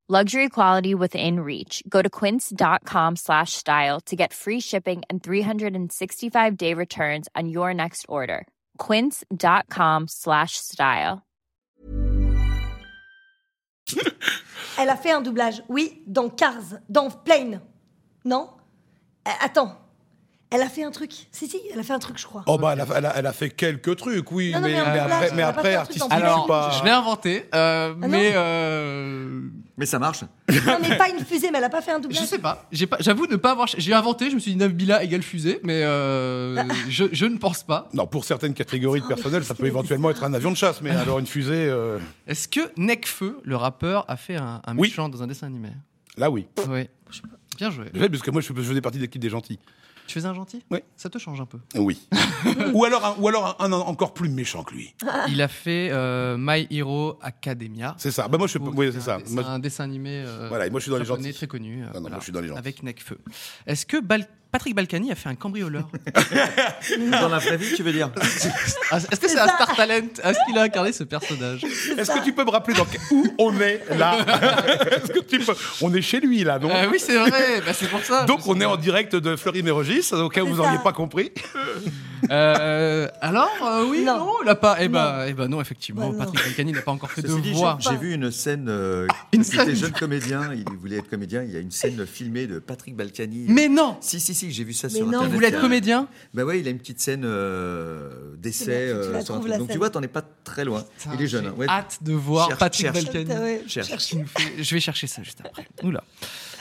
Speaker 16: Luxury quality within reach. Go to quince.com slash style to get free shipping and 365 day returns on your next order. Quince.com slash style.
Speaker 8: Elle a fait un doublage, oui, dans Cars, dans Plane. Non Euh, Attends. Elle a fait un truc. Si, si, elle a fait un truc, je crois.
Speaker 5: Oh bah elle a, elle a- elle a fait quelques trucs, oui,
Speaker 8: Non, non,
Speaker 5: mais,
Speaker 8: mais en
Speaker 5: mais
Speaker 8: doublage,
Speaker 5: après,
Speaker 8: on
Speaker 5: mais
Speaker 8: va pas
Speaker 5: après,
Speaker 8: faire tout en
Speaker 5: artistique,
Speaker 8: doublage.
Speaker 5: je suis pas.
Speaker 2: Je l'ai inventé, euh,
Speaker 8: Ah non.
Speaker 2: mais euh,
Speaker 6: mais ça marche.
Speaker 8: Non, mais pas une fusée, mais elle a pas fait un doublage.
Speaker 2: Je sais pas. J'ai pas- J'avoue ne pas avoir. ch- J'ai inventé. Je me suis dit Nabila égale fusée, mais euh,
Speaker 5: Ah.
Speaker 2: je, je ne pense pas.
Speaker 5: Non, pour certaines catégories de personnel, ça peut éventuellement être un avion de chasse, mais alors une fusée. euh,
Speaker 2: Est-ce que Necfeu, le rappeur, a fait un, un méchant dans un dessin animé
Speaker 5: Là, oui.
Speaker 2: Oui. Bien joué.
Speaker 5: Déjà, parce que moi, je, je faisais partie de l'équipe des gentils.
Speaker 2: Tu faisais un gentil
Speaker 5: Oui.
Speaker 2: Ça te change un peu.
Speaker 5: Oui. ou alors, un, ou alors un, un encore plus méchant que lui.
Speaker 2: Il a fait euh, My Hero Academia.
Speaker 5: C'est ça. Bah moi, je. suis- Oui, c'est ça.
Speaker 2: C'est
Speaker 5: Moi-
Speaker 2: un dessin animé. euh,
Speaker 5: Voilà, et moi, je suis dans les
Speaker 2: japonais,
Speaker 5: gentils.
Speaker 2: très connu. euh,
Speaker 5: Non, non,
Speaker 2: voilà,
Speaker 5: moi, je suis dans les gentils.
Speaker 2: Avec Necfeu. Est-ce que Bal- Patrick Balkany a fait un cambrioleur
Speaker 6: Dans la vraie vie, tu veux dire
Speaker 2: Ah, Est-ce que c'est un star talent Est-ce qu'il a incarné ce personnage
Speaker 5: Est-ce que tu peux me rappeler dans que- où on est là Est-ce que tu peux- On est chez lui là, non
Speaker 2: Euh, oui, c'est vrai. Bah, c'est pour ça.
Speaker 5: Donc on est en direct de Fleury-Mérogis, au cas où vous n'auriez pas compris.
Speaker 2: Euh, alors, euh, oui, non, il n'a pas. Eh ben, eh ben non, effectivement,
Speaker 6: Bah non.
Speaker 2: Patrick Balkany n'a pas encore fait de
Speaker 6: Ceci dit, j'ai-
Speaker 2: voix.
Speaker 6: J'ai vu une scène. euh,
Speaker 2: Une
Speaker 6: quand il était
Speaker 2: scène.
Speaker 6: jeune comédien, il voulait être comédien. Il y a une scène filmée de Patrick Balkany.
Speaker 2: Mais non
Speaker 6: Si, si, si, j'ai vu ça
Speaker 2: Mais
Speaker 6: sur
Speaker 2: non.
Speaker 6: Internet.
Speaker 2: Il voulait être
Speaker 6: Il y a-
Speaker 2: comédien
Speaker 6: Bah ouais, il a une petite scène euh,
Speaker 2: C'est bien,
Speaker 6: d'essai.
Speaker 2: tu la
Speaker 6: sur un
Speaker 2: trouves,
Speaker 6: truc.
Speaker 2: la
Speaker 6: Donc tu
Speaker 2: scène.
Speaker 6: vois, t'en es pas très loin.
Speaker 2: Putain,
Speaker 6: il est jeune.
Speaker 2: j'ai
Speaker 6: hein, ouais.
Speaker 2: Hâte de voir
Speaker 6: Cherche,
Speaker 2: Patrick
Speaker 6: cherche.
Speaker 2: Balkany.
Speaker 6: Cherche.
Speaker 2: Qui nous fait- Je vais chercher ça juste après. Oula.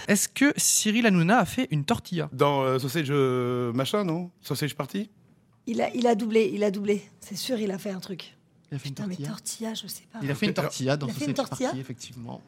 Speaker 2: Est-ce que Cyril Hanouna a fait une tortilla
Speaker 5: Dans euh, Sausage euh, machin, non Sausage Party
Speaker 8: Il a, il a doublé, il a doublé. C'est sûr, il a fait un truc.
Speaker 2: Il a fait une
Speaker 8: Putain, mais
Speaker 2: tortilla.
Speaker 8: tortilla, je sais pas.
Speaker 2: Il a fait une tortilla dans
Speaker 8: Il a fait une
Speaker 2: Sausage
Speaker 8: tortilla
Speaker 2: Party, effectivement.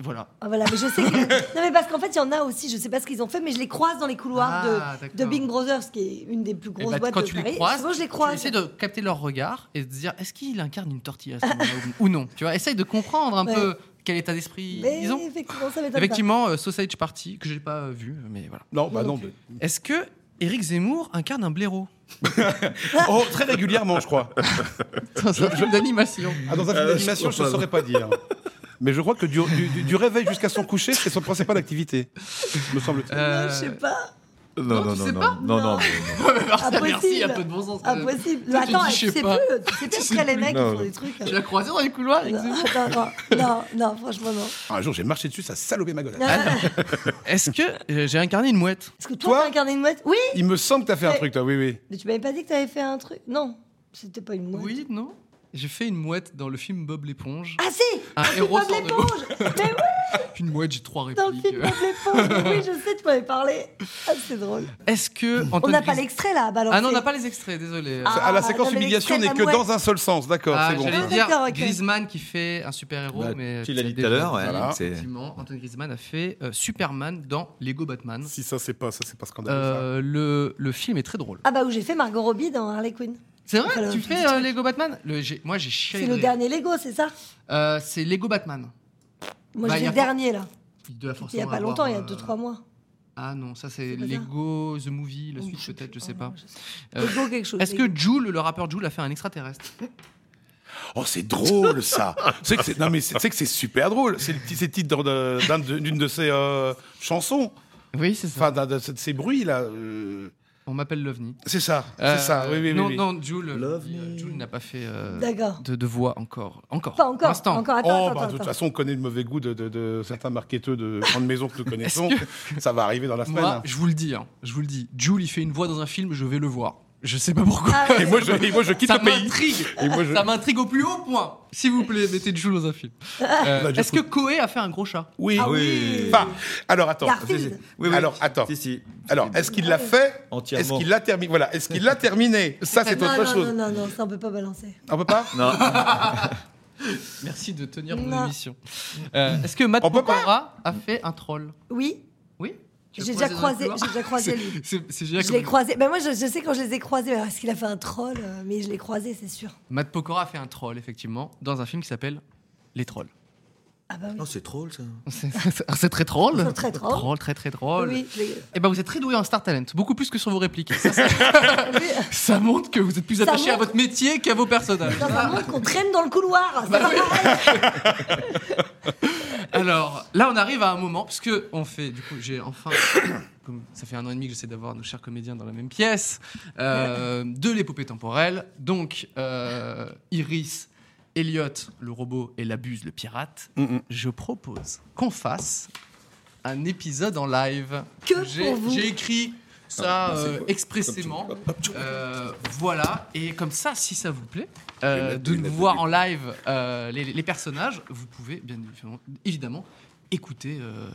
Speaker 2: Et voilà.
Speaker 8: Ah, voilà, mais je sais que... Non, mais parce qu'en fait, il y en a aussi, je sais pas ce qu'ils ont fait, mais je les croise dans les couloirs
Speaker 2: Ah,
Speaker 8: de, de
Speaker 2: d'accord.
Speaker 8: Big Brothers, qui est une des plus
Speaker 2: Et
Speaker 8: grosses
Speaker 2: bah,
Speaker 8: boîtes
Speaker 2: quand
Speaker 8: de
Speaker 2: tu les
Speaker 8: Paris.
Speaker 2: croises,
Speaker 8: Souvent, je les
Speaker 2: tu
Speaker 8: croise.
Speaker 2: essaies de capter leur regard et de te dire est-ce qu'il incarne une tortilla à ce moment-là ou- ou non Tu vois, essaye de comprendre un
Speaker 8: Ouais.
Speaker 2: peu quel état d'esprit
Speaker 8: Mais
Speaker 2: ils ont.
Speaker 8: effectivement, ça m'étonne pas.
Speaker 2: Effectivement, euh, Sausage Party, que j'ai pas euh, vu, mais voilà.
Speaker 5: Non, bah non.
Speaker 2: Est-ce que Éric Zemmour incarne un blaireau
Speaker 5: Oh, très régulièrement, je crois.
Speaker 2: Dans un film d'animation.
Speaker 5: Ah, dans un film d'animation, je ne saurais pas dire. Mais je crois que du, du- du- du réveil jusqu'à son coucher, c'est son principal activité, me semble-t-il.
Speaker 2: Euh, je sais
Speaker 8: pas.
Speaker 6: Non, non,
Speaker 5: tu
Speaker 6: non,
Speaker 5: sais
Speaker 6: non,
Speaker 5: pas
Speaker 6: non, non,
Speaker 2: Ah, Merci, merci, il y a
Speaker 8: Impossible.
Speaker 2: peu de bon sens. euh, quand même.
Speaker 8: Impossible.
Speaker 2: Toi, tu
Speaker 8: Ah, Attends,
Speaker 2: dis,
Speaker 8: tu
Speaker 2: je
Speaker 8: sais plus,
Speaker 2: pas.
Speaker 8: tu sais plus
Speaker 2: sais
Speaker 8: après les
Speaker 2: plus.
Speaker 8: mecs
Speaker 5: Non.
Speaker 8: ils font des trucs. hein.
Speaker 2: Tu l'as croisé dans les couloirs, Éric
Speaker 8: Non,
Speaker 2: Zemmour
Speaker 8: attends, non, non, non, franchement non.
Speaker 5: Un jour, j'ai marché dessus, ça a salopé ma
Speaker 2: Ah,
Speaker 5: godale.
Speaker 2: Est-ce que euh, j'ai incarné une mouette
Speaker 8: Est-ce que toi, t'as incarné une mouette Oui
Speaker 5: Il me semble que tu as fait un
Speaker 8: Ouais.
Speaker 5: truc, toi, oui, oui.
Speaker 8: Mais tu m'avais pas dit que t'avais fait un truc Non, c'était pas une mouette.
Speaker 2: Oui, non J'ai fait une mouette dans le film Bob l'éponge.
Speaker 8: Ah si
Speaker 2: Un
Speaker 8: Dans le
Speaker 2: héros
Speaker 8: film
Speaker 2: sort
Speaker 8: Bob
Speaker 2: de l'eau.
Speaker 8: l'éponge Mais oui
Speaker 2: Une mouette, j'ai trois répliques. euh.
Speaker 8: Dans le film Bob l'éponge, mais oui, je sais, tu m'avais parlé. Ah, c'est drôle.
Speaker 2: Est-ce que
Speaker 8: On
Speaker 2: Antoine
Speaker 8: n'a pas
Speaker 2: Griezmann-
Speaker 8: l'extrait là à balancer.
Speaker 2: Ah non, on n'a pas les extraits, désolé.
Speaker 8: Ah,
Speaker 5: Ah, la séquence
Speaker 8: non, mais
Speaker 5: humiliation n'est
Speaker 8: l'extrême
Speaker 5: que
Speaker 8: amouette.
Speaker 5: dans un seul sens, d'accord,
Speaker 2: Ah,
Speaker 5: c'est bon.
Speaker 2: J'allais
Speaker 5: ça.
Speaker 2: dire
Speaker 8: D'accord, ok.
Speaker 2: Griezmann qui fait un super héros,
Speaker 6: Bah,
Speaker 2: mais
Speaker 6: tu l'as
Speaker 2: as
Speaker 6: dit tout à l'heure, ouais,
Speaker 2: Voilà.
Speaker 6: c'est-
Speaker 2: Effectivement, Antoine Griezmann a fait euh, Superman dans Lego Batman.
Speaker 5: Si ça c'est pas, ça c'est pas scandaleux.
Speaker 2: Euh, le, le film est très drôle.
Speaker 8: Ah bah où j'ai fait Margot Robbie dans Harley Quinn.
Speaker 2: C'est vrai,
Speaker 8: Enfin, le-
Speaker 2: tu fais euh, Lego Batman Le- j'ai- Moi j'ai chialé.
Speaker 8: C'est le
Speaker 2: de-
Speaker 8: dernier Lego, c'est ça
Speaker 2: Euh, c'est Lego Batman.
Speaker 8: Moi
Speaker 2: Bah,
Speaker 8: j'ai
Speaker 2: il y a
Speaker 8: le
Speaker 2: for-
Speaker 8: dernier là.
Speaker 2: Il doit
Speaker 8: Il y a
Speaker 2: forcément
Speaker 8: pas
Speaker 2: avoir,
Speaker 8: longtemps, il y a
Speaker 2: euh,
Speaker 8: 2-3 mois.
Speaker 2: Ah non, ça c'est
Speaker 8: pas ça. Oh,
Speaker 2: Lego The Movie, la suite peut-être, je sais pas. Euh,
Speaker 8: Lego quelque chose,
Speaker 2: Est-ce que
Speaker 8: Lego.
Speaker 2: Joule, le rappeur Joule, a fait un extraterrestre
Speaker 5: Oh, c'est drôle ça. c'est que c'est non mais c'est tu sais que c'est super drôle. C'est le petit- c'est le titre d'un- d'un- d'une de ses euh, chansons.
Speaker 2: Oui, c'est ça.
Speaker 5: Enfin, d'un de, de ses bruits là. euh.
Speaker 2: On m'appelle l'OVNI.
Speaker 5: C'est ça,
Speaker 2: Euh,
Speaker 5: Ah, c'est ça. Oui, oui, oui,
Speaker 2: non,
Speaker 5: oui.
Speaker 2: non, Jules, euh, Jules n'a pas fait euh,
Speaker 8: D'accord.
Speaker 2: de, de voix encore. Encore.
Speaker 8: Pas encore,
Speaker 2: Pour l'instant.
Speaker 8: encore, attends,
Speaker 5: Oh,
Speaker 8: attends,
Speaker 5: bah, de toute
Speaker 8: attends.
Speaker 5: façon, on connaît le mauvais goût de, de- de certains marketeurs de grandes maisons que nous connaissons. Ça va arriver dans la semaine.
Speaker 2: Moi,
Speaker 5: hein.
Speaker 2: je vous le dis, hein, je vous le dis. Jules, il fait une voix dans un film, je vais le voir. Je sais pas pourquoi.
Speaker 5: Ah ouais. Et moi, je- et moi, je quitte
Speaker 2: ça
Speaker 5: le pays.
Speaker 2: m'intrigue.
Speaker 5: Et moi, je-
Speaker 2: Ça m'intrigue au plus haut point. S'il vous plaît, mettez Jules dans un film.
Speaker 8: Ah.
Speaker 2: Euh,
Speaker 5: Bah, du
Speaker 2: Est-ce que Koé a fait un gros chat
Speaker 5: Oui. Enfin, alors attends.
Speaker 2: Garfield.
Speaker 6: Oui, oui.
Speaker 5: Alors attends. Alors est-ce qu'il l'a fait Est-ce qu'il l'a terminé Voilà. Est-ce qu'il l'a terminé Ça c'est
Speaker 8: non,
Speaker 5: autre
Speaker 8: non,
Speaker 5: chose.
Speaker 8: Non, non, non, ça on peut pas balancer.
Speaker 5: On peut pas
Speaker 6: Non.
Speaker 2: Merci de tenir mon
Speaker 8: Non.
Speaker 2: émission. Euh, Est-ce que Matt Pokora a fait un troll
Speaker 8: Oui.
Speaker 2: Oui Tu l'as
Speaker 8: J'ai déjà
Speaker 2: dans un
Speaker 8: croisé-
Speaker 2: couloir
Speaker 8: j'ai déjà croisé lui.
Speaker 2: C'est- c'est- c'est génial
Speaker 8: Je
Speaker 2: comme-
Speaker 8: l'ai croisé. Ben moi, je, je sais quand je les ai croisés. Alors, Est-ce qu'il a fait un troll euh, Mais je l'ai croisé, c'est sûr.
Speaker 2: Matt Pokora a fait un troll, effectivement, dans un film qui s'appelle Les Trolls.
Speaker 8: Ah bah oui.
Speaker 6: Non, c'est drôle ça.
Speaker 2: Ah, C'est très drôle.
Speaker 6: C'est très drôle.
Speaker 2: très très drôle.
Speaker 8: Oui, je l'ai-
Speaker 2: Eh ben, vous êtes très doué en Star Talent, beaucoup plus que sur vos répliques. Ça, ça-
Speaker 5: Bah
Speaker 2: ça montre que vous êtes plus
Speaker 8: Ça
Speaker 2: attaché à
Speaker 8: montre-
Speaker 2: votre métier qu'à vos personnages.
Speaker 8: Non, ça montre qu'on traîne dans le couloir. c'est
Speaker 5: Bah
Speaker 8: pas mal.
Speaker 2: Ah, Alors, là, on arrive à un moment, parce que on fait, du coup, j'ai enfin, comme ça fait un an et demi que j'essaie d'avoir nos chers comédiens dans la même pièce, euh, de l'épopée temporelle. Donc, euh, Iris, Elliot, le robot, et la buse, le pirate. Je propose qu'on fasse un épisode en live.
Speaker 8: Que
Speaker 2: J'ai-
Speaker 8: pour vous.
Speaker 2: J'ai écrit ça
Speaker 8: Ah, c'est
Speaker 2: euh,
Speaker 8: quoi
Speaker 2: expressément. Euh, voilà, et comme ça, si ça vous plaît, euh, de nous voir en live euh, les, les personnages, vous pouvez bien évidemment, évidemment, écouter euh,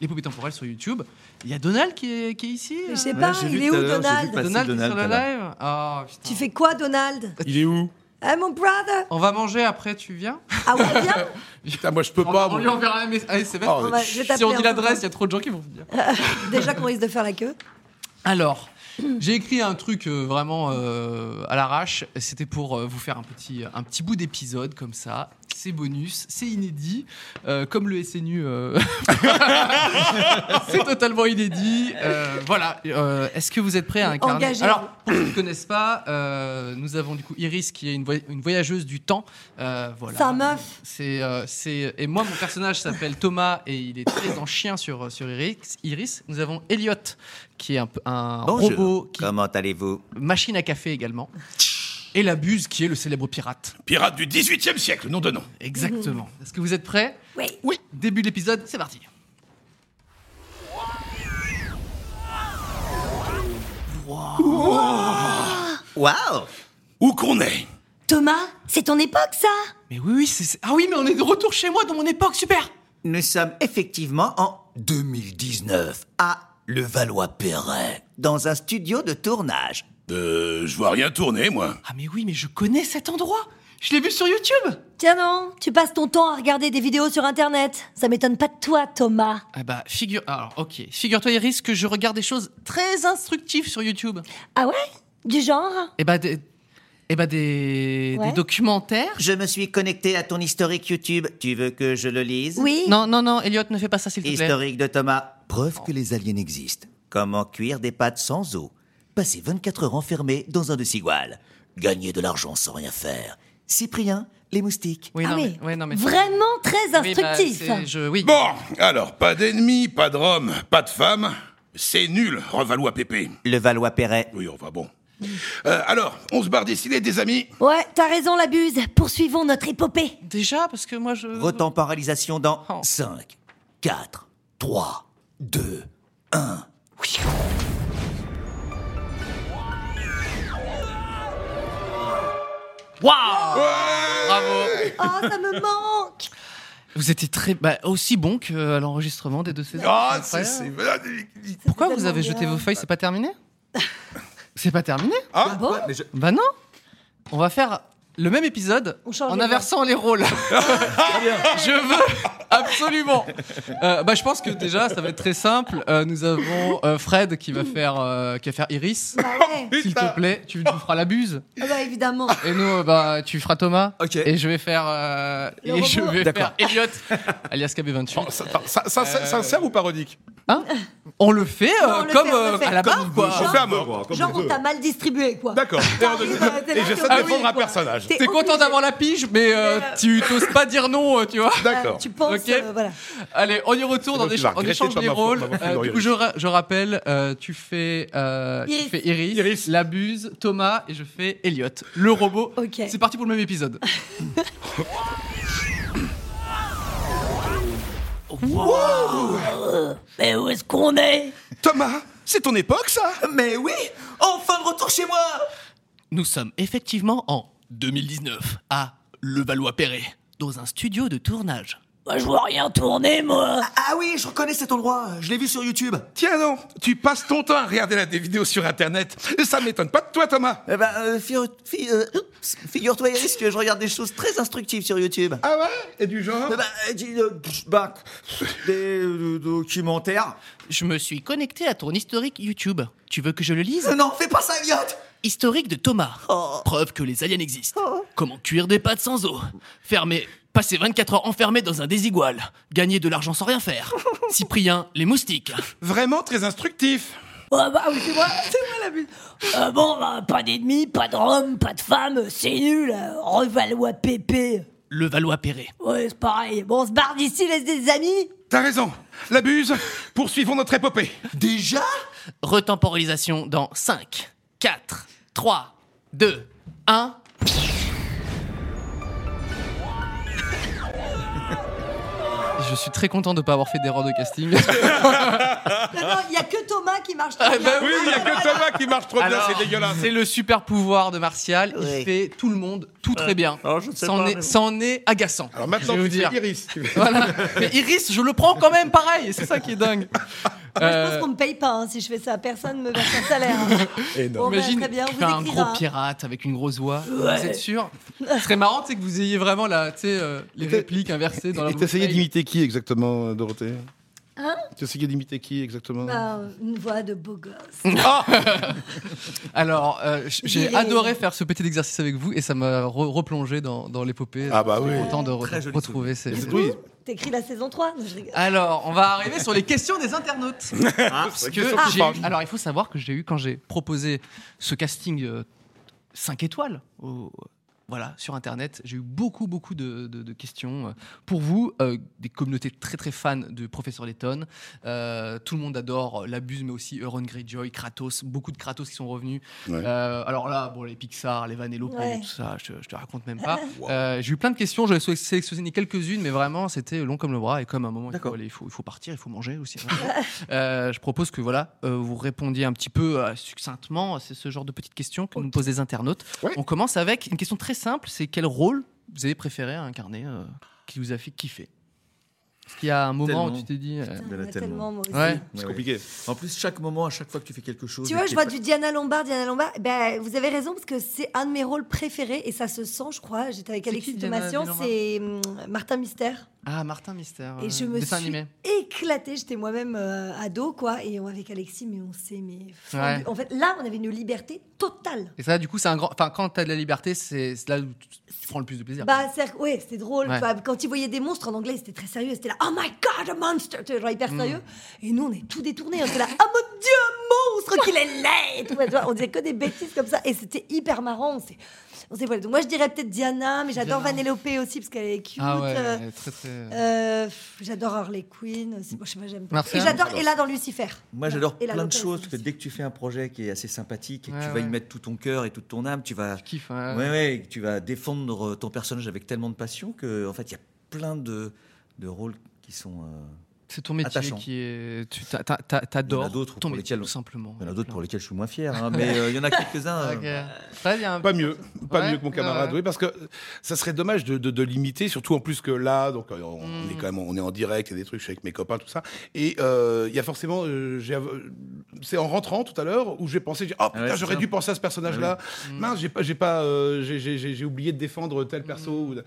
Speaker 2: l'épopée temporelle sur YouTube. Il y a Donald qui est, qui est ici.
Speaker 8: Je
Speaker 2: euh.
Speaker 8: sais pas, Ouais, j'ai il vu est tout où, à l'heure, j'ai vu Donald
Speaker 6: Bah,
Speaker 8: passer
Speaker 2: Donald, qui est sur le
Speaker 8: Donald tout à
Speaker 2: live Ah, putain.
Speaker 8: tu fais quoi, Donald
Speaker 5: Il est où
Speaker 8: Ah, mon brother
Speaker 2: On va manger après, tu viens
Speaker 8: Ah ouais, viens
Speaker 5: Putain, moi je peux pas.
Speaker 2: On lui
Speaker 5: moi.
Speaker 2: enverra un mess- un SMS.
Speaker 5: Oh, On
Speaker 8: va- je vais
Speaker 2: si on
Speaker 8: t'appeler
Speaker 2: dit
Speaker 8: un
Speaker 2: l'adresse,
Speaker 8: peu.
Speaker 2: il y a trop de gens qui vont venir.
Speaker 8: Déjà qu'on risque de faire la queue.
Speaker 2: Alors, j'ai écrit un truc euh, vraiment euh, à l'arrache. C'était pour euh, vous faire un petit, un petit bout d'épisode comme ça. C'est bonus, c'est inédit, euh, comme le SNU. euh, c'est totalement inédit. Euh, voilà. Euh, Est-ce que vous êtes prêts à incarner
Speaker 8: Engagez-vous.
Speaker 2: Alors, pour ceux qui ne connaissent pas, euh, nous avons du coup Iris qui est une, voy- une voyageuse du temps. Euh, voilà.
Speaker 8: Sa meuf.
Speaker 2: C'est, euh, c'est- et moi mon personnage s'appelle Thomas et il est très en chien sur sur Iris. Iris. Nous avons Elliot qui est un, p- un robot,
Speaker 10: Comment allez-vous
Speaker 2: machine à café également. Et la buse qui est le célèbre pirate.
Speaker 5: Pirate du 18e siècle, nom de nom.
Speaker 2: Exactement. Est-ce que vous êtes prêts
Speaker 8: Oui.
Speaker 2: Oui. Début de l'épisode, c'est parti.
Speaker 10: Waouh
Speaker 5: Où qu'on est
Speaker 8: Thomas, c'est ton époque, ça
Speaker 2: Mais oui, oui, c'est. Ah oui, mais on est de retour chez moi dans mon époque, super
Speaker 10: Nous sommes effectivement en 2019 à Le Valois-Perret, dans un studio de tournage.
Speaker 5: Euh, je vois rien tourner, moi.
Speaker 2: Ah mais oui, mais je connais cet endroit Je l'ai vu sur YouTube
Speaker 8: Tiens non, tu passes ton temps à regarder des vidéos sur Internet. Ça m'étonne pas de toi, Thomas.
Speaker 2: Ah bah, figure. Alors, ok. Figure-toi, Iris, que je regarde des choses très instructives sur YouTube.
Speaker 8: Ah ouais Du genre
Speaker 2: Eh bah, des. Eh bah, des.
Speaker 8: Ouais.
Speaker 2: des documentaires.
Speaker 10: Je me suis connecté à ton historique YouTube. Tu veux que je le lise
Speaker 2: Non, non, non, Elliot, ne fais pas ça, s'il te plaît.
Speaker 10: Historique de Thomas. Preuve que les aliens existent. Comment cuire des pâtes sans eau. Passer 24 heures enfermé dans un de cigales. Gagner de l'argent sans rien faire. Cyprien, les moustiques.
Speaker 2: Oui,
Speaker 8: Ah
Speaker 2: non,
Speaker 8: oui,
Speaker 2: mais- ouais, non, mais-
Speaker 8: Vraiment très
Speaker 2: Oui, bah,
Speaker 8: instructif.
Speaker 2: c'est- je- oui.
Speaker 5: Bon, alors pas d'ennemis, pas de Rome, pas de femmes. C'est nul, Revalois Pépé.
Speaker 10: Le Valois-Perret.
Speaker 5: Oui, enfin bon. Euh, alors, on se barre d'ici, des amis.
Speaker 8: Ouais, t'as raison, la buse. Poursuivons notre épopée.
Speaker 2: Déjà, parce que moi je.
Speaker 10: Rotan paralysation dans
Speaker 2: Oh.
Speaker 10: 5, 4, 3, 2, 1.
Speaker 2: Waouh Bravo
Speaker 8: Oh, ça me manque.
Speaker 2: Vous étiez très, bah, aussi bon que euh, à l'enregistrement des deux saisons.
Speaker 5: Ah,
Speaker 2: C'est incroyable.
Speaker 5: c'est-
Speaker 2: Pourquoi vous
Speaker 8: tellement
Speaker 2: avez jeté
Speaker 8: bien.
Speaker 2: vos feuilles C'est pas terminé C'est pas terminé
Speaker 5: Ah
Speaker 8: bon
Speaker 2: Bah non On va faire le même épisode
Speaker 8: change
Speaker 2: en
Speaker 8: les
Speaker 2: inversant les rôles. je veux absolument. Euh, bah, je pense que déjà, ça va être très simple. Euh, nous avons euh, Fred qui va faire, euh, qui va faire Iris. S'il
Speaker 9: bah.
Speaker 2: te plaît, tu, tu feras la buse.
Speaker 8: Ah bah évidemment.
Speaker 2: Et nous, euh, bah, tu feras Thomas. Et je vais faire. euh,
Speaker 8: Le
Speaker 2: et je
Speaker 8: robot.
Speaker 2: vais
Speaker 5: D'accord.
Speaker 2: faire Elliot, alias KB28.
Speaker 9: Oh,
Speaker 5: ça, ça, ça,
Speaker 2: Euh,
Speaker 5: sincère ou parodique
Speaker 2: On le fait
Speaker 8: Non,
Speaker 2: euh,
Speaker 8: on le
Speaker 2: comme
Speaker 8: fait, on
Speaker 2: euh,
Speaker 8: le fait.
Speaker 2: à la
Speaker 8: Comme
Speaker 2: barre,
Speaker 8: vous
Speaker 2: quoi.
Speaker 8: voulez. On fait à mort. Genre on t'a mal distribué quoi.
Speaker 5: D'accord.
Speaker 8: T'arrives, euh, t'es là,
Speaker 5: Et j'essaie
Speaker 8: ah
Speaker 5: de
Speaker 8: oui,
Speaker 5: défendre un
Speaker 8: quoi.
Speaker 5: personnage.
Speaker 2: T'es content d'avoir la pige, mais euh, tu t'oses pas dire non, euh, tu vois.
Speaker 5: D'accord.
Speaker 8: Tu penses
Speaker 2: Ok.
Speaker 8: euh, voilà.
Speaker 2: Allez, on y retourne,
Speaker 5: C'est
Speaker 2: on,
Speaker 5: toi qui
Speaker 2: écha-
Speaker 5: vas
Speaker 2: on
Speaker 5: regretter
Speaker 2: échange
Speaker 5: de
Speaker 2: les
Speaker 5: m'avoir-
Speaker 2: rôles.
Speaker 5: m'avoir fait
Speaker 2: Euh,
Speaker 5: dans
Speaker 2: du coup,
Speaker 5: Iris.
Speaker 2: je, ra- je rappelle, euh, tu fais, euh, tu
Speaker 8: Iris.
Speaker 2: fais Iris, l'abuse, Thomas, et je fais Elliot, le robot.
Speaker 8: Ok.
Speaker 2: C'est parti pour le même épisode.
Speaker 10: Mais où est-ce qu'on est
Speaker 5: Thomas C'est ton époque, ça
Speaker 10: Mais oui Enfin de retour chez moi
Speaker 17: Nous sommes effectivement en 2019 à Levallois-Perret, dans un studio de tournage.
Speaker 10: Bah, je vois rien tourner, Ah oui, je reconnais cet endroit, je l'ai vu sur YouTube.
Speaker 5: Tiens non, tu passes ton temps à regarder là, des vidéos sur Internet. Ça m'étonne pas de toi, Thomas.
Speaker 10: Eh ben, euh, figure- fi- euh, oups, figure-toi, Iris, que je regarde des choses très instructives sur YouTube.
Speaker 5: Ah ouais Et du genre
Speaker 10: bah, euh, du- euh, pff, bah, des euh, documentaires.
Speaker 17: Je me suis connecté à ton historique YouTube. Tu veux que je le lise
Speaker 10: Euh, non, fais pas ça, idiote
Speaker 17: Historique de Thomas. Preuve que les aliens existent. Comment cuire des pâtes sans eau Fermé. Passer 24 heures enfermé dans un désigual. Gagner de l'argent sans rien faire. Cyprien, les moustiques.
Speaker 5: Vraiment très instructif.
Speaker 18: Ah bah oui, c'est moi, c'est moi la but. Euh, bon, bah, pas d'ennemis, pas de rhum, pas de femme, c'est nul. euh, Revalois pépé.
Speaker 17: Le Valois-Perret.
Speaker 18: Ouais, c'est pareil. Bon, on se barre d'ici, laisse des amis.
Speaker 5: T'as raison. La buse. Poursuivons notre épopée.
Speaker 17: Déjà Retemporisation dans 5, 4, 3, 2, 1.
Speaker 2: Je suis très content de ne pas avoir fait d'erreur de casting.
Speaker 8: Non, non, il n'y a que Thomas qui marche
Speaker 2: Ah
Speaker 8: très
Speaker 2: bah
Speaker 8: bien.
Speaker 2: oui, il y a que
Speaker 5: Thomas qui marche trop bien,
Speaker 2: Alors,
Speaker 5: Ah, c'est dégueulasse.
Speaker 2: C'est le super pouvoir de Martial. Il fait tout le monde tout très bien. C'en est- c'en est, agaçant. Alors
Speaker 5: maintenant, tu fais Iris.
Speaker 2: Voilà. Mais Iris, je le prends quand même pareil. C'est ça qui est dingue.
Speaker 8: Je
Speaker 2: Euh,
Speaker 8: pense qu'on me paye pas hein, si je fais ça. Personne me verse un salaire. hein. Bon, bah,
Speaker 2: Imagine,
Speaker 8: très bien, on
Speaker 2: tu
Speaker 8: vous
Speaker 2: fais un
Speaker 8: écrira.
Speaker 2: gros pirate avec une grosse voix.
Speaker 8: Ouais.
Speaker 2: Vous êtes sûr Ce serait marrant, c'est que vous ayez vraiment la, tu sais, euh, les répliques inversées dans la
Speaker 5: Et t'essayais
Speaker 2: boucle.
Speaker 5: d'imiter qui exactement, euh, Dorothée
Speaker 8: Hein
Speaker 5: Tu essayais d'imiter qui exactement
Speaker 8: Bah, euh, une voix de beau gosse.
Speaker 2: Ah Alors, euh, j- j'ai
Speaker 8: J'irai.
Speaker 2: adoré faire ce petit exercice avec vous et ça m'a re- replongé dans, dans l'épopée.
Speaker 5: Ah bah oui.
Speaker 2: Je suis content de re-
Speaker 5: Très joli
Speaker 2: retrouver ces.
Speaker 8: T'écris la saison 3 Non, je
Speaker 2: Ah,
Speaker 8: rigole.
Speaker 2: Alors, on va arriver sur les questions des internautes. Parce
Speaker 8: Ah, c'est
Speaker 2: que
Speaker 8: question qui
Speaker 2: j'ai
Speaker 8: parle.
Speaker 2: eu- alors, il faut savoir que j'ai eu, quand j'ai proposé ce casting 5 étoiles au- voilà, sur Internet, j'ai eu beaucoup, beaucoup de, de- de questions. euh, Pour vous, euh, des communautés très, très fans de Professeur Letton. Euh, tout le monde adore euh, Labuse, mais aussi Euron Greyjoy, Kratos. Beaucoup de Kratos qui sont revenus.
Speaker 5: Ouais.
Speaker 2: Euh, alors là, bon, les Pixar, les Vanellope,
Speaker 5: Ouais.
Speaker 2: tout ça, je, te- je te raconte même pas. Euh, j'ai eu plein de questions, j'avais sou- sélectionné quelques-unes, mais vraiment, c'était long comme le bras. Et comme à un moment, il faut, aller- il faut, il faut partir, il faut manger aussi. hein. Euh, je propose que voilà, euh, vous répondiez un petit peu euh, succinctement. C'est ce genre de petites questions que nous posent les internautes. On commence avec une question très simple c'est quel rôle vous avez préféré à incarner euh, qui vous a fait kiffer Est-ce qu'il y a un moment où
Speaker 6: Tellement.
Speaker 2: tu t'es dit. euh,
Speaker 6: Il y en
Speaker 8: Ah,
Speaker 6: a
Speaker 8: tellement, moi aussi.
Speaker 2: Ouais.
Speaker 6: Ouais, ouais. En plus, chaque moment, à chaque fois que tu fais quelque chose.
Speaker 8: Tu vois,
Speaker 6: et
Speaker 8: je
Speaker 6: que
Speaker 8: vois
Speaker 6: t'es
Speaker 8: du Diana Lombard, Diana Lombard. Ben, vous avez raison parce que c'est un de mes rôles préférés et ça se sent, je crois. J'étais avec
Speaker 2: C'est
Speaker 8: Alexis
Speaker 2: qui, Diana
Speaker 8: Thomasian,
Speaker 2: Lombard
Speaker 8: c'est hum, Martin Mystère.
Speaker 2: Ah, Martin Mystère.
Speaker 8: Et
Speaker 2: euh,
Speaker 8: je me
Speaker 2: dessin
Speaker 8: suis
Speaker 2: animé.
Speaker 8: éclatée. J'étais moi-même euh, ado, quoi. Et on, avec Alexis, mais on s'est mais
Speaker 2: Ouais.
Speaker 8: fendu. En fait, là, on avait une liberté totale.
Speaker 2: Et ça, du coup, c'est un grand. Enfin, quand t'as de la liberté, c'est c'est là où tu tu prends le plus de plaisir.
Speaker 8: Bah, c'est- ouais, c'était drôle.
Speaker 2: Ouais.
Speaker 8: Bah, Quand ils voyaient des monstres en anglais, c'était très sérieux. C'était là, oh my god, a monster! Tu vois, genre hyper
Speaker 2: Mm.
Speaker 8: sérieux. Et nous, on est tout détourné. On était là, oh mon dieu, un monstre, qu'il est laid! Tu vois, tu vois, on disait que des bêtises comme ça. Et c'était hyper marrant. On s'est, on s'est voilé. Donc, moi, je dirais peut-être Diana, mais j'adore
Speaker 2: Diana.
Speaker 8: Vanellope aussi parce qu'elle est cute.
Speaker 2: Ah ouais,
Speaker 8: Euh,
Speaker 2: elle est très, très-
Speaker 8: euh, pff, j'adore Harley Quinn. aussi. Moi, je sais pas, j'aime pas.
Speaker 6: Marcel
Speaker 8: Et j'adore Ella dans Lucifer.
Speaker 6: Moi, j'adore
Speaker 8: Et la
Speaker 6: plein de
Speaker 8: locale,
Speaker 6: choses, parce que dès que tu fais un projet qui est assez sympathique et que
Speaker 2: Ouais,
Speaker 6: tu vas
Speaker 2: ouais.
Speaker 6: y mettre tout ton cœur et toute ton âme, tu vas,
Speaker 2: kiffe, ouais,
Speaker 6: ouais,
Speaker 2: ouais.
Speaker 6: ouais, tu vas défendre euh, ton personnage avec tellement de passion que, en fait, il y a plein de, de rôles qui sont. euh,
Speaker 2: C'est ton métier
Speaker 6: attachants.
Speaker 2: qui est. Tu t'a- t'a- t'a-
Speaker 6: Il y en
Speaker 2: t'adores.
Speaker 6: a d'autres
Speaker 2: ton
Speaker 6: pour
Speaker 2: métier,
Speaker 6: lesquels
Speaker 2: tout simplement.
Speaker 6: Il y en a d'autres pour lesquels je suis moins fier, hein, mais euh, il y en a quelques-uns.
Speaker 2: Ok.
Speaker 6: euh,
Speaker 2: Très bien.
Speaker 5: Pas mieux, pas
Speaker 2: Ouais,
Speaker 5: mieux que mon camarade,
Speaker 2: ouais.
Speaker 5: oui, parce que ça serait dommage de, de- de limiter, surtout en plus que là, donc euh, on,
Speaker 12: Hmm.
Speaker 5: on est quand même, on est en direct, il y a des trucs, je suis avec mes copains, tout ça, et euh, il y a forcément, euh, j'ai av- c'est en rentrant tout à l'heure où j'ai pensé, j'ai- oh putain,
Speaker 6: ouais, c'est
Speaker 5: j'aurais
Speaker 6: ça.
Speaker 5: dû penser à ce personnage-là, mince, j'ai pas, j'ai pas, euh, j'ai- j'ai j'ai- j'ai oublié de défendre tel perso, ou de-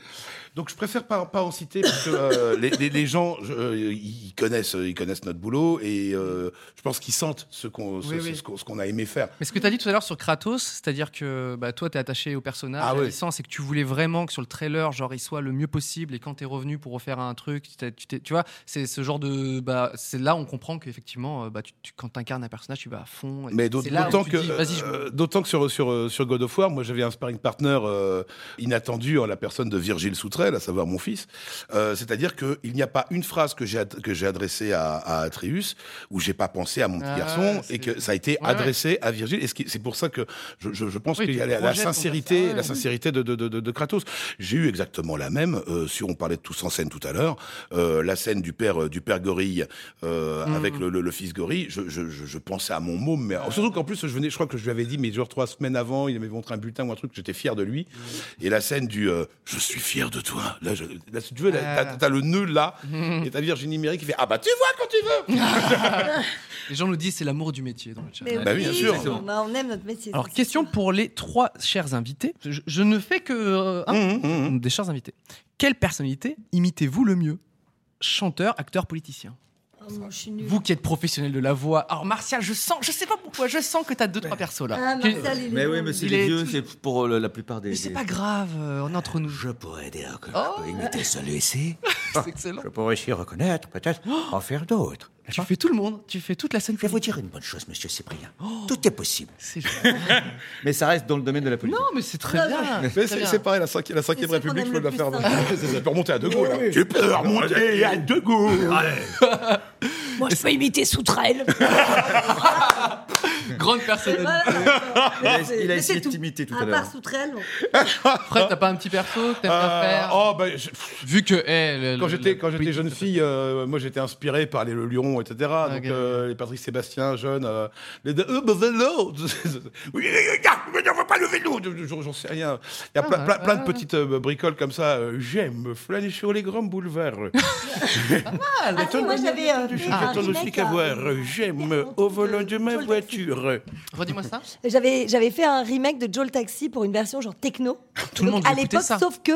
Speaker 5: donc je préfère pas, pas en citer parce que euh, les, les- les gens, je- euh, ils ils connaissent, ils connaissent notre boulot et euh, je pense qu'ils sentent ce qu'on, ce-
Speaker 2: Oui,
Speaker 5: ce-
Speaker 2: oui.
Speaker 5: ce qu'on- ce qu'on a aimé faire.
Speaker 2: Mais ce que tu as dit tout à l'heure sur Kratos, c'est-à-dire que bah, toi, tu es attaché au personnage,
Speaker 5: Ah
Speaker 2: à la
Speaker 5: ouais.
Speaker 2: licence, et que tu voulais vraiment que sur le trailer, genre, il soit le mieux possible, et quand tu es revenu pour refaire un truc, tu t'es- tu, t'es- tu vois, c'est ce genre de. Bah, c'est là où on comprend qu'effectivement, euh, bah, tu, tu- quand tu incarnes un personnage, tu vas à fond. et
Speaker 5: Mais d'aut-
Speaker 2: c'est là où
Speaker 5: d'autant
Speaker 2: tu
Speaker 5: que,
Speaker 2: dis, Vas-y, je-
Speaker 5: euh, d'autant que sur, sur, euh, sur God of War, moi j'avais un sparring partner euh, inattendu en la personne de Virgile Soutrel, à savoir mon fils. Euh, c'est-à-dire qu'il n'y a pas une phrase que j'ai, at- que j'ai j'ai adressé à, à Atreus, où j'ai pas pensé à mon petit
Speaker 12: Ah,
Speaker 5: garçon,
Speaker 12: c'est-
Speaker 5: et que ça a été
Speaker 12: Ouais,
Speaker 5: adressé à Virgile. Et ce qui- c'est pour ça que je, je- je pense
Speaker 12: Oui,
Speaker 5: qu'il y a
Speaker 12: tu
Speaker 5: la, la
Speaker 12: projettes ton
Speaker 5: sincérité,
Speaker 12: personnage.
Speaker 5: la sincérité de, de- de- de- de Kratos. J'ai eu exactement la même. euh, sur, on parlait de tous en scène tout à l'heure, euh, la scène du père euh, du père gorille euh,
Speaker 12: Mm.
Speaker 5: avec le, le- le fils gorille. Je, je- je- je pensais à mon môme, mais surtout qu'en plus je venais, je crois que je lui avais dit, mais genre trois semaines avant, il m'avait montré un bulletin ou un truc. J'étais fier de lui. Et la scène du euh, je suis fier de toi. Là, je- là, si tu veux, là,
Speaker 2: Ah.
Speaker 5: t'as- t'as le nœud là,
Speaker 6: Mmh.
Speaker 9: Mm.
Speaker 5: et t'as Virginie Méry qui fait ah bah tu vois quand tu veux.
Speaker 2: Les gens nous disent c'est l'amour du métier dans le chat.
Speaker 8: Mais
Speaker 5: Bah oui, bien sûr.
Speaker 8: on- bah, on aime notre métier.
Speaker 2: Alors, question pour les trois chers invités. Je, je ne fais que. euh,
Speaker 5: Mmh,
Speaker 2: hein, Des chers invités. Quelle personnalité imitez-vous le mieux Chanteur, acteur, politicien
Speaker 8: Oh, moi, je suis nulle.
Speaker 2: Vous qui êtes professionnel de la voix. Alors, Martial, je sens, je sais pas pourquoi, je sens que t'as deux, trois persos là.
Speaker 8: Ah, Martial, il est
Speaker 6: Mais
Speaker 8: bon.
Speaker 6: oui, mais c'est
Speaker 2: Il
Speaker 6: les
Speaker 2: est
Speaker 6: vieux,
Speaker 2: tout-
Speaker 6: c'est pour euh, la plupart des.
Speaker 2: Mais c'est pas grave, euh, on est entre nous. Ah,
Speaker 10: Je pourrais dire que
Speaker 2: Oh.
Speaker 10: je peux imiter celui-ci.
Speaker 2: C'est excellent.
Speaker 10: Je pourrais s'y reconnaître, peut-être en faire d'autres.
Speaker 2: Tu fais tout le monde, tu fais toute la scène.
Speaker 10: Je vais vous dire une bonne chose, monsieur Cyprien.
Speaker 2: Oh.
Speaker 10: Tout est possible.
Speaker 6: mais ça reste dans le domaine de la politique.
Speaker 2: Non, mais c'est
Speaker 6: très Non, bien, non.
Speaker 5: Mais
Speaker 6: très
Speaker 5: c'est
Speaker 6: bien.
Speaker 5: c'est pareil, la 5 la cinquième République, faut la faire. Tu peux remonter à De Gaulle.
Speaker 6: Oui,
Speaker 5: hein.
Speaker 6: oui.
Speaker 5: Tu peux remonter à De Gaulle.
Speaker 18: Moi, je peux imiter Soutrelle.
Speaker 2: Grande
Speaker 8: Ah,
Speaker 2: personnalité.
Speaker 6: Il a- il a
Speaker 8: Mais c'est
Speaker 6: essayé de
Speaker 8: tout.
Speaker 6: t'imiter tout à
Speaker 8: À
Speaker 6: l'heure.
Speaker 8: part Soutrelle,
Speaker 2: Fred, t'as pas un petit perso que t'aimes bien faire
Speaker 5: Oh, bah,
Speaker 2: Vu que. eh,
Speaker 5: quand
Speaker 2: le-
Speaker 5: j'étais quand j'étais jeune fille, euh, moi j'étais inspiré par les Le Lion, etc. Donc euh, les Patrick Sébastien, jeunes, euh, les deux, euh, bah, vélo. Oui, regarde, mais on va pas le vélo. J'en j'en sais rien. Il y
Speaker 12: Ah,
Speaker 5: a plein, plein-
Speaker 12: ouais,
Speaker 5: plein
Speaker 12: ouais,
Speaker 5: de petites euh, bricoles comme ça. Euh, J'aime flâner sur les grands boulevards.
Speaker 8: Ah, si, moi j'avais euh, fait un
Speaker 5: J'attends aussi
Speaker 8: remake,
Speaker 5: qu'à
Speaker 8: là.
Speaker 5: voir. J'aime au volant de ma voiture.
Speaker 2: Redis-moi ça.
Speaker 8: J'avais j'avais fait un remake de Joel Taxi pour une version genre techno.
Speaker 2: Tout le
Speaker 8: Donc,
Speaker 2: monde
Speaker 8: à
Speaker 2: veut écouter
Speaker 8: l'époque,
Speaker 2: ça.
Speaker 8: sauf que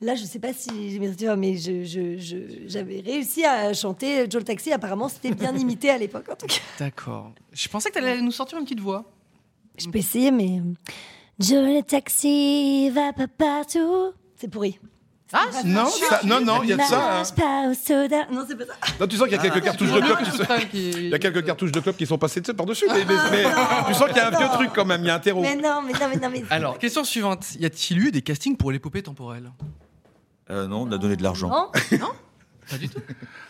Speaker 8: là, je sais pas si j'ai bien sûr, oh, mais je- je- je- j'avais réussi à chanter Joel Taxi. Apparemment, c'était bien imité à l'époque. En tout cas,
Speaker 2: D'accord. Je pensais que t'allais nous sortir une petite voix.
Speaker 8: je peux essayer, mais euh, Joel Taxi va pas partout. C'est pourri.
Speaker 2: Ah
Speaker 5: non, ça- non, non, il y a de ça, hein.
Speaker 8: Marche pas au soda. Non, c'est pas
Speaker 9: Oh.
Speaker 8: ça.
Speaker 5: Là, tu sens qu'il y a
Speaker 6: Ah,
Speaker 5: quelques cartouches de clope qui sont... Il y a quelques cartouches de clope qui sont passées tu sais, par-dessus, mais, mais- mais
Speaker 6: Ah.
Speaker 5: tu sens qu'il y a un vieux truc quand même, il y a un terreau.
Speaker 8: Mais non, mais non, mais non, mais.
Speaker 2: Alors, question suivante. Y a-t-il eu des castings pour l'épopée temporelle
Speaker 6: Euh, non, on a donné de l'argent.
Speaker 8: Non.
Speaker 2: Pas du tout.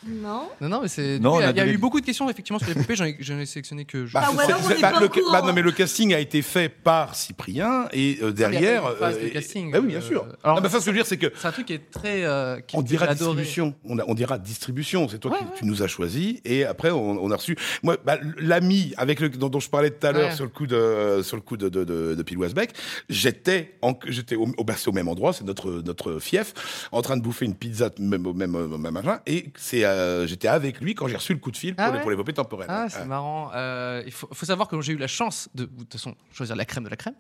Speaker 8: Non.
Speaker 2: Non, non, mais c'est.
Speaker 6: Non, on
Speaker 2: Il y a,
Speaker 6: a
Speaker 2: il y a
Speaker 6: donné-
Speaker 2: eu beaucoup de questions effectivement sur l'épopée. J'en ai, j'en ai sélectionné que. je-
Speaker 5: Bah, c'est- c'est- bah, le, bah, non, mais le casting a été fait par Cyprien et euh, derrière.
Speaker 2: Il y a eu une phase de
Speaker 5: et-
Speaker 2: casting, euh,
Speaker 5: bah oui, bien sûr.
Speaker 2: alors,
Speaker 5: non, mais ça, ce que je veux dire, c'est que
Speaker 2: C'est un truc qui est très. euh, qui
Speaker 5: on
Speaker 2: que
Speaker 5: dira
Speaker 2: j'ai adoré.
Speaker 5: distribution. On, a- on dira distribution. C'est toi qui tu nous as choisi. Et après, on, on a reçu. Moi, bah, l'ami avec le, dont, dont je parlais tout à l'heure
Speaker 2: Ouais.
Speaker 5: sur le coup de sur le coup de de, de, de Pil Wasbeck, j'étais en- j'étais au, au, bah, c'est au même endroit. C'est notre notre fief en train de bouffer une pizza même au même au même machin. Et c'est euh, j'étais avec lui quand j'ai reçu le coup de fil pour,
Speaker 2: Ah
Speaker 5: les-
Speaker 2: ouais
Speaker 5: pour l'épopée temporelle.
Speaker 2: Ah, c'est
Speaker 5: Ouais.
Speaker 2: marrant. Euh, il faut, faut savoir que j'ai eu la chance de, de toute façon, choisir la crème de la crème,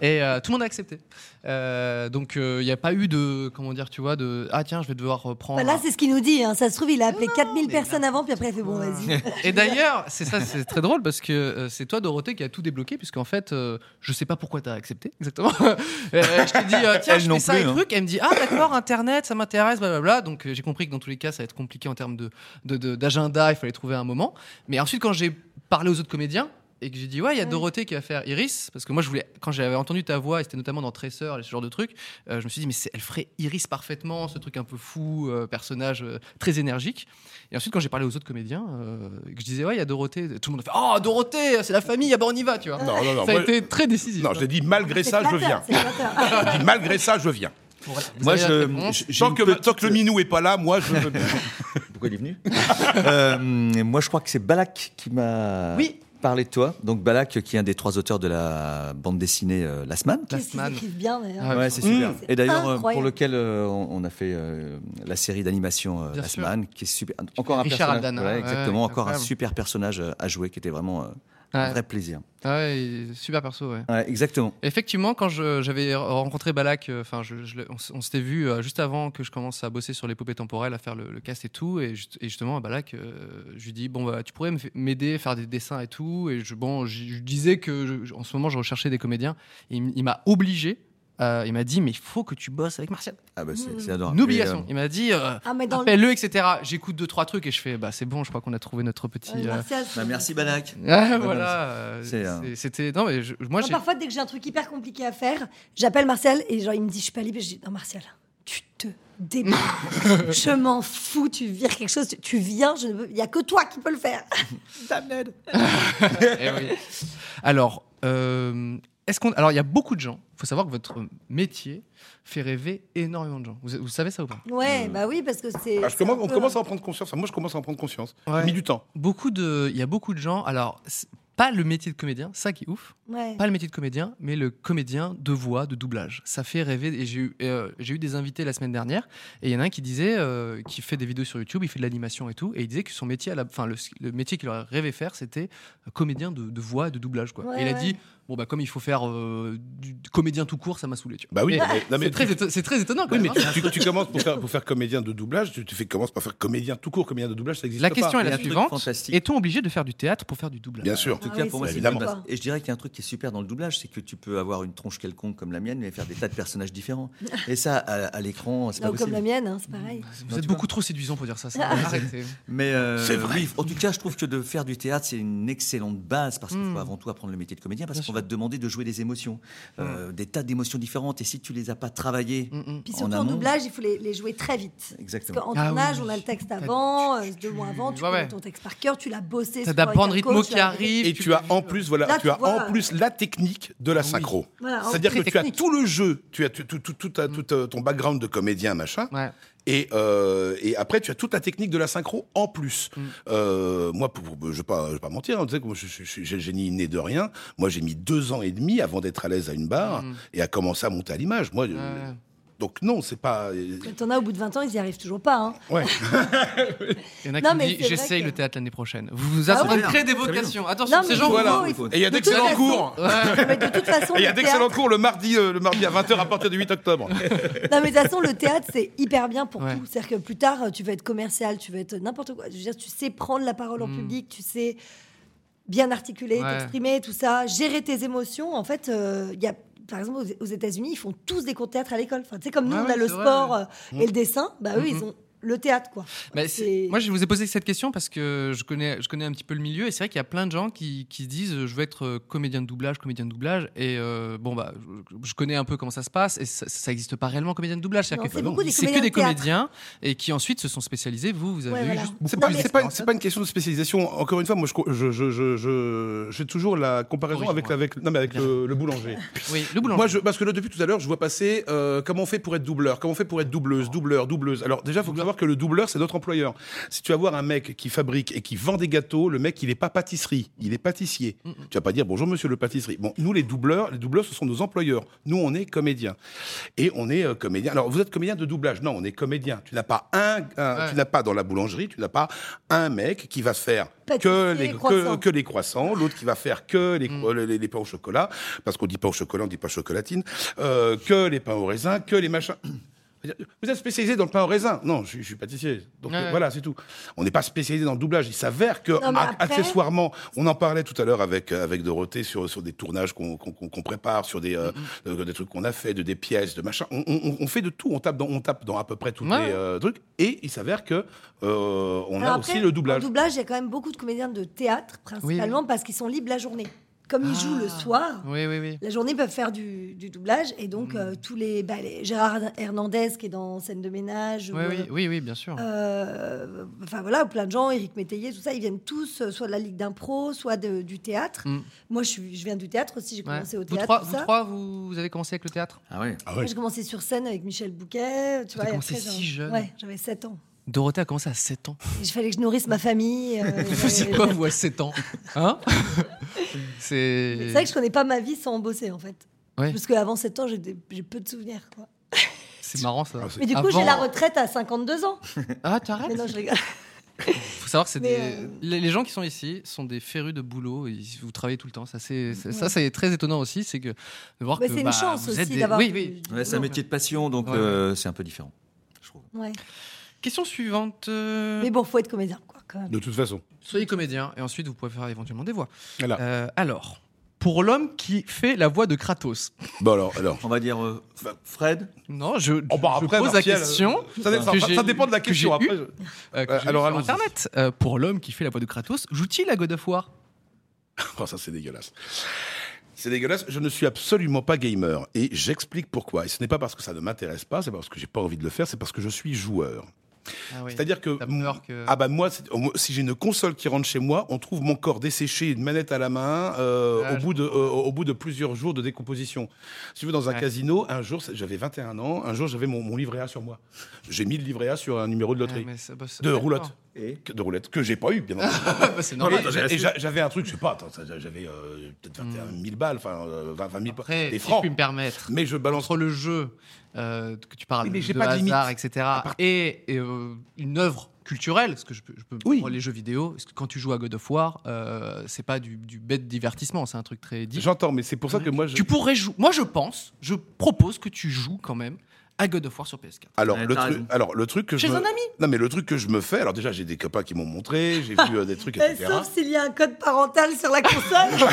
Speaker 2: et euh, tout le monde a accepté. Euh, donc, euh, il n'y a pas eu de, comment dire, tu vois, de ah tiens, je vais devoir reprendre.
Speaker 8: Bah là, c'est ce qu'il nous dit. hein. Ça se trouve, il a appelé 4000 personnes avant, puis après, il fait bon, vas-y.
Speaker 2: Et d'ailleurs, c'est ça, c'est très drôle parce que euh, c'est toi, Dorothée, qui a tout débloqué, puisqu'en fait, euh, je sais pas pourquoi t'as accepté exactement. Euh, je t'ai dit, euh, tiens,
Speaker 6: Elle
Speaker 2: je
Speaker 6: non
Speaker 2: fais ça
Speaker 6: plus,
Speaker 2: et
Speaker 6: hein.
Speaker 2: truc. Elle me dit, ah d'accord, Internet, ça m'intéresse, blablabla. Donc euh, j'ai compris que dans tous les cas, ça va être compliqué en termes de- de- de- d'agenda, de, il fallait trouver un moment. Mais ensuite, quand j'ai parlé aux autres comédiens, et que j'ai dit, ouais, il y a Dorothée qui va faire Iris, parce que moi, je voulais, quand j'avais entendu ta voix, et c'était notamment dans Tresseur et ce genre de truc, euh, je me suis dit, mais c'est- elle ferait Iris parfaitement, ce truc un peu fou, euh, personnage euh, très énergique. Et ensuite, quand j'ai parlé aux autres comédiens, euh, et que je disais, ouais, il y a Dorothée, tout le monde a fait, oh, Dorothée, c'est la famille, ah bah, on y va, tu vois.
Speaker 5: Non, non, non,
Speaker 2: ça a
Speaker 5: moi-
Speaker 2: été très décisif.
Speaker 5: Non, je l'ai dit malgré ça, je viens. Je dis, malgré ça, je viens.
Speaker 2: Vous Moi, avez la je- réponse
Speaker 6: je- j'ai
Speaker 5: tant,
Speaker 6: une
Speaker 5: que,
Speaker 6: petite-
Speaker 5: tant que le minou est pas là, moi, je veux bien.
Speaker 6: Pourquoi il est venu Euh, Moi, je crois que c'est Balak qui m'a
Speaker 2: Oui.
Speaker 6: parlé de toi. Donc Balak, qui est un des trois auteurs de la bande dessinée euh, Last Man.
Speaker 8: Ils écrivent bien, d'ailleurs.
Speaker 2: Ah,
Speaker 6: Ouais, c'est super.
Speaker 8: C'est
Speaker 6: Et d'ailleurs, euh, pour
Speaker 8: incroyable.
Speaker 6: lequel euh, on, on a fait euh, la série d'animation euh,
Speaker 2: Bien
Speaker 6: Last
Speaker 2: sûr.
Speaker 6: Man, qui est super. Encore un
Speaker 2: Richard
Speaker 6: personnage.
Speaker 2: Aldana,
Speaker 6: ouais,
Speaker 2: ouais,
Speaker 6: exactement, encore un
Speaker 2: incroyable.
Speaker 6: super personnage euh, à jouer, qui était vraiment euh,
Speaker 2: Ouais.
Speaker 6: un vrai plaisir.
Speaker 2: Ah ouais, il est super perso, ouais.
Speaker 6: Ouais, exactement.
Speaker 2: Effectivement, quand je- j'avais rencontré Balak, euh, enfin, je- je l'ai- on, s- on s'était vu euh, juste avant que je commence à bosser sur l'épopée temporelle, à faire le, le cast et tout, et, ju- et justement à Balak, euh, je lui dis bon, bah, tu pourrais me fa- m'aider, faire des dessins et tout, et je, bon, je, je disais que je- je- en ce moment je recherchais des comédiens, et il, m- il m'a obligé, euh, il m'a dit mais il faut que tu bosses avec Martial,
Speaker 6: Ah bah, c'est c'est adorable.
Speaker 2: une obligation.
Speaker 6: Et,
Speaker 2: Il m'a dit euh,
Speaker 8: Ah, mais dans le-
Speaker 2: appelle-le, etc. J'écoute deux trois trucs et je fais bah c'est bon, je crois qu'on a trouvé notre petit.
Speaker 8: Ouais,
Speaker 2: euh,
Speaker 8: Martial,
Speaker 6: euh, bah, merci Balak.
Speaker 2: Ah,
Speaker 6: Ouais,
Speaker 2: voilà, euh,
Speaker 6: c'est, euh,
Speaker 2: c'est- c'était non mais je- moi
Speaker 8: Moi,
Speaker 2: j'ai
Speaker 8: parfois, dès que j'ai un truc hyper compliqué à faire, j'appelle Martial et genre, il me dit, je suis pas libre. Je dis, non, Martial, tu te débile. je m'en fous, tu vires quelque chose, tu- tu viens, je ne veux- il n'y a que toi qui peux le faire. Damn
Speaker 2: Eh oui. Alors, euh, est-ce qu'on Alors, il y a beaucoup de gens. Il faut savoir que votre métier fait rêver énormément de gens. Vous, vous savez ça ou pas
Speaker 8: Ouais, bah oui, parce que c'est.
Speaker 5: Ah, je commence- on
Speaker 8: c'est un peu-
Speaker 5: commence à en prendre conscience. Enfin, moi, je commence à en prendre conscience.
Speaker 2: Ouais.
Speaker 5: J'ai mis du temps.
Speaker 2: Beaucoup de, il y a beaucoup de gens. Alors, c'est pas le métier de comédien, ça qui est ouf.
Speaker 8: Ouais.
Speaker 2: Pas le métier de comédien, mais le comédien de voix, de doublage. Ça fait rêver. Et j'ai eu, euh, j'ai eu des invités la semaine dernière, et il y en a un qui disait, euh, qui fait des vidéos sur YouTube, il fait de l'animation et tout, et il disait que son métier, à la, enfin le, le métier qu'il aurait rêvé faire, c'était euh, comédien de, de voix, et de doublage, quoi.
Speaker 17: Ouais,
Speaker 2: et il a
Speaker 17: ouais.
Speaker 2: dit, bon bah comme il faut faire euh, du, du comédien tout court, ça m'a saoulé. Tu vois.
Speaker 5: Bah oui,
Speaker 2: Mais
Speaker 5: mais- non, mais
Speaker 2: c'est très,
Speaker 5: tu-
Speaker 2: éton- c'est très étonnant. Quand
Speaker 5: Oui, mais
Speaker 2: même, hein.
Speaker 5: tu, tu- tu commences pour faire, pour faire comédien de doublage, tu, tu fais, commences par faire comédien tout court, comédien de doublage, ça existe
Speaker 2: La
Speaker 5: pas.
Speaker 2: question est
Speaker 5: Il y a
Speaker 2: la
Speaker 5: un truc
Speaker 2: suivante
Speaker 5: fantastique.
Speaker 2: est-on obligé de faire du théâtre pour faire du doublage
Speaker 5: Bien sûr.
Speaker 6: En tout
Speaker 8: Ah
Speaker 6: cas, hein, pour moi, c'est
Speaker 5: évidemment.
Speaker 6: une base. Et je dirais qu'il y a un truc qui est super dans le doublage, c'est que tu peux avoir une tronche quelconque comme la mienne, mais faire des tas de personnages différents. Et ça, à, à l'écran, c'est pas
Speaker 8: Non, comme
Speaker 6: possible.
Speaker 8: la mienne, hein, c'est pareil.
Speaker 2: Vous êtes beaucoup trop séduisant pour dire ça. ça. Arrêtez.
Speaker 6: Mais euh,
Speaker 2: C'est vrai.
Speaker 6: oui, en tout cas, je trouve que de faire du théâtre, c'est une excellente base parce qu'il faut avant tout apprendre le métier de comédien parce qu'on va te demander de jouer des émotions, euh, des tas d'émotions différentes. Et si tu les as pas travaillées
Speaker 8: Puis
Speaker 6: en
Speaker 8: surtout en,
Speaker 6: amont,
Speaker 8: doublage, il faut les, les jouer très vite.
Speaker 6: Exactement.
Speaker 8: Parce qu'en
Speaker 6: Ah
Speaker 8: tournage,
Speaker 6: oui.
Speaker 8: on a le texte avant, euh, deux mois avant, tu
Speaker 5: Ouais,
Speaker 8: connais
Speaker 5: ouais.
Speaker 8: ton texte par cœur, tu l'as bossé. souvent
Speaker 2: T'as
Speaker 8: avec
Speaker 2: d'apprendre
Speaker 8: un
Speaker 2: rythme
Speaker 8: coach,
Speaker 2: qui
Speaker 8: tu l'as-
Speaker 2: arrive,
Speaker 5: Et tu as en plus, voilà,
Speaker 8: Là,
Speaker 5: tu as
Speaker 8: tu vois.
Speaker 5: en plus la technique de la synchro.
Speaker 8: Voilà, en-
Speaker 5: C'est-à-dire que
Speaker 8: très
Speaker 5: tu as
Speaker 8: technique.
Speaker 5: tout le jeu, tu as tout, tout, tout, tout ta- tout, euh, ton background de comédien, machin. Et, euh, et après, tu as toute la technique de la synchro en plus. Euh, moi, pour, pour- je ne vais, pas- je vais pas mentir, hein, tu sais que moi, je- je- je- j'ai le génie inné de rien. Moi, j'ai mis deux ans et demi avant d'être à l'aise à une barre et à commencer à monter à l'image. Moi, je- donc non, c'est pas. euh,
Speaker 8: Mais T'en as au bout de 20 ans, ils n'y arrivent toujours pas. hein.
Speaker 5: Ouais.
Speaker 2: Il y en a
Speaker 8: Non,
Speaker 2: qui me
Speaker 8: mais
Speaker 2: disent
Speaker 8: c'est vrai
Speaker 2: j'essaye
Speaker 8: que-
Speaker 2: le théâtre l'année prochaine. Vous vous
Speaker 8: Ah
Speaker 2: êtes en train de
Speaker 8: ouais.
Speaker 2: créer des
Speaker 8: Très bien.
Speaker 2: vocations. Attention,
Speaker 8: Non, mais
Speaker 2: ces gens.
Speaker 8: Voilà.
Speaker 2: vont-
Speaker 8: il faut-
Speaker 5: Et il y a
Speaker 8: de toute
Speaker 5: d'excellents
Speaker 8: façon-
Speaker 5: cours.
Speaker 8: Mais de toute façon,
Speaker 5: Et il y a
Speaker 8: le
Speaker 5: d'excellents
Speaker 8: théâtre-
Speaker 5: cours le mardi, euh, le mardi à 20h à partir du 8 octobre.
Speaker 8: Non, mais de toute façon, le théâtre, c'est hyper bien pour
Speaker 5: Ouais.
Speaker 8: tout. C'est-à-dire que plus tard, tu vas être commercial, tu vas être n'importe quoi. Je veux dire, tu sais prendre la parole en
Speaker 2: Hmm.
Speaker 8: public, tu sais bien articuler,
Speaker 18: Ouais.
Speaker 8: t'exprimer, tout ça, gérer tes émotions. En fait, euh, il y a. Par exemple, aux- aux États-Unis, ils font tous des cours de théâtre à l'école. Enfin, tu sais, comme nous,
Speaker 2: Ouais,
Speaker 8: on
Speaker 2: ouais,
Speaker 8: a le
Speaker 2: c'est vrai,
Speaker 8: sport
Speaker 2: ouais.
Speaker 8: euh,
Speaker 2: Mm.
Speaker 8: et le dessin, bah eux, ils
Speaker 2: Mhm.
Speaker 8: ont le théâtre, quoi.
Speaker 2: Bah, c'est-
Speaker 8: C'est-
Speaker 2: Moi, je vous ai posé cette question parce que je connais, je connais un petit peu le milieu et c'est vrai qu'il y a plein de gens qui, qui se disent euh, je veux être euh, comédien de doublage, comédien de doublage. Et euh, bon, bah, je, je connais un peu comment ça se passe et ça ça n'existe pas réellement comédien de doublage. C'est-à-dire
Speaker 8: Non,
Speaker 2: que
Speaker 8: c'est beaucoup des
Speaker 2: c'est que
Speaker 8: comédiens
Speaker 2: des
Speaker 8: de théâtre.
Speaker 2: comédiens et qui ensuite se sont spécialisés. Vous, vous avez
Speaker 8: Ouais,
Speaker 2: eu
Speaker 8: voilà.
Speaker 2: juste
Speaker 5: C'est
Speaker 2: beaucoup
Speaker 5: pas,
Speaker 2: plus
Speaker 5: c'est pas, c'est pas une question de spécialisation. Encore une fois, moi, je co- je, je, je, je- j'ai toujours la comparaison avec, avec, non, mais avec le, le boulanger.
Speaker 2: Oui, le boulanger.
Speaker 5: Moi, je, parce que là, depuis tout à l'heure, je vois passer euh, comment on fait pour être doubleur, comment on fait pour être doubleuse, doubleur, doubleuse. Alors, déjà, il faut savoir que le doubleur, c'est notre employeur. Si tu vas voir un mec qui fabrique et qui vend des gâteaux, le mec, il n'est pas pâtisserie, il est pâtissier. Tu vas pas dire bonjour, monsieur le pâtisserie. Bon, nous, les doubleurs, les doubleurs, ce sont nos employeurs. Nous, on est comédiens. Et on est euh, comédien. Alors, vous êtes comédien de doublage. Non, on est comédien. Tu n'as pas un, un- tu n'as pas dans la boulangerie, tu n'as pas un mec qui va faire que les, que,
Speaker 12: croissants.
Speaker 5: que les croissants, l'autre qui va faire que les, cro- les, les pains au chocolat, parce qu'on dit pain au chocolat, on dit pas chocolatine, euh, que les pains au raisin, que les machins. Vous êtes spécialisé dans le pain au raisin Non, je, je suis pâtissier. Donc
Speaker 12: Ouais,
Speaker 5: euh,
Speaker 12: ouais.
Speaker 5: voilà, c'est tout. On n'est pas spécialisé dans le doublage. Il s'avère que,
Speaker 12: Non, mais
Speaker 5: a-
Speaker 12: après-
Speaker 5: accessoirement, on en parlait tout à l'heure avec, euh, avec Dorothée sur, sur des tournages qu'on qu'on- qu'on- qu'on prépare, sur des, euh, euh, des trucs qu'on a fait, de, des pièces, de machin. On, on- on fait de tout. On tape dans, on tape dans à peu près tous
Speaker 8: Ouais.
Speaker 5: les euh, trucs. Et il s'avère que euh, on a
Speaker 8: Alors
Speaker 5: aussi
Speaker 8: après,
Speaker 5: le doublage.
Speaker 8: En doublage, il y a quand même beaucoup de comédiens de théâtre, principalement parce qu'ils sont libres la journée. Comme
Speaker 2: Ah.
Speaker 8: ils jouent le soir,
Speaker 2: Oui, oui, oui.
Speaker 8: la journée ils peuvent faire du, du doublage. Et
Speaker 2: Mm.
Speaker 8: donc, euh, tous les, bah, les- Gérard Hernandez qui est dans Scène de ménage. ou,
Speaker 2: Oui, oui,
Speaker 8: euh,
Speaker 2: oui, oui, bien sûr.
Speaker 8: euh, enfin voilà, plein de gens, Éric Métayer, tout ça, ils viennent tous euh, soit de la Ligue d'impro, soit de- du théâtre.
Speaker 2: Mm.
Speaker 8: Moi, je, suis- je viens du théâtre aussi, j'ai
Speaker 2: Ouais.
Speaker 8: commencé au
Speaker 2: Vous
Speaker 8: théâtre.
Speaker 2: trois,
Speaker 8: tout
Speaker 2: vous,
Speaker 8: ça.
Speaker 2: trois vous, vous avez commencé avec le théâtre
Speaker 6: Ah ouais.
Speaker 8: Moi, J'ai commencé sur scène avec Michel Bouquet. Tu
Speaker 2: T'as
Speaker 8: vois, et
Speaker 2: commencé
Speaker 8: après, j'en-
Speaker 2: si jeune.
Speaker 8: Ouais, j'avais 7 ans.
Speaker 2: Dorothée a commencé à 7 ans.
Speaker 8: Il fallait que je nourrisse ma famille. euh,
Speaker 2: Vous faisiez
Speaker 8: j'avais-
Speaker 2: quoi, vous, à 7 ans Hein C'est.
Speaker 8: C'est vrai que je connais pas ma vie sans bosser en fait.
Speaker 2: Ouais.
Speaker 8: Parce qu'avant 7 ans, j'ai des- j'ai peu de souvenirs. Quoi.
Speaker 2: C'est marrant ça.
Speaker 8: Mais du coup,
Speaker 2: Avant-
Speaker 8: j'ai la retraite à 52 ans.
Speaker 2: Ah, t'arrêtes
Speaker 8: Mais non, je rigole.
Speaker 2: faut savoir que c'est
Speaker 8: Mais, euh,
Speaker 2: des- les les gens qui sont ici sont des férus de boulot. et vous travaillez tout le temps. Ça, c'est ça, ça,
Speaker 8: Ouais.
Speaker 2: c'est très étonnant aussi, c'est que de voir
Speaker 8: Mais
Speaker 2: que
Speaker 8: c'est une
Speaker 2: bah,
Speaker 8: chance
Speaker 2: vous
Speaker 8: aussi
Speaker 2: êtes des-
Speaker 8: d'avoir
Speaker 2: Oui,
Speaker 8: du-
Speaker 2: oui.
Speaker 6: Ouais, c'est un métier de passion, donc
Speaker 2: Ouais.
Speaker 6: euh, c'est un peu différent.
Speaker 8: Ouais.
Speaker 2: Question suivante. euh,
Speaker 8: Mais bon, faut être comédien quoi, quand même.
Speaker 5: De toute façon.
Speaker 2: Soyez comédien et ensuite vous pouvez faire éventuellement des voix. Euh, alors, pour l'homme qui fait la voix de Kratos.
Speaker 5: Bon alors, alors.
Speaker 6: On va dire euh, F- Fred.
Speaker 2: Non, je, je
Speaker 5: Oh, bah, après,
Speaker 2: pose
Speaker 5: Martial,
Speaker 2: la question.
Speaker 5: euh, ça dépend-
Speaker 2: que
Speaker 5: ça
Speaker 2: j'ai-
Speaker 5: dépend de la
Speaker 2: que j'ai
Speaker 5: question,
Speaker 2: eue,
Speaker 5: après, je-
Speaker 2: euh, que
Speaker 5: Euh,
Speaker 2: j'ai eue
Speaker 5: alors,
Speaker 2: sur
Speaker 5: allons-y.
Speaker 2: Internet, Euh, pour l'homme qui fait la voix de Kratos, joue-t-il à God of War
Speaker 5: Oh, ça, c'est dégueulasse. C'est dégueulasse. Je ne suis absolument pas gamer et j'explique pourquoi. Et ce n'est pas parce que ça ne m'intéresse pas, c'est parce que j'ai pas envie de le faire, c'est parce que je suis joueur. C'est-à-dire que,
Speaker 2: euh.
Speaker 5: ah bah moi, c'est- moi, si j'ai une console qui rentre chez moi, on trouve mon corps desséché, une manette à la main, euh,
Speaker 12: Ah,
Speaker 5: au,
Speaker 12: je
Speaker 5: bout de, euh, au bout de plusieurs jours de décomposition. Si tu veux, dans un casino, un jour, c'est- j'avais 21 ans, un jour j'avais mon, mon livret A sur moi. J'ai mis le livret A sur un numéro de loterie,
Speaker 2: Ah, mais ça- bah, ça-
Speaker 5: de roulotte,
Speaker 2: d'accord. Bah,
Speaker 5: Que- de roulette que j'ai pas eu, bien entendu.
Speaker 2: c'est normal.
Speaker 5: Et- et j'a- j'avais un truc, je sais pas, attends, ça, j'avais euh, peut-être 21 000 balles, enfin euh, 20 000 balles.
Speaker 2: Après,
Speaker 5: des
Speaker 2: si
Speaker 5: francs.
Speaker 2: je puis me permettre,
Speaker 5: mais je balance
Speaker 2: entre le jeu euh, que tu parles,
Speaker 5: Oui, mais j'ai
Speaker 2: de
Speaker 5: pas de
Speaker 2: hasard,
Speaker 5: limite.
Speaker 2: etc., et, et, euh, une œuvre culturelle, parce que je peux, je peux prendre les jeux vidéo, parce que quand tu joues à God of War, euh, c'est pas du, du bête divertissement, c'est un truc très deep.
Speaker 5: J'entends, mais c'est pour ça que moi, je-
Speaker 2: tu pourrais jouer. Moi, je pense, je propose que tu joues quand même à God of War sur PS4.
Speaker 5: Alors, le truc, alors le truc que
Speaker 2: Chez
Speaker 5: je me...
Speaker 2: un ami.
Speaker 5: Non mais le truc que je me fais, alors déjà j'ai des copains qui m'ont montré, j'ai vu euh, des trucs,
Speaker 8: Euh,
Speaker 5: etc.
Speaker 8: Sauf s'il y a un code parental sur la console.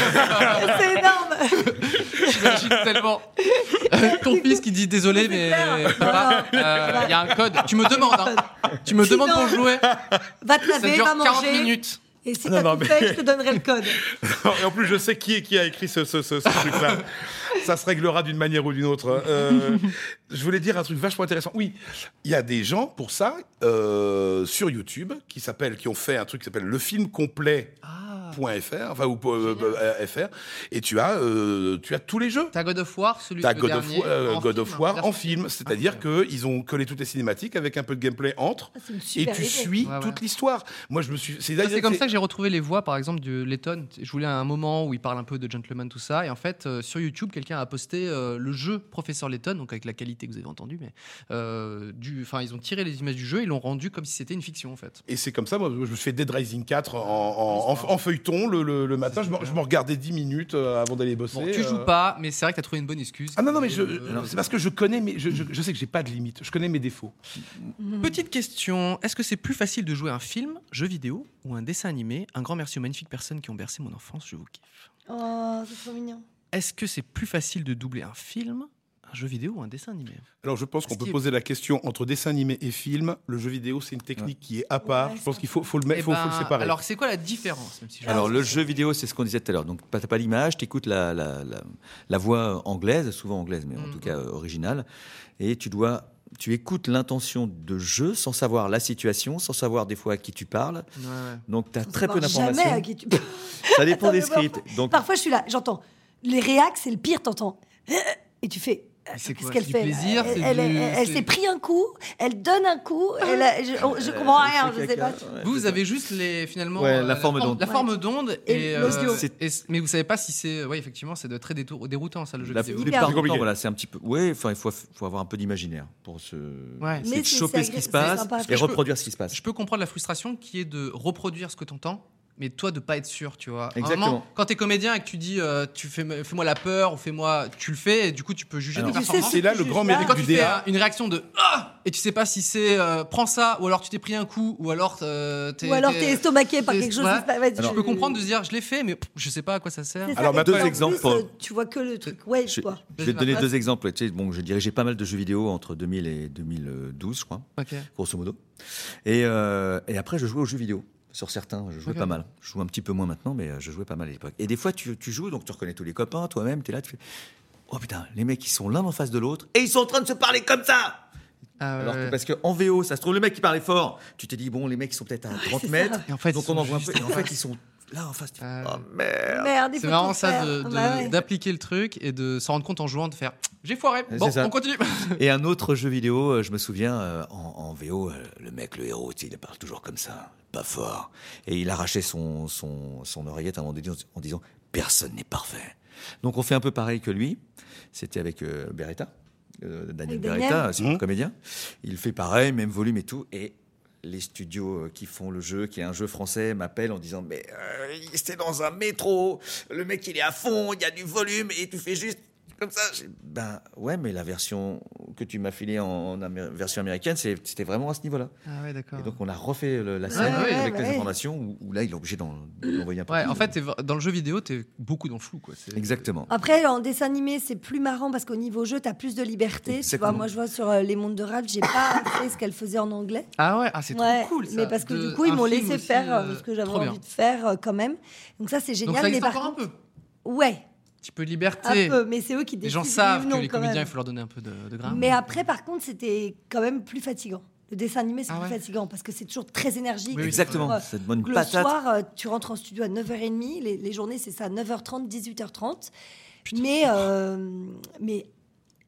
Speaker 8: c'est énorme.
Speaker 2: J'imagine tellement Euh, ton fils qui dit désolé, mais euh, papa, euh, il y a un code. Tu me demandes, hein. tu me demandes pour jouer.
Speaker 8: Va te
Speaker 2: Ça
Speaker 8: laver,
Speaker 2: dure
Speaker 8: va
Speaker 2: 40
Speaker 8: manger.
Speaker 2: minutes.
Speaker 8: Et si
Speaker 5: Non,
Speaker 8: t'as
Speaker 5: non,
Speaker 8: tout
Speaker 5: mais-
Speaker 8: fait, je te donnerai le code.
Speaker 5: Et en plus je sais qui est qui a écrit ce, ce- ce- ce truc-là. ça se réglera d'une manière ou d'une autre. Euh, je voulais dire un truc vachement intéressant. Oui, il y a des gens pour ça euh, sur YouTube qui s'appellent, qui ont fait un truc qui s'appelle le film complet. .fr, enfin, ou euh, euh, fr, et tu as, euh, tu as tous les jeux.
Speaker 2: T'as God of War, celui
Speaker 5: T'as
Speaker 2: le
Speaker 5: God, of,
Speaker 2: dernier,
Speaker 5: euh,
Speaker 2: en
Speaker 5: God
Speaker 2: film, hein.
Speaker 5: of War
Speaker 2: version
Speaker 5: en film, c'est-à-dire
Speaker 2: Ah,
Speaker 5: qu'ils ont collé toutes les cinématiques avec un peu de gameplay entre,
Speaker 2: c'est une
Speaker 5: et
Speaker 2: super
Speaker 5: tu
Speaker 2: idée.
Speaker 5: suis
Speaker 2: Ouais, ouais.
Speaker 5: toute l'histoire. Moi, je me suis.
Speaker 2: Ça, C'est comme ça que j'ai retrouvé les voix, par exemple, de Letton. Je voulais un moment où il parle un peu de gentleman, tout ça. Et en fait, euh, sur YouTube, quelqu'un a posté euh, le jeu Professeur Letton, donc avec la qualité que vous avez entendue, mais euh, du, enfin, ils ont tiré les images du jeu et l'ont rendu comme si c'était une fiction, en fait.
Speaker 5: Et c'est comme ça, moi, je me suis fait Dead Rising 4 en, en- en- en feuilleton le, le- le matin. Je me- je me regardais 10 minutes euh, avant d'aller bosser.
Speaker 2: Bon, tu
Speaker 5: euh.
Speaker 2: joues pas, Euh, mais c'est vrai que t'as trouvé une bonne excuse.
Speaker 5: Ah non, non, mais je, alors, c'est parce que je connais, mais je, je- je sais que j'ai pas de limite. Je connais mes défauts.
Speaker 2: Petite question, est-ce que c'est plus facile de jouer un film, jeu vidéo ou un dessin animé Un grand merci aux magnifiques personnes qui ont bercé mon enfance, je vous kiffe.
Speaker 8: Oh, c'est trop mignon.
Speaker 2: Est-ce que c'est plus facile de doubler un film, un jeu vidéo ou un dessin animé
Speaker 5: Alors, je pense qu'on peut
Speaker 2: qu'il-
Speaker 5: poser la question entre dessin animé et film. Le jeu vidéo, c'est une technique qui est à part. je pense qu'il faut, faut le,
Speaker 2: Eh
Speaker 5: mettre faut, faut
Speaker 2: ben,
Speaker 5: le séparer.
Speaker 2: Alors, c'est quoi la différence même si je-
Speaker 6: Alors le jeu vidéo, c'est ce qu'on disait tout à l'heure. Donc pas- t'as pas l'image, t'écoutes la, la, la, la voix anglaise, souvent anglaise, mais en tout cas euh, originale, et tu dois, tu écoutes l'intention de jeu sans savoir la situation, sans savoir des fois à qui tu parles.
Speaker 8: Ouais, ouais.
Speaker 6: Donc t'as
Speaker 8: On
Speaker 6: très peu
Speaker 8: savoir
Speaker 6: d'informations.
Speaker 8: jamais à qui tu-
Speaker 6: Ça dépend
Speaker 8: Attends,
Speaker 6: des
Speaker 8: mais moi,
Speaker 6: scripts. Donc
Speaker 8: Parfois, je suis là, j'entends. Les réacs, c'est le pire, t'entends. Et tu fais.
Speaker 2: C'est
Speaker 8: Qu'est-ce
Speaker 2: quoi
Speaker 8: qu'elle
Speaker 2: Du
Speaker 8: fait là
Speaker 2: plaisir,
Speaker 8: Elle,
Speaker 2: c'est
Speaker 8: elle-
Speaker 2: du-
Speaker 8: elle- elle
Speaker 2: c'est-
Speaker 8: s'est pris un coup, elle donne un coup. elle a- je, on- je
Speaker 6: euh,
Speaker 5: Euh,
Speaker 8: comprends rien, je sais pas.
Speaker 2: Vous, vous avez juste les finalement
Speaker 6: Ouais,
Speaker 2: euh,
Speaker 6: la forme d'onde.
Speaker 2: La forme d'onde
Speaker 8: Et
Speaker 2: et, euh,
Speaker 8: l'audio.
Speaker 2: et- mais vous savez pas si c'est ouais effectivement c'est de très détour- déroutant ça le jeu
Speaker 6: la
Speaker 2: vidéo.
Speaker 6: plupart du temps, voilà, c'est un petit peu. Oui, enfin, il faut, faut avoir un peu d'imaginaire pour se
Speaker 2: Ouais.
Speaker 6: essayer
Speaker 2: Mais
Speaker 6: de
Speaker 2: c'est-
Speaker 6: choper
Speaker 2: c'est
Speaker 6: ce qui se
Speaker 2: agré-
Speaker 6: passe
Speaker 2: c'est sympa.
Speaker 6: et
Speaker 2: Je peux-
Speaker 6: reproduire ce qui se passe.
Speaker 2: Je peux comprendre la frustration qui est de reproduire ce que t'entends, mais toi de pas être sûr, tu vois. À un
Speaker 6: Exactement.
Speaker 2: moment, quand t'es comédien et que tu dis euh, tu fais fais-moi la peur ou fais-moi tu le fais et du coup tu peux
Speaker 6: Ah
Speaker 2: juger
Speaker 5: Alors,
Speaker 2: tes
Speaker 5: tu sais
Speaker 2: performances.
Speaker 5: ce que C'est là tu le juges grand là.
Speaker 2: Mais quand
Speaker 5: mérite
Speaker 2: tu
Speaker 5: du
Speaker 2: fais
Speaker 5: DA.
Speaker 2: euh, une réaction de ah et tu sais pas si c'est euh, prends ça ou alors tu t'es pris un coup ou alors euh, t'es
Speaker 8: Ou alors t'es estomaqué par
Speaker 2: t'es-
Speaker 8: quelque chose.
Speaker 2: voilà.
Speaker 8: c'est pas- vas-y,
Speaker 2: je peux comprendre
Speaker 6: euh,
Speaker 2: de se dire je l'ai fait mais pff, je sais pas à quoi ça sert.
Speaker 8: C'est ça, et
Speaker 6: maintenant,
Speaker 8: puis en
Speaker 6: deux exemples
Speaker 8: plus, euh,
Speaker 6: pour-
Speaker 8: Tu vois que le truc wave,
Speaker 6: Je,
Speaker 8: quoi.
Speaker 6: je vais te donner deux exemples. Tu sais, bon, j'ai dirigé pas mal de jeux vidéo entre 2000 et 2012, je crois,
Speaker 2: Ok.
Speaker 6: grosso modo. Et, euh, et après, je jouais aux jeux vidéo. Sur certains, je jouais
Speaker 2: Ok.
Speaker 6: pas mal. Je joue un petit peu moins maintenant, mais euh, je jouais pas mal à l'époque. Et des fois, tu, tu joues, donc tu reconnais tous les copains, toi-même, tu es là, tu fais Oh putain, les mecs, ils sont l'un en face de l'autre et ils sont en train de se parler comme ça
Speaker 2: Ah
Speaker 6: Alors que, parce qu'en VO, ça se trouve, le mec qui parlait fort, tu t'es dit, bon, les mecs, ils sont peut-être à 30
Speaker 2: c'est ça. Euh.
Speaker 6: mètres.
Speaker 2: Et en fait,
Speaker 6: donc
Speaker 2: ils
Speaker 6: on en
Speaker 2: sont
Speaker 6: voit un peu.
Speaker 2: juste
Speaker 6: Et en
Speaker 2: en
Speaker 6: fait,
Speaker 2: face.
Speaker 6: ils sont là en face. tu fais, Oh merde
Speaker 8: Merde, il faut
Speaker 2: C'est marrant
Speaker 8: tout
Speaker 2: ça
Speaker 8: faire.
Speaker 2: de-
Speaker 8: Bah ouais.
Speaker 2: de- d'appliquer le truc et de s'en rendre compte en jouant de faire j'ai foiré.
Speaker 6: C'est
Speaker 2: Bon,
Speaker 6: ça.
Speaker 2: on continue.
Speaker 6: Et un autre jeu vidéo, euh, je me souviens, euh, en, en VO, euh, le mec, le héros, tu sais, il parle toujours comme ça, pas fort. Et il arrachait son, son, son oreillette à un moment donné en- en disant Personne n'est parfait. Donc on fait un peu pareil que lui. C'était avec euh, Beretta, euh, Daniel
Speaker 14: Avec Daniel.
Speaker 6: Beretta, c'est un comédien. Il fait pareil, même volume et tout. Et les studios euh, qui font le jeu, qui est un jeu français, m'appellent en disant Mais euh, c'était dans un métro, le mec il est à fond, il y a du volume et tu fais juste comme ça. J'ai- Ben ouais, mais la version que tu m'as filée en, en amé- version américaine, c'est- c'était vraiment à ce niveau-là.
Speaker 2: Ah ouais, d'accord.
Speaker 6: Et donc on a refait le- la
Speaker 2: Ouais,
Speaker 6: scène
Speaker 2: ouais,
Speaker 6: avec
Speaker 2: ouais,
Speaker 6: les
Speaker 2: ouais.
Speaker 6: informations où, où là il est obligé d'en- d'envoyer un peu.
Speaker 2: Ouais, en fait, Ah, t'es v- dans le jeu vidéo, t'es beaucoup dans le flou. Quoi. C'est-
Speaker 6: Exactement.
Speaker 8: Après, en dessin animé, c'est plus marrant parce qu'au niveau jeu, t'as plus de liberté. Tu vois,
Speaker 2: Exactement.
Speaker 8: moi, je vois sur euh, Les Mondes de Ralph, j'ai pas fait ce qu'elle faisait en anglais.
Speaker 2: Ah ouais, ah, c'est
Speaker 8: Ouais,
Speaker 2: trop cool. Ça.
Speaker 8: Mais parce que
Speaker 2: De-
Speaker 8: du coup, ils
Speaker 2: un
Speaker 8: m'ont
Speaker 2: film
Speaker 8: laissé
Speaker 2: aussi,
Speaker 8: faire euh,
Speaker 2: euh,
Speaker 8: ce que j'avais
Speaker 2: trop bien.
Speaker 8: envie de faire euh, quand même. Donc ça, c'est génial.
Speaker 2: ça
Speaker 8: mais
Speaker 2: existe
Speaker 8: par
Speaker 2: encore un
Speaker 8: contre, ouais.
Speaker 2: petit peu de liberté.
Speaker 8: Un peu, mais c'est eux qui
Speaker 2: Les gens
Speaker 8: décident oui ou
Speaker 2: savent que
Speaker 8: non,
Speaker 2: les
Speaker 8: quand
Speaker 2: comédiens,
Speaker 8: même.
Speaker 2: il faut leur donner un peu de, de grain.
Speaker 8: Mais après, par contre, c'était quand même plus fatigant. Le dessin animé, c'est
Speaker 2: Ah
Speaker 8: plus
Speaker 2: ouais. Ah
Speaker 8: fatigant parce que c'est toujours très énergique.
Speaker 2: Oui, oui,
Speaker 6: Exactement,
Speaker 8: Euh,
Speaker 6: ça demande une
Speaker 8: le
Speaker 6: patate.
Speaker 8: soir, euh, tu rentres en studio à 9h30. Les, les journées, c'est ça, 9h30, 18h30. Mais, euh, mais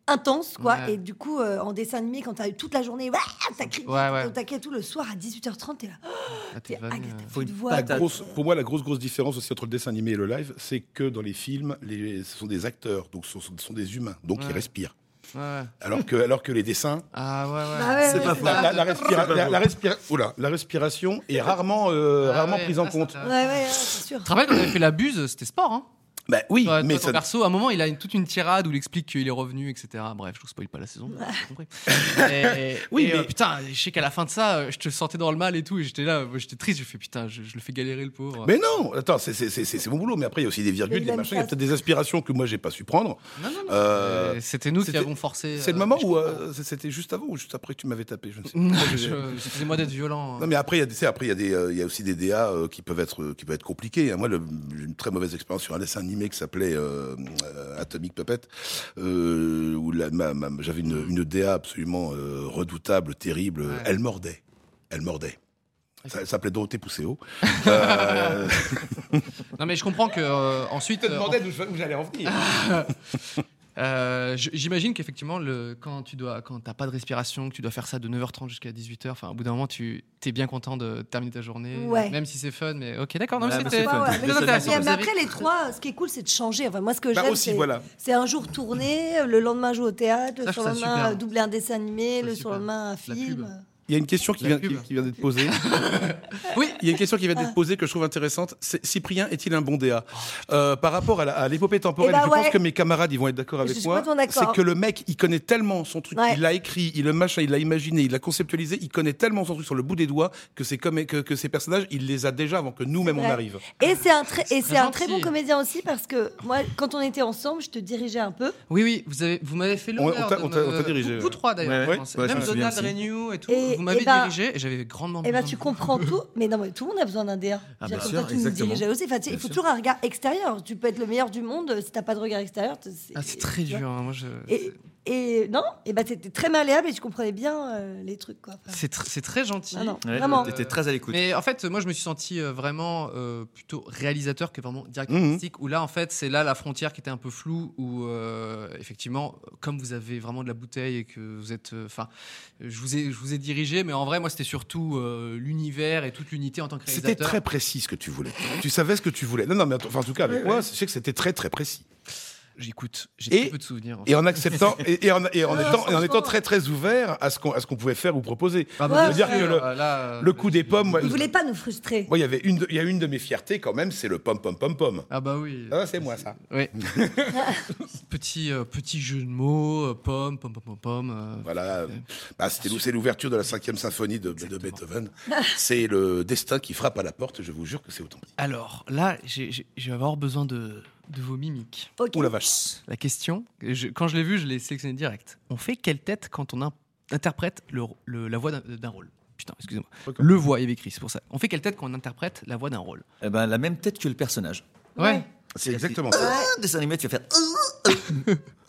Speaker 8: intense, quoi.
Speaker 2: Ouais.
Speaker 8: Et du coup, euh, en dessin animé, quand t'as eu toute la journée, ouais, t'as crié,
Speaker 5: Ouais, ouais.
Speaker 8: t'as taquet et tout, le soir à 18h30, t'es là. oh,
Speaker 2: Ah,
Speaker 8: t'es
Speaker 2: euh,
Speaker 8: agacé.
Speaker 5: Faut
Speaker 8: une
Speaker 5: une
Speaker 8: voix
Speaker 5: la
Speaker 8: de-
Speaker 5: grosse- pour moi, la grosse grosse différence aussi entre le dessin animé et le live, c'est que dans les films, les, ce sont des acteurs, donc ce sont, ce sont des humains, donc
Speaker 2: Ouais.
Speaker 5: ils respirent.
Speaker 2: Ouais.
Speaker 5: Alors que, alors que les dessins,
Speaker 2: Ah ouais, ouais.
Speaker 8: Bah ouais, C'est ouais, pas
Speaker 5: la,
Speaker 8: faux.
Speaker 5: la- la
Speaker 8: C'est
Speaker 5: respira-
Speaker 8: pas
Speaker 5: la-
Speaker 8: faux.
Speaker 5: la respira- oula, la respiration est rarement, euh, rarement
Speaker 2: Ah, ouais,
Speaker 5: prise en
Speaker 2: ça, c'est
Speaker 5: compte.
Speaker 8: Ouais, ouais, ouais, c'est sûr.
Speaker 2: Tu te rappelles quand on avait fait la buse, c'était sport, hein
Speaker 5: Bah oui,
Speaker 2: Toi,
Speaker 5: mais
Speaker 2: ton
Speaker 5: ça-
Speaker 2: perso, à un moment, il a une- toute une tirade où il explique qu'il est revenu, etc. Bref, je vous spoil pas la saison. vous avez compris. Et-
Speaker 17: Oui,
Speaker 2: et, euh,
Speaker 17: mais-
Speaker 2: putain, je sais qu'à la fin de ça, euh, je te sentais dans le mal et tout, et j'étais là, euh, j'étais triste. Je fais putain, je, je le fais galérer le pauvre.
Speaker 5: Mais non, attends, c'est- c'est c'est- c'est- c'est mon boulot. Mais après, il y a aussi des
Speaker 2: Mais
Speaker 5: virgules,
Speaker 2: il
Speaker 5: des
Speaker 2: a une
Speaker 5: machins, il y a
Speaker 2: phrase.
Speaker 5: peut-être des aspirations que moi, j'ai pas su prendre.
Speaker 2: Non, non, non.
Speaker 5: Euh,
Speaker 2: C'était nous qui
Speaker 5: c'était-
Speaker 2: avons forcé.
Speaker 5: C'est le
Speaker 2: euh,
Speaker 5: moment où euh, c'était juste avant ou juste après que tu m'avais tapé, je ne sais
Speaker 2: je- je- Excusez-moi d'être violent. hein.
Speaker 5: Non mais après il y a des- tu sais, après il y a des euh, il y a aussi des DA euh, qui peuvent être euh, qui peuvent être compliqués. hein. Moi le- j'ai une très mauvaise expérience sur un dessin animé qui s'appelait euh, euh, Atomic Puppet euh, où la- ma- ma- j'avais une, une DA absolument euh, redoutable, terrible. Elle mordait, elle mordait. Ça, elle s'appelait Dorothée Pousséo. Euh,
Speaker 2: Non mais je comprends que euh, ensuite.
Speaker 5: Je te demandais
Speaker 2: d'où j'allais en venir.
Speaker 5: Ah,
Speaker 2: Euh, J'imagine qu'effectivement, le- quand tu dois, quand t'as pas de respiration, que tu dois faire ça de 9h30 jusqu'à 18h, enfin, au bout d'un moment, tu es bien content de terminer ta journée,
Speaker 8: Ouais.
Speaker 2: même si c'est fun. Mais ok, d'accord, non,
Speaker 8: Ouais,
Speaker 2: mais
Speaker 8: mais c'est
Speaker 2: c'était
Speaker 8: fun. Ouais, ouais, mais
Speaker 2: très intéressant,
Speaker 8: Mais,
Speaker 2: vous
Speaker 8: mais
Speaker 2: avez-
Speaker 8: après les trois, ce qui est cool, c'est de changer. Enfin, moi, ce que
Speaker 2: Bah
Speaker 8: j'aime,
Speaker 2: aussi,
Speaker 8: c'est
Speaker 2: voilà.
Speaker 8: c'est un jour tourner, le lendemain jouer au théâtre,
Speaker 2: Ça,
Speaker 8: le
Speaker 2: je trouve ça
Speaker 8: surlendemain
Speaker 2: super.
Speaker 8: euh, doubler un dessin animé, le surlendemain un film.
Speaker 5: Il y a une question qui vient, qui, qui vient d'être posée. oui, il y a une question qui vient
Speaker 8: Ah.
Speaker 5: d'être posée que je trouve intéressante. C'est Cyprien est-il un bon DA Euh, Par rapport à la- à l'épopée temporelle,
Speaker 8: Eh ben
Speaker 5: je
Speaker 8: ouais.
Speaker 5: pense que mes camarades ils vont être d'accord
Speaker 8: Je
Speaker 5: avec
Speaker 8: suis
Speaker 5: moi.
Speaker 8: complètement d'accord.
Speaker 5: C'est que le mec, il connaît tellement son truc,
Speaker 8: Ouais.
Speaker 5: il l'a écrit, il le machin, il l'a imaginé, il l'a conceptualisé, il connaît tellement son truc sur le bout des doigts que c'est comme que, que ces personnages, il les a déjà avant que nous-mêmes on
Speaker 8: Ouais.
Speaker 5: arrive.
Speaker 8: Et c'est un très, et
Speaker 2: très
Speaker 8: c'est un très
Speaker 2: gentil.
Speaker 8: bon comédien aussi parce que moi, quand on était ensemble, je te dirigeais un peu.
Speaker 2: Oui, oui, vous avez- vous m'avez fait
Speaker 5: On- on
Speaker 2: l'honneur.
Speaker 5: t'a-
Speaker 2: de
Speaker 5: on t'a-
Speaker 2: me-
Speaker 5: on t'a dirigé,
Speaker 2: Vous,
Speaker 5: ouais.
Speaker 2: vous trois d'ailleurs.
Speaker 5: Ouais,
Speaker 2: je pense.
Speaker 5: ouais,
Speaker 2: Même
Speaker 5: je me souviens
Speaker 2: Donald
Speaker 5: aussi.
Speaker 2: Renew et tout.
Speaker 8: Et-
Speaker 2: vous m'avez
Speaker 8: et ben-
Speaker 2: dirigé et j'avais grandement.
Speaker 8: Et
Speaker 2: besoin
Speaker 8: ben
Speaker 2: de
Speaker 8: tu
Speaker 2: vous.
Speaker 8: comprends tout, mais non mais tout le monde a besoin d'un DA. Je
Speaker 2: Ah,
Speaker 8: veux dire,
Speaker 2: bien
Speaker 8: comme
Speaker 2: sûr,
Speaker 8: toi, tu nous
Speaker 2: exactement.
Speaker 8: dirigeais aussi. Enfin, tu sais, il
Speaker 2: Bien
Speaker 8: faut
Speaker 2: sûr.
Speaker 8: toujours un regard extérieur. Tu peux être le meilleur du monde euh, si t'as pas de regard extérieur. t- c'est-
Speaker 2: Ah, c'est très dur. hein, Moi, je.
Speaker 8: Et, et non, et bah t'étais très malléable et tu comprenais bien euh, les trucs quoi. Enfin,
Speaker 2: C'est tr- c'est très gentil.
Speaker 8: Ah Non, non, Ouais, vraiment.
Speaker 6: t'étais très à l'écoute.
Speaker 2: Mais en fait, moi, je me suis senti euh, vraiment euh, plutôt réalisateur que vraiment directeur
Speaker 6: Mhm.
Speaker 2: artistique. Où là, en fait, c'est là la frontière qui était un peu floue. Où euh, effectivement, comme vous avez vraiment de la bouteille et que vous êtes, euh, enfin, je vous ai, je vous ai dirigé, mais en vrai, moi, c'était surtout euh, l'univers et toute l'unité en tant que réalisateur.
Speaker 5: C'était très précis ce que tu voulais. tu savais ce que tu voulais. Non, non, mais attends, enfin, en tout cas, avec
Speaker 2: Ouais,
Speaker 5: moi,
Speaker 2: ouais.
Speaker 5: je sais que c'était très très précis.
Speaker 2: J'écoute. J'ai
Speaker 5: Et-
Speaker 2: très peu de souvenirs.
Speaker 5: Et en acceptant, et, et en, et en
Speaker 2: Ah,
Speaker 5: étant, et en étant
Speaker 2: franchement.
Speaker 5: très très ouvert à ce qu'on à ce qu'on pouvait faire ou proposer.
Speaker 2: Ah,
Speaker 8: bah,
Speaker 5: Je veux
Speaker 8: bien
Speaker 5: dire
Speaker 8: sûr.
Speaker 5: que le,
Speaker 2: Ah, là,
Speaker 5: le coup des pommes, moi,
Speaker 8: Il voulait pas nous frustrer.
Speaker 5: moi, il y avait une, de- il y a une de mes fiertés quand même, c'est le pom pom pom pom.
Speaker 2: Ah bah oui.
Speaker 5: Ah, c'est moi ça.
Speaker 2: Oui. petit, euh, petit jeu de mots, euh, pomme, pomme, pomme, pomme, pomme. euh,
Speaker 5: Voilà, euh, bah, c'était lou- c'est l'ouverture de la cinquième symphonie de, de Beethoven. C'est le destin qui frappe à la porte. Je vous jure que c'est autant.
Speaker 2: Alors là, j'ai- j'ai- je vais avoir besoin de, de vos mimiques.
Speaker 8: Ok.
Speaker 5: Ouh la vache.
Speaker 2: La question, je- quand je l'ai vue, je l'ai sélectionnée direct. On fait quelle tête quand on in- interprète le- le- la voix d'un- d'un rôle Putain, excusez-moi. Le voix, il y avait écrit, c'est pour ça. On fait quelle tête quand on interprète la voix d'un rôle
Speaker 6: Eh ben, la même tête que le personnage.
Speaker 2: Ouais.
Speaker 6: C'est
Speaker 5: exactement
Speaker 6: ça. dessin animé, tu vas faire.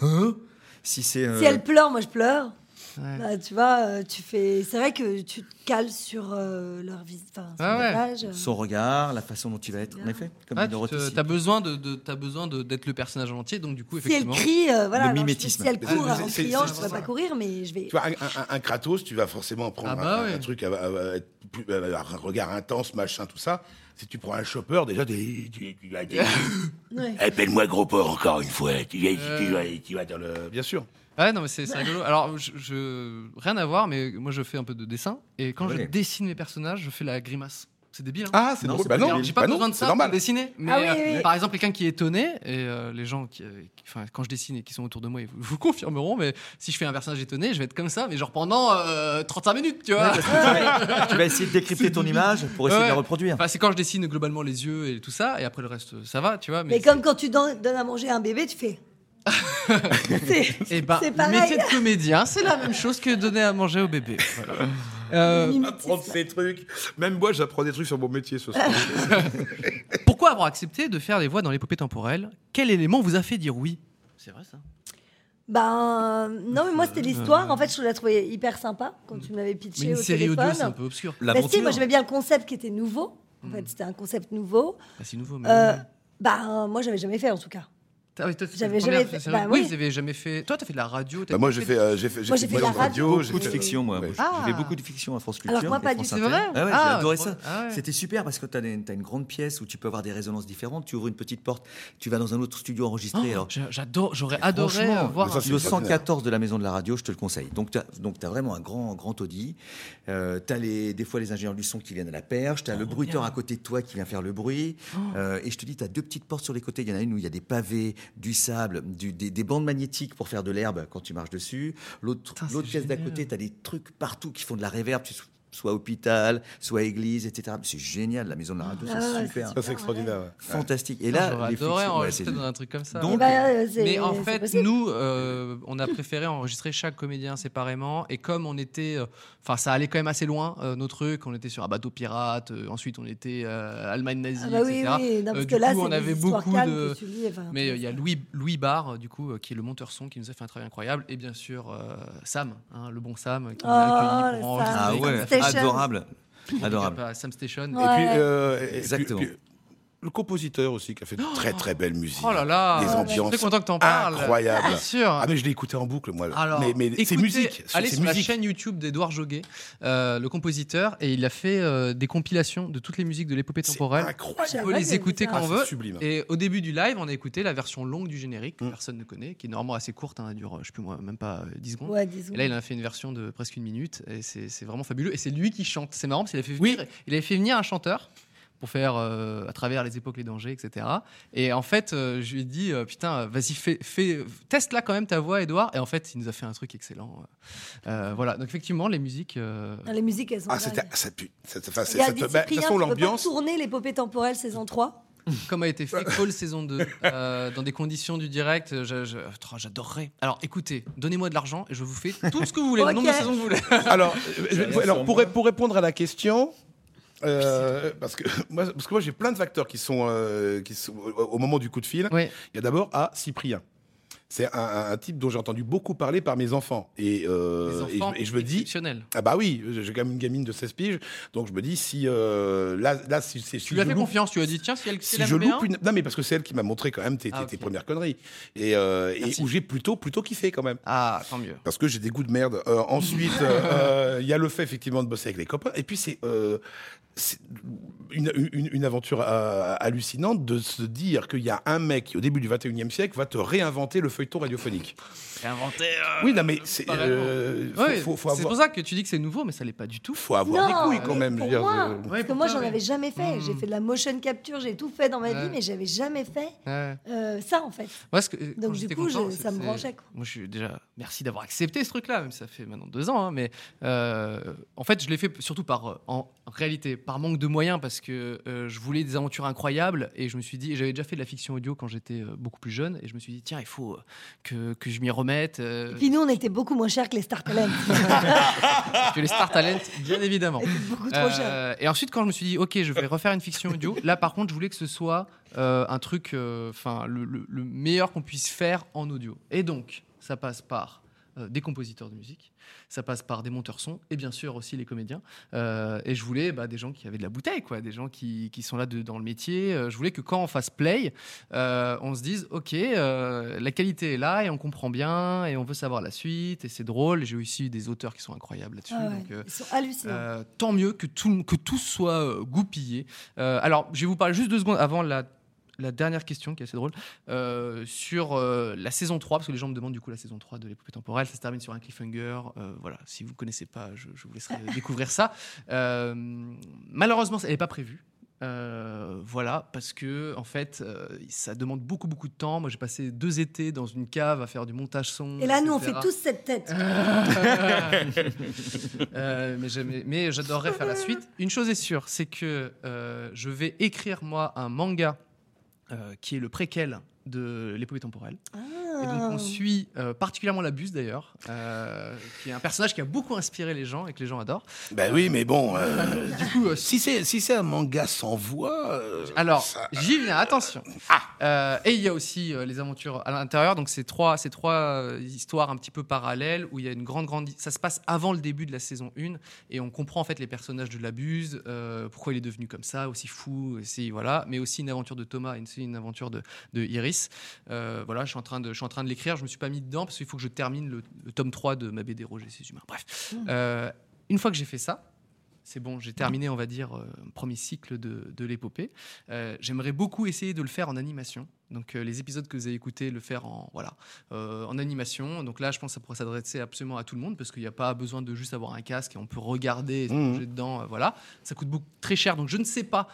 Speaker 6: Hein si c'est. euh,
Speaker 8: Si elle pleure, moi je pleure.
Speaker 2: Ouais.
Speaker 8: Bah, tu vois, euh, tu fais. C'est vrai que tu te cales sur euh, leur visage.
Speaker 2: Ah ouais.
Speaker 8: euh.
Speaker 6: Son regard, la façon dont il va être, en effet. Comme
Speaker 2: Ah,
Speaker 6: une
Speaker 2: tu te-
Speaker 6: neuroticisme.
Speaker 2: t'as besoin de, de- t'as besoin de- d'être le personnage en entier, donc du coup,
Speaker 8: Si elle
Speaker 2: effectivement.
Speaker 8: crie, euh, voilà.
Speaker 6: Le
Speaker 8: alors, je-
Speaker 6: mimétisme.
Speaker 8: Si elle court
Speaker 5: C'est-
Speaker 8: en
Speaker 5: c'est-
Speaker 8: criant,
Speaker 5: c'est-
Speaker 8: je ne pourrais pas courir, mais je vais.
Speaker 5: Tu vois, un, un- un Kratos, tu vas forcément prendre
Speaker 2: Ah bah
Speaker 5: un, un
Speaker 2: ouais.
Speaker 5: truc, à- à- à être plus- à- à un regard intense, machin, tout ça. Si tu prends un chopper, déjà, t'es- tu- tu vas dire,
Speaker 8: Ouais.
Speaker 5: Appelle-moi gros porc encore une fois. Tu vas, tu
Speaker 2: Euh.
Speaker 5: vas- tu vas dans le. Bien sûr.
Speaker 2: Ah Ouais, non, mais c'est c'est rigolo. Alors, je, je- rien à voir, mais moi, je fais un peu de dessin. Et quand je
Speaker 5: Ouais.
Speaker 2: dessine mes personnages, je fais la grimace. C'est débile. hein.
Speaker 5: Ah, c'est Non, drôle. c'est Bah non,
Speaker 2: J'ai pas
Speaker 5: bah non,
Speaker 2: besoin de
Speaker 5: c'est
Speaker 2: ça
Speaker 5: normal.
Speaker 2: pour dessiner. Mais
Speaker 8: Ah oui, oui,
Speaker 2: euh,
Speaker 8: oui.
Speaker 2: par exemple, quelqu'un qui est étonné, et euh, les gens qui, euh, qui- enfin, quand je dessine et qui sont autour de moi, ils vous, vous confirmeront. Mais si je fais un personnage étonné, je vais être comme ça, mais genre pendant euh, 35 minutes, tu vois.
Speaker 6: Ouais, parce que tu, vas, Ah, tu vas essayer de décrypter ton image pour essayer de la
Speaker 2: Ouais.
Speaker 6: reproduire.
Speaker 2: Enfin, c'est quand je dessine globalement les yeux et tout ça, et après le reste, ça va, tu vois.
Speaker 8: Mais comme quand tu don- donnes à manger à un bébé, tu fais.
Speaker 2: Eh ben,
Speaker 8: c'est
Speaker 2: le
Speaker 8: pareil.
Speaker 2: métier de comédien, c'est la même chose que donner à manger au bébé. Voilà. Euh,
Speaker 5: Apprendre ces trucs. Même moi, j'apprends des trucs sur mon métier ce soir.
Speaker 2: Pourquoi avoir accepté de faire les voix dans l'épopée temporelle Quel élément vous a fait dire oui C'est vrai ça
Speaker 8: Ben non, mais moi c'était l'histoire. En fait, je la trouvais hyper sympa quand tu me l'avais
Speaker 2: Mais
Speaker 8: pitché
Speaker 2: une
Speaker 8: au
Speaker 2: série
Speaker 8: téléphone.
Speaker 2: audio, c'est un peu Mm. obscur.
Speaker 8: Bah si, moi j'aimais bien le concept qui était nouveau. En fait, c'était un concept nouveau.
Speaker 2: Bah, c'est nouveau, mais.
Speaker 8: Euh, bah moi j'avais jamais fait en tout cas.
Speaker 2: Ah oui, toi, c'était
Speaker 8: J'avais
Speaker 2: la première,
Speaker 8: jamais fait-
Speaker 2: c'est vrai.
Speaker 8: bah
Speaker 2: oui,
Speaker 8: oui.
Speaker 2: vous avez jamais fait. Toi, t'as fait de la radio. t'as
Speaker 5: Bah, moi,
Speaker 2: fait-
Speaker 5: j'ai fait, euh, j'ai fait,
Speaker 8: Moi, j'ai fait de la
Speaker 5: beaucoup
Speaker 8: radio,
Speaker 5: j'ai
Speaker 8: j'ai
Speaker 5: fait-
Speaker 6: beaucoup de fiction, moi.
Speaker 5: Ouais.
Speaker 6: J'ai fait beaucoup de fiction à France Culture.
Speaker 8: Ah. Alors que moi, pas
Speaker 6: et
Speaker 8: du
Speaker 6: France
Speaker 8: tout.
Speaker 6: Inter.
Speaker 8: C'est vrai
Speaker 6: Ah ouais,
Speaker 8: Ah,
Speaker 6: J'ai adoré
Speaker 8: trop-
Speaker 6: ça. C'était super parce que tu as, une grande pièce où tu peux avoir des résonances différentes. Tu ouvres une petite porte, tu vas dans un autre studio enregistré.
Speaker 8: Ah.
Speaker 2: Oh,
Speaker 6: alors,
Speaker 2: j'a- j'adore, j'aurais adoré
Speaker 6: hein. Franchement,
Speaker 2: voir. un-
Speaker 6: le 114 de la Maison de la Radio, je te le conseille. Donc, tu as, vraiment un grand, grand audit. Euh, tu as les, des fois les ingénieurs du son qui viennent à la perche. Tu as le bruiteur à côté de toi qui vient faire le bruit. Euh, et je te dis, tu as deux petites portes sur les côtés. Il y en a une où il y a des pavés, du sable, du- des, des bandes magnétiques pour faire de l'herbe quand tu marches dessus. L'autre l'autre pièce d'à côté, tu as des trucs partout qui font de la réverb. Tu- soit hôpital, soit église, etc. C'est génial, la maison de la radio,
Speaker 8: Ah
Speaker 6: c'est
Speaker 8: ouais,
Speaker 6: super.
Speaker 8: c'est Ça, c'est
Speaker 5: extraordinaire.
Speaker 6: Fantastique. Et
Speaker 2: Ah,
Speaker 6: là,
Speaker 2: j'aurais
Speaker 6: les
Speaker 2: adoré
Speaker 6: fictions- ouais,
Speaker 2: enregistrer
Speaker 6: c'est-
Speaker 2: dans un truc comme ça.
Speaker 6: Donc,
Speaker 8: Eh ben, euh, c'est-
Speaker 2: mais en
Speaker 8: c'est
Speaker 2: fait,
Speaker 8: possible.
Speaker 2: nous, euh, on a préféré enregistrer chaque comédien séparément. Et comme on était. euh, Enfin, ça allait quand même assez loin, euh, nos trucs. On était sur un bateau pirate. euh, ensuite, on était euh, Allemagne nazie,
Speaker 8: Ah bah oui,
Speaker 2: etc.
Speaker 8: oui, non,
Speaker 2: Euh,
Speaker 8: parce
Speaker 2: du
Speaker 8: que là,
Speaker 2: coup,
Speaker 8: c'est
Speaker 2: on
Speaker 8: des
Speaker 2: avait
Speaker 8: histoires
Speaker 2: beaucoup
Speaker 8: calmes
Speaker 2: de.
Speaker 8: que tu lis, enfin,
Speaker 2: mais euh, il y a Louis, Louis Barre, euh, du coup, euh, qui est le monteur son, qui nous a fait un travail incroyable. Et bien sûr, euh, Sam, hein, le bon Sam, qui nous a
Speaker 8: Oh,
Speaker 2: accueillis pour
Speaker 8: le Sam.
Speaker 2: enregistrer.
Speaker 6: Ah ouais,
Speaker 8: Station.
Speaker 6: adorable.
Speaker 2: Big
Speaker 6: Adorable.
Speaker 2: up à Sam Station.
Speaker 5: Et puis, euh, et- et puis-
Speaker 6: Exactement.
Speaker 5: puis, le compositeur aussi qui a fait de très très belles musiques.
Speaker 2: Oh là là,
Speaker 5: Des
Speaker 2: je suis
Speaker 5: ambiances.
Speaker 2: très content que t'en parles.
Speaker 5: Incroyable.
Speaker 2: Bien sûr.
Speaker 5: Ah, mais je l'ai écouté en boucle, moi.
Speaker 2: Alors,
Speaker 5: Ah, mais mais c'est
Speaker 2: écoutez,
Speaker 5: musique.
Speaker 2: Allez
Speaker 5: c'est
Speaker 2: sur la
Speaker 5: musique.
Speaker 2: chaîne YouTube d'Edouard Joguet, euh, le compositeur, et il a fait euh, des compilations de toutes les musiques de l'épopée temporelle.
Speaker 5: incroyable.
Speaker 2: On peut les écouter quand
Speaker 5: Ah,
Speaker 2: on
Speaker 5: c'est
Speaker 2: veut.
Speaker 5: sublime.
Speaker 2: Et au début du live, on a écouté la version longue du générique,
Speaker 5: Mm.
Speaker 2: que personne ne connaît, qui est normalement assez courte, hein, elle dure, euh, je sais plus moi, même pas euh, 10 secondes.
Speaker 8: Ouais, 10
Speaker 2: Et
Speaker 8: secondes.
Speaker 2: là, il en a fait une version de presque une minute, et c'est c'est vraiment fabuleux. Et c'est lui qui chante. C'est marrant parce qu'il avait fait venir, il avait fait venir un chanteur pour faire euh, à travers les époques, les dangers, etc. Et en fait, euh, je lui ai dit, euh, putain, euh, vas-y, fais, fais, teste là quand même ta voix, Edouard. Et en fait, il nous a fait un truc excellent. Euh, voilà, donc effectivement, les musiques. euh,
Speaker 8: Non, les musiques, elles sont.
Speaker 5: Ah, c'était.
Speaker 8: dingues.
Speaker 5: ça pue. Ça te- enfin, c'est-
Speaker 8: Il y a
Speaker 5: ça te-
Speaker 8: des
Speaker 5: bah, De toute façon, l'ambiance.
Speaker 8: tourner l'épopée temporelle saison 3.
Speaker 2: comme a été fait Call saison 2 euh, dans des conditions du direct. euh, je- je- oh, J'adorerais. Alors écoutez, donnez-moi de l'argent et je vous fais tout ce que vous voulez, le nombre de
Speaker 5: Ok.
Speaker 2: saisons que vous voulez.
Speaker 5: Alors, euh, je- alors pour, ré- pour répondre à la question. euh, parce que moi, parce que moi j'ai plein de facteurs qui sont, euh, qui sont au- au moment du coup de fil. Il y a d'abord à Cyprien. C'est un- un, un type dont j'ai entendu beaucoup parler par mes enfants. Et, euh,
Speaker 2: Les enfants
Speaker 5: et je- et je me dis. Ah bah oui, j'ai quand même une gamine de 16 piges. Donc je me dis, si. euh, là, là, si, si,
Speaker 2: Tu lui as fait confiance, tu lui as dit tiens, si elle
Speaker 5: si
Speaker 2: si elle
Speaker 5: je
Speaker 2: aime bien,
Speaker 5: loupe une... Non, mais parce que c'est elle qui m'a montré quand même tes,
Speaker 2: Ah,
Speaker 5: tes- tes premières conneries. Et, euh, et où j'ai plutôt, plutôt kiffé quand même.
Speaker 2: Ah, tant mieux.
Speaker 5: Parce que j'ai des goûts de merde. Euh, ensuite, euh, euh, il y a le fait effectivement de bosser avec les copains. Et puis c'est. euh, c'est une, une- une aventure euh, hallucinante de se dire qu'il y a un mec qui, au début du 21e siècle, va te réinventer le feuilleton radiophonique.
Speaker 2: c'est inventé. euh,
Speaker 5: Oui, non, mais c'est.
Speaker 2: pas vraiment.
Speaker 5: euh, faut-
Speaker 2: Ouais,
Speaker 5: faut- faut
Speaker 2: C'est
Speaker 5: avoir-
Speaker 2: pour ça que tu dis que c'est nouveau, mais ça l'est pas du tout.
Speaker 5: Faut avoir
Speaker 8: Non,
Speaker 5: des couilles quand même. je veux
Speaker 8: Pour
Speaker 5: dire,
Speaker 8: moi,
Speaker 5: euh,
Speaker 8: parce que moi, j'en avais jamais fait. J'ai fait de la motion capture, j'ai tout fait dans ma
Speaker 2: hmm. Ouais.
Speaker 8: vie, mais j'avais jamais fait
Speaker 2: Ouais.
Speaker 8: euh, ça en fait.
Speaker 2: Moi, ce que- quand
Speaker 8: Donc du
Speaker 2: j'étais
Speaker 8: coup,
Speaker 2: content,
Speaker 8: je-
Speaker 2: c'est-
Speaker 8: ça me
Speaker 2: c'est-
Speaker 8: branchait. quoi.
Speaker 2: Moi, je suis déjà merci d'avoir accepté ce truc-là, même si ça fait maintenant deux ans. hein, mais euh, en fait, je l'ai fait surtout par euh, en réalité par manque de moyens parce que euh, je voulais des aventures incroyables et je me suis dit, j'avais déjà fait de la fiction audio quand j'étais euh, beaucoup plus jeune et je me suis dit tiens, il faut euh, que, que je m'y remette. euh,
Speaker 8: Puis nous, on était beaucoup moins chers que les Star Talents.
Speaker 2: que les Star Talent, bien évidemment.
Speaker 8: beaucoup trop cher.
Speaker 2: Euh, et ensuite, quand je me suis dit, ok, je vais refaire une fiction audio, là par contre, je voulais que ce soit euh, un truc, enfin, le, le- le meilleur qu'on puisse faire en audio. Et donc, ça passe par euh, des compositeurs de musique, ça passe par des monteurs son et bien sûr aussi les comédiens. Euh, et je voulais bah, des gens qui avaient de la bouteille, quoi, des gens qui, qui sont là de- dans le métier. Euh, je voulais que quand on fasse play, euh, on se dise ok, euh, la qualité est là et on comprend bien et on veut savoir la suite et c'est drôle. J'ai aussi des auteurs qui sont incroyables là-dessus.
Speaker 8: Ah ouais,
Speaker 2: donc, euh,
Speaker 8: Ils sont hallucinants.
Speaker 2: euh, tant mieux que tout, que tout soit euh, goupillé. Euh, alors, je vais vous parler juste deux secondes avant la, la dernière question qui est assez drôle euh, sur euh, la saison 3, parce que les gens me demandent du coup la saison 3 de l'épopée temporelle. Ça se termine sur un cliffhanger. Euh, voilà, si vous ne connaissez pas, je, je vous laisserai découvrir ça. Euh, malheureusement, elle n'est pas prévue. Euh, voilà, parce que en fait, euh, ça demande beaucoup beaucoup de temps. Moi, j'ai passé deux étés dans une cave à faire du montage son.
Speaker 8: Et là, nous, on
Speaker 2: etc.
Speaker 8: fait tous cette tête.
Speaker 2: Euh, mais j'aimais- mais j'adorerais faire la suite. Une chose est sûre, c'est que euh, je vais écrire moi un manga euh, qui est le préquel de l'épopée temporelle. Et donc, on suit euh, particulièrement la buse d'ailleurs, euh, qui est un personnage qui a beaucoup inspiré les gens et que les gens adorent.
Speaker 12: Ben oui, mais bon.
Speaker 2: Du coup, euh,
Speaker 12: si c'est si c'est un manga sans voix. euh,
Speaker 2: Alors,
Speaker 12: ça- ah.
Speaker 2: j'y viens, attention. Euh, et il y a aussi euh, les aventures à l'intérieur. Donc, c'est trois, c'est trois euh, histoires un petit peu parallèles où il y a une grande, grande. Ça se passe avant le début de la saison 1 et on comprend en fait les personnages de l'abuse, euh, pourquoi il est devenu comme ça, aussi fou, aussi, voilà. Mais aussi une aventure de Thomas et aussi une aventure de, de Iris. Euh, voilà, je suis en train de, je suis en train de l'écrire. Je me suis pas mis dedans parce qu'il faut que je termine le, le tome 3 de ma BD Roger et ses humains. Bref.
Speaker 8: Hmm.
Speaker 17: Mm.
Speaker 2: Euh, une fois que j'ai fait ça, c'est bon, j'ai terminé, on va dire, euh, un premier cycle de, de l'épopée. Euh, J'aimerais beaucoup essayer de le faire en animation. Donc, euh, les épisodes que vous avez écoutés, le faire en, voilà, euh, en animation. Donc là, je pense que ça pourrait s'adresser absolument à tout le monde parce qu'il n'y a pas besoin de juste avoir un casque et on peut regarder et se
Speaker 8: Hmm.
Speaker 17: Mhm.
Speaker 2: plonger dedans. euh, voilà. Ça coûte beaucoup, très cher. Donc, je ne sais pas.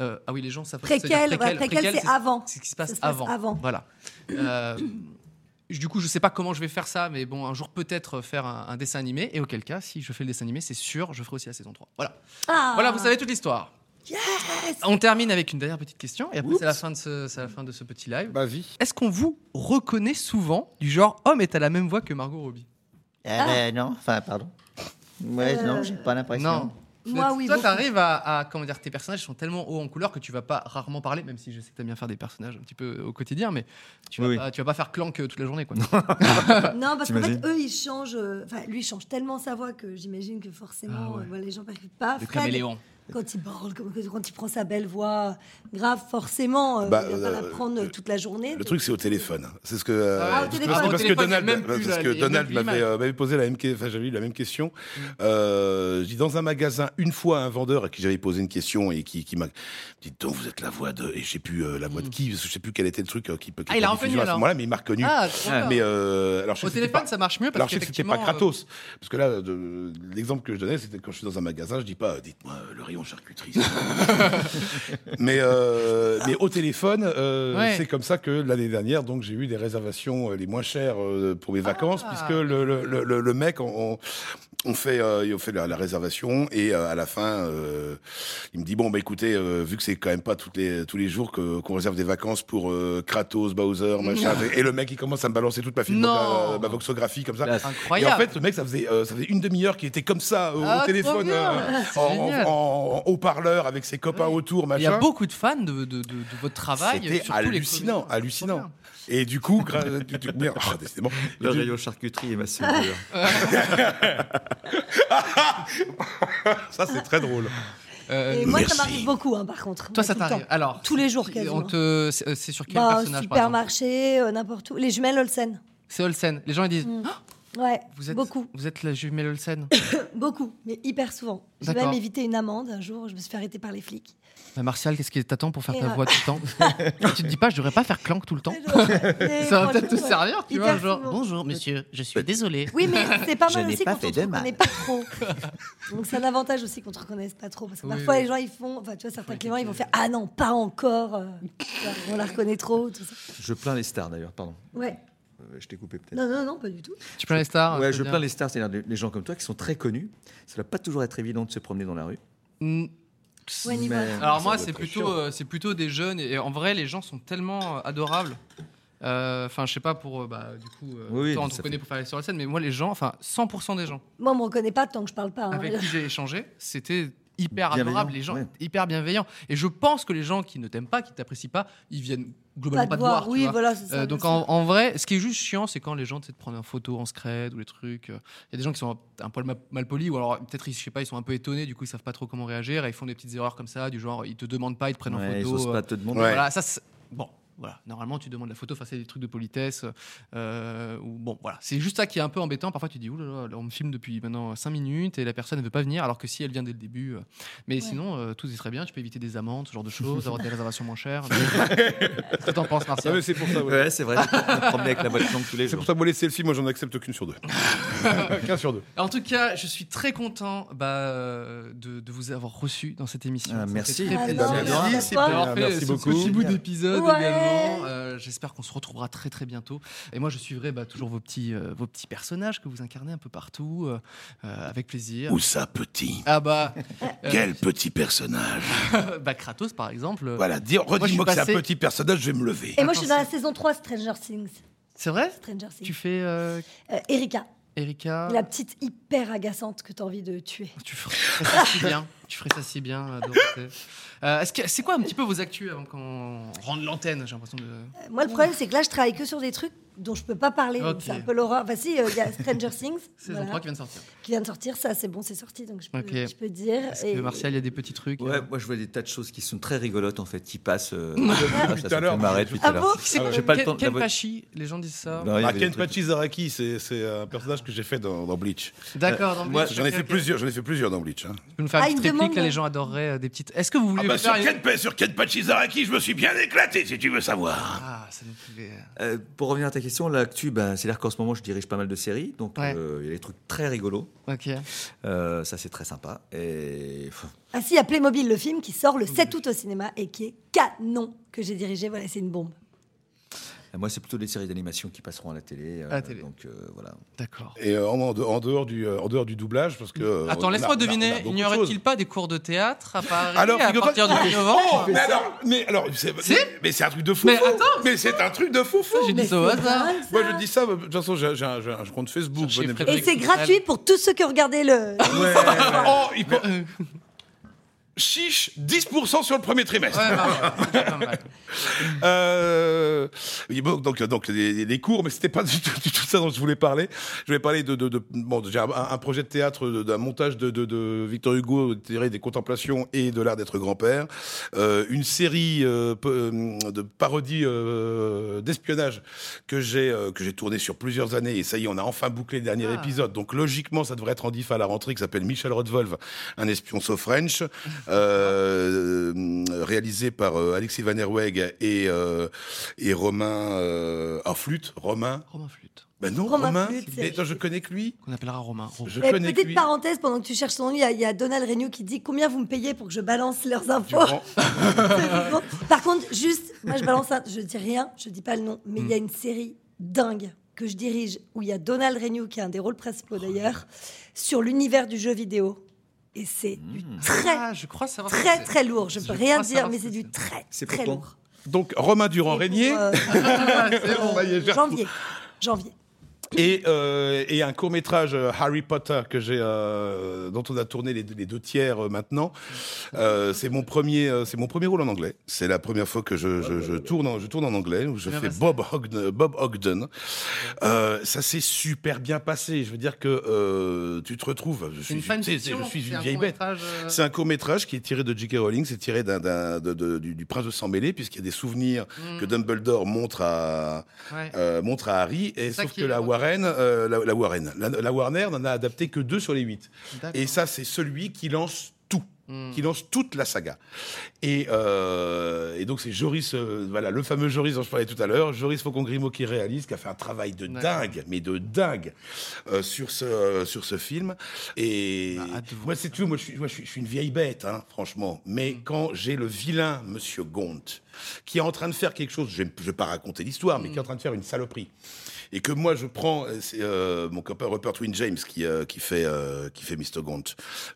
Speaker 2: euh, ah oui, les gens savent. ça veut dire
Speaker 8: Préquel, ouais, préquel, c'est avant.
Speaker 2: C'est ce qui se passe,
Speaker 8: Ça se passe
Speaker 2: avant.
Speaker 8: avant.
Speaker 2: Voilà. Euh, du coup, je sais pas comment je vais faire ça, mais bon, un jour peut-être faire un, un dessin animé. Et auquel cas, si je fais le dessin animé, c'est sûr, je ferai aussi la saison 3. Voilà.
Speaker 8: Ah.
Speaker 2: Voilà, vous savez toute l'histoire. On termine avec une dernière petite question et après c'est la fin de ce c'est la fin de ce petit live. Est-ce qu'on vous reconnaît souvent du genre homme est à la même voix que Margot Robbie
Speaker 8: Ah. euh,
Speaker 2: non, enfin pardon.
Speaker 8: Ouais, Euh, non, j'ai pas l'impression.
Speaker 2: Non.
Speaker 8: Moi,
Speaker 2: Mais
Speaker 8: oui,
Speaker 2: Toi
Speaker 8: beaucoup.
Speaker 2: t'arrives à, à- comment dire tes personnages sont tellement hauts en couleur que tu vas pas rarement parler même si je sais que t'aimes bien faire des personnages un petit peu au quotidien mais tu vas pas, tu vas pas faire clank euh, toute la journée quoi.
Speaker 8: Non, parce qu'en fait, eux, ils changent. euh, Enfin, lui, il change tellement sa voix que j'imagine que forcément,
Speaker 2: Ah ouais.
Speaker 8: euh, voilà, les gens n'arrivent pas.
Speaker 2: Le
Speaker 8: Fred,
Speaker 2: caméléon.
Speaker 8: Quand il parle, comme- quand il prend sa belle voix, grave, forcément, euh,
Speaker 5: Bah,
Speaker 8: il va pas la
Speaker 5: euh,
Speaker 8: prendre euh, toute la journée.
Speaker 5: Le truc, c'est au téléphone. C'est ce que. euh,
Speaker 8: Ah, au
Speaker 5: parce que-
Speaker 8: téléphone.
Speaker 5: parce
Speaker 8: Ah,
Speaker 5: que
Speaker 8: au téléphone,
Speaker 5: Donald,
Speaker 8: il y a même
Speaker 5: parce
Speaker 8: plus la-
Speaker 5: que
Speaker 8: il y a même
Speaker 5: Donald
Speaker 8: plus
Speaker 5: m'avait
Speaker 8: l'image. Mm.
Speaker 5: euh, m'avait posé la même, que- enfin, j'avais eu la même question. Euh, je dis dans un magasin une fois un vendeur à qui j'avais posé une question et qui, qui m'a dit donc vous êtes la voix de et j'ai plus euh, la
Speaker 8: Mm.
Speaker 5: voix de qui parce que je sais plus quel était le truc euh, qui peut. qui
Speaker 2: Ah,
Speaker 5: était
Speaker 2: il a
Speaker 5: en
Speaker 2: reconnu,
Speaker 5: diffusion à ce
Speaker 2: alors.
Speaker 5: moment-là, mais il m'a reconnu.
Speaker 2: Ah, trop bien.
Speaker 5: mais euh, alors je sais
Speaker 2: Au
Speaker 5: que c'était
Speaker 2: téléphone,
Speaker 5: pas-
Speaker 2: ça marche mieux parce
Speaker 5: alors, je sais que c'était pas
Speaker 2: qu'effectivement,
Speaker 5: Kratos parce que là de- l'exemple que je donnais c'était quand je suis dans un magasin je dis pas euh, dites-moi euh, le rayon charcuterie. mais euh, mais au téléphone euh,
Speaker 2: Ouais.
Speaker 5: c'est comme ça que l'année dernière donc j'ai eu des réservations euh, les moins chères euh, pour mes
Speaker 2: Ah.
Speaker 5: vacances puisque le, le- le- le- le mec on, on- on fait euh, on fait la, la réservation et euh, à la fin euh, il me dit bon bah écoutez euh, vu que c'est quand même pas toutes les tous les jours que qu'on réserve des vacances pour euh, Kratos Bowser machin
Speaker 2: Non.
Speaker 5: et, et le mec il commence à me balancer toute ma film
Speaker 2: Non.
Speaker 5: euh, ma, ma voxographie comme ça
Speaker 2: euh, Incroyable.
Speaker 5: et en fait le mec ça faisait euh, ça faisait une demi-heure qu'il était comme ça euh,
Speaker 2: Ah,
Speaker 5: au
Speaker 2: trop
Speaker 5: téléphone
Speaker 2: bien.
Speaker 5: euh,
Speaker 2: C'est
Speaker 5: en, en-
Speaker 2: génial.
Speaker 5: en- en haut-parleur avec ses copains autour machin
Speaker 2: Il y a beaucoup de fans de, de- de- de votre travail.
Speaker 5: c'était
Speaker 2: surtout les
Speaker 5: hallucinant, hallucinant. Et du coup, gra- du- du- merde, ah, décidément.
Speaker 6: Le
Speaker 5: Du-
Speaker 6: rayon charcuterie est ma sourire.
Speaker 5: Ça, c'est très drôle. euh,
Speaker 8: Et moi, ça m'arrive beaucoup, hein, par contre. Mais
Speaker 2: Toi, Euh, ça
Speaker 8: tout le
Speaker 2: t'arrive.
Speaker 8: temps.
Speaker 2: Alors,
Speaker 8: Tous les jours,
Speaker 2: on
Speaker 8: quasiment.
Speaker 2: te- c'est euh, c'est sur quel
Speaker 8: Bah,
Speaker 2: personnage par exemple
Speaker 8: supermarché, euh, n'importe où. Les jumelles Olsen.
Speaker 2: C'est Olsen. Les gens ils disent Ah,
Speaker 8: Mm. Ouais,
Speaker 2: vous êtes
Speaker 8: beaucoup,
Speaker 2: vous êtes la jumelle Olsen.
Speaker 8: beaucoup, mais hyper souvent. J'ai
Speaker 2: D'accord.
Speaker 8: même évité une amende un jour, je me suis fait arrêter par les flics.
Speaker 2: Bah, Martial, qu'est-ce qui t'attend pour faire
Speaker 8: Et
Speaker 2: ta
Speaker 8: euh-
Speaker 2: voix tout le temps Tu te dis pas je devrais pas faire clank tout le temps Ça va peut-être te
Speaker 8: franchement,
Speaker 2: servir, tu
Speaker 8: hyper
Speaker 2: vois, genre
Speaker 8: souvent.
Speaker 2: bonjour monsieur, je suis désolé.
Speaker 8: Oui, mais c'est pas
Speaker 2: Je
Speaker 8: mal
Speaker 2: n'ai
Speaker 8: aussi
Speaker 2: pas
Speaker 8: quand
Speaker 2: fait
Speaker 8: on
Speaker 2: de
Speaker 8: te
Speaker 2: mal.
Speaker 8: reconnaît pas trop. Donc c'est un avantage aussi qu'on te reconnaisse pas trop, parce que
Speaker 2: Oui,
Speaker 8: parfois
Speaker 2: oui.
Speaker 8: les gens ils font, enfin tu vois certains clients ils vont faire ah non pas encore, euh, tu vois, on la reconnaît trop, tout ça.
Speaker 6: Je plains les stars d'ailleurs, pardon.
Speaker 8: Ouais.
Speaker 6: Euh, Je t'ai coupé peut-être. Ah,
Speaker 8: Non non non pas du tout.
Speaker 2: Tu plains les stars
Speaker 6: Ouais,
Speaker 2: ça
Speaker 6: je
Speaker 2: veut dire-
Speaker 6: plains les stars, c'est-à-dire les- les gens comme toi qui sont très connus. Ça va pas toujours être évident de se promener dans la rue.
Speaker 2: Mm.
Speaker 6: Ouais, niveau- Mais-
Speaker 2: Alors
Speaker 6: ça
Speaker 2: moi,
Speaker 6: doit
Speaker 2: c'est
Speaker 6: être
Speaker 2: plutôt,
Speaker 6: chiant.
Speaker 2: euh, c'est plutôt des jeunes. Et, et en vrai, les gens sont tellement euh, adorables. Euh, Enfin, je sais pas pour euh, bah, du coup, euh,
Speaker 6: Oui, oui,
Speaker 2: toi, on
Speaker 6: ça
Speaker 2: te
Speaker 6: fait-
Speaker 2: connaît pour faire les sur la scène, mais moi, les gens, enfin, 100% des gens
Speaker 8: Moi on me reconnaît pas tant que je parle pas. hein.
Speaker 2: avec qui j'ai échangé, c'était hyper
Speaker 6: Bienveillant,
Speaker 2: adorable, les gens
Speaker 6: ouais.
Speaker 2: hyper bienveillants. Et je pense que les gens qui ne t'aiment pas, qui t'apprécient pas, ils viennent globalement
Speaker 8: Pas
Speaker 2: pas
Speaker 8: te
Speaker 2: te
Speaker 8: voir,
Speaker 2: voir. tu
Speaker 8: oui,
Speaker 2: vois.
Speaker 8: voilà, c'est ça,
Speaker 2: Euh, donc
Speaker 8: bien
Speaker 2: en,
Speaker 8: sûr.
Speaker 2: en vrai, ce qui est juste chiant, c'est quand les gens, tu sais, te prendre en photo en secret ou les trucs. euh, Il y a des gens qui sont un poil ma- mal polis ou alors peut-être, ils- je sais pas, ils sont un peu étonnés, du coup, ils savent pas trop comment réagir et ils font des petites erreurs comme ça, du genre, ils te demandent pas, ils te prennent
Speaker 6: Ouais,
Speaker 2: en
Speaker 6: ils
Speaker 2: photo.
Speaker 6: osent
Speaker 2: euh,
Speaker 6: pas te demander.
Speaker 2: Voilà,
Speaker 6: Ouais.
Speaker 2: ça, c'est- bon. Voilà, normalement tu demandes la photo, enfin c'est des trucs de politesse. euh, ou bon, voilà, c'est juste ça qui est un peu embêtant. Parfois tu dis, Ouh là là, on me filme depuis maintenant 5 minutes et la personne ne veut pas venir, alors que si elle vient dès le début. euh, Mais sinon, euh, tout est très bien, tu peux éviter des amendes, ce genre de choses, avoir des réservations moins chères. Qu'est-ce que t'en penses, Martial
Speaker 5: Ah, mais c'est pour ça, ouais.
Speaker 2: Euh,
Speaker 6: Ouais, c'est vrai, je me promenais avec la voix de Clank tous les
Speaker 5: C'est
Speaker 6: jours.
Speaker 5: pour ça que moi, les selfies, moi, j'en accepte qu'une sur deux. Qu'un sur deux.
Speaker 2: En tout cas, je suis très content bah, euh, de, de vous avoir reçu dans cette émission.
Speaker 6: Ah,
Speaker 2: Ça me
Speaker 6: merci.
Speaker 2: fait très
Speaker 6: Ah,
Speaker 2: plaisir.
Speaker 6: non, merci,
Speaker 2: Merci,
Speaker 6: c'est
Speaker 2: pour
Speaker 6: pas-
Speaker 2: avoir fait
Speaker 6: Merci
Speaker 2: ce
Speaker 6: beaucoup.
Speaker 2: petit bout d'épisode
Speaker 6: Ouais.
Speaker 2: également. Euh, J'espère qu'on se retrouvera très très bientôt. Et moi, je suivrai bah, toujours vos petits, euh, vos petits personnages que vous incarnez un peu partout, euh, euh, avec plaisir.
Speaker 9: Où ça, petit
Speaker 2: Ah bah. euh,
Speaker 9: Quel petit personnage
Speaker 2: bah, Kratos, par exemple.
Speaker 9: Voilà, dis-
Speaker 2: Moi, je suis
Speaker 9: redis-moi que c'est
Speaker 2: passé-
Speaker 9: un petit personnage, je vais me lever.
Speaker 8: Et moi je suis dans la saison 3 Stranger Things.
Speaker 2: C'est vrai
Speaker 8: Stranger Things.
Speaker 2: Tu Ah. fais euh,
Speaker 8: Euh, Erika,
Speaker 2: Erika.
Speaker 8: la petite hyper agaçante que t'as envie de tuer.
Speaker 2: Tu ferais ça si bien. Tu ferais ça si bien, euh, Dorothée. Euh, est-ce que c'est quoi un petit peu vos actus avant qu'on rende l'antenne J'ai l'impression de.
Speaker 8: Euh, Moi, le problème, c'est que là, je travaille que sur des trucs dont je peux pas parler. donc
Speaker 2: Ok.
Speaker 8: C'est un peu l'horreur. Enfin, si, euh, il y a Stranger Things.
Speaker 2: Saison
Speaker 8: voilà,
Speaker 2: 3 qui vient de sortir.
Speaker 8: qui vient de sortir. Ça, c'est bon, c'est sorti, donc je peux,
Speaker 6: Ok.
Speaker 8: je peux dire. Et-
Speaker 2: il y a des petits trucs. euh.
Speaker 6: Ouais, moi je vois des tas de choses qui sont très rigolotes en fait, qui passent. euh,
Speaker 2: Ah,
Speaker 6: ça, ça me fait marrer
Speaker 8: Ah
Speaker 6: depuis tout à l'heure.
Speaker 2: C'est quoi
Speaker 6: J'ai pas le temps de la
Speaker 2: Ken
Speaker 6: voir.
Speaker 2: Pachi, les gens disent ça.
Speaker 5: Ah, Ken Pachizaraki, c'est c'est un personnage que j'ai fait dans, dans Bleach.
Speaker 2: D'accord, dans
Speaker 5: Euh,
Speaker 2: Bleach,
Speaker 5: moi, J'en ai
Speaker 2: ok,
Speaker 5: fait
Speaker 2: ok.
Speaker 5: plusieurs, j'en ai fait plusieurs dans Bleach. hein.
Speaker 2: Tu peux nous faire
Speaker 8: Ah,
Speaker 2: une petite
Speaker 8: il me
Speaker 2: réplique, là,
Speaker 8: demande-
Speaker 2: les gens adoreraient euh, des petites. Est-ce que vous
Speaker 5: Ah
Speaker 2: voulez
Speaker 5: bah, sur,
Speaker 2: faire une-
Speaker 5: Ken, sur Ken Pachizaraki, je me suis bien éclaté, si tu veux savoir.
Speaker 2: Ah, ça nous plaît.
Speaker 6: Euh, pour revenir à ta question, l'actu, bah, c'est-à-dire qu'en ce moment je dirige pas mal de séries, donc euh,
Speaker 2: Ouais.
Speaker 6: il y a des trucs très rigolos.
Speaker 2: Ok.
Speaker 6: Euh, ça c'est très sympa. Et
Speaker 8: Ah si, il y a Playmobil, le film qui sort le 7 août au cinéma et qui est canon, que j'ai dirigé. Voilà, c'est une bombe.
Speaker 6: moi c'est plutôt des séries d'animation qui passeront à la télé. euh,
Speaker 2: À la télé.
Speaker 6: Donc euh, voilà.
Speaker 2: D'accord.
Speaker 5: Et euh, en, en de- en dehors du, euh, en dehors du doublage, parce que. euh, on
Speaker 2: Mmh. Attends,
Speaker 5: a- on
Speaker 2: laisse-moi
Speaker 5: a- on a
Speaker 2: deviner,
Speaker 5: beaucoup
Speaker 2: il
Speaker 5: de
Speaker 2: n'y
Speaker 5: choses.
Speaker 2: aurait-il pas des cours de théâtre à Paris
Speaker 5: Alors,
Speaker 2: à
Speaker 5: figure-toi-
Speaker 2: partir du 8 novembre
Speaker 5: Mais alors, mais alors, c'est
Speaker 2: Si
Speaker 5: mais- mais c'est un truc de fou.
Speaker 2: Mais
Speaker 5: fou.
Speaker 2: attends,
Speaker 5: mais c'est un truc de fou fou.
Speaker 2: j'ai dit Mais ça au c'est hasard. dingue, ça.
Speaker 5: Moi je dis ça, mais de toute façon j'ai j'ai un, j'ai un compte Facebook. venez me-
Speaker 8: Et c'est gratuit pour tous ceux qui ont regardé le...
Speaker 5: Ouais. oh, il peut- Chiche, 10% sur le premier trimestre. Euh, oui, bon, donc, donc les, les cours, mais c'était pas du tout, du tout ça dont je voulais parler. Je voulais parler de, de, de- bon, j'ai un, un projet de théâtre, de- d'un montage de, de, de Victor Hugo tiré des contemplations et de l'art d'être grand-père, Euh, une série euh, pe- euh, de parodies euh, d'espionnage que j'ai euh, que j'ai tourné sur plusieurs années et ça y est, on a enfin bouclé le dernier
Speaker 12: Ah.
Speaker 5: épisode. Donc logiquement, ça devrait être en diff à la rentrée qui s'appelle Michel Rodvolve, un espion so French, euh, réalisé par euh, Alexis Van Herweg et euh, et Romain euh, ah, flûte, Romain.
Speaker 2: Romain Flûte.
Speaker 5: Ben non,
Speaker 8: Romain
Speaker 5: Romain.
Speaker 8: Flûte, c'est-
Speaker 5: mais attends, je connais que lui.
Speaker 2: On appellera Romain.
Speaker 5: Je
Speaker 8: Mais
Speaker 5: connais que
Speaker 8: Eh, petite
Speaker 5: lui.
Speaker 8: parenthèse, pendant que tu cherches son nom, il y, a- il y a Donald Regnault qui dit combien vous me payez pour que je balance leurs infos. Par contre, juste, moi je balance ça, je dis rien, je dis pas le nom, mais il y
Speaker 5: Hmm.
Speaker 8: a une série dingue que je dirige où il y a Donald Regnault qui a un des rôles principaux
Speaker 5: Oh,
Speaker 8: d'ailleurs sur l'univers du jeu vidéo. Et c'est
Speaker 5: Hmm.
Speaker 8: du très,
Speaker 2: Ah, je crois savoir ce que
Speaker 8: très,
Speaker 2: c'est.
Speaker 8: très lourd. Je
Speaker 2: Je
Speaker 8: peux rien
Speaker 2: crois
Speaker 8: dire,
Speaker 2: savoir
Speaker 8: mais
Speaker 2: ce
Speaker 8: c'est
Speaker 2: que
Speaker 8: du très,
Speaker 5: C'est
Speaker 8: très
Speaker 5: pourtant-
Speaker 8: lourd.
Speaker 5: Donc Romain Durand Régnier.
Speaker 8: Euh,
Speaker 5: Ça y est, j'ai
Speaker 8: janvier, janvier.
Speaker 5: Et, euh, et un court métrage Harry Potter que j'ai, euh, dont on a tourné les, deux- les deux tiers euh, maintenant. Euh, c'est mon premier, euh, c'est mon premier rôle en anglais. C'est la première fois que je, je, je tourne, en, je tourne en anglais où je
Speaker 2: Bien
Speaker 5: fais
Speaker 2: passé.
Speaker 5: Bob Ogden. Bob Ogden. Euh, ça s'est super bien passé. Je veux dire que euh, tu te retrouves. Je suis,
Speaker 2: C'est euh, une fan
Speaker 5: tu sais, je suis une vieille bête. C'est
Speaker 2: C'est
Speaker 5: un court métrage qui est tiré de J.K. Rowling, c'est tiré d'un, d'un- de- de- du, du Prince de Sang Mêlé, puisqu'il y a des souvenirs
Speaker 2: Mm.
Speaker 5: que Dumbledore montre à,
Speaker 2: Ouais.
Speaker 5: euh, montre à Harry, et
Speaker 2: ça
Speaker 5: sauf
Speaker 2: qui
Speaker 5: que
Speaker 2: est-
Speaker 5: la Warren, euh, la, la Warren, la, la Warner n'en a adapté que deux sur les huit.
Speaker 2: D'accord.
Speaker 5: Et ça, c'est celui qui lance tout.
Speaker 2: Mm.
Speaker 5: Qui lance toute la saga. Et, euh, et donc, c'est Joris, euh, voilà, le fameux Joris dont je parlais tout à l'heure, Joris Faucon-Grimaud qui réalise, qui a fait un travail de
Speaker 2: D'accord.
Speaker 5: dingue, mais de dingue, euh, sur, ce, euh, sur ce film. Et
Speaker 2: Bah,
Speaker 5: moi, c'est tout. Moi, je suis, moi, je suis- je suis une vieille bête, hein, franchement. Mais
Speaker 2: Mm.
Speaker 5: quand j'ai le vilain Monsieur Gont, qui est en train de faire quelque chose, je ne vais pas raconter l'histoire, mais qui est
Speaker 2: Mm.
Speaker 5: en train de faire une saloperie. Et que moi, je prends, euh, c'est euh, mon copain Rupert Twin James qui, euh, qui, fait, euh, qui fait Mr. Gaunt.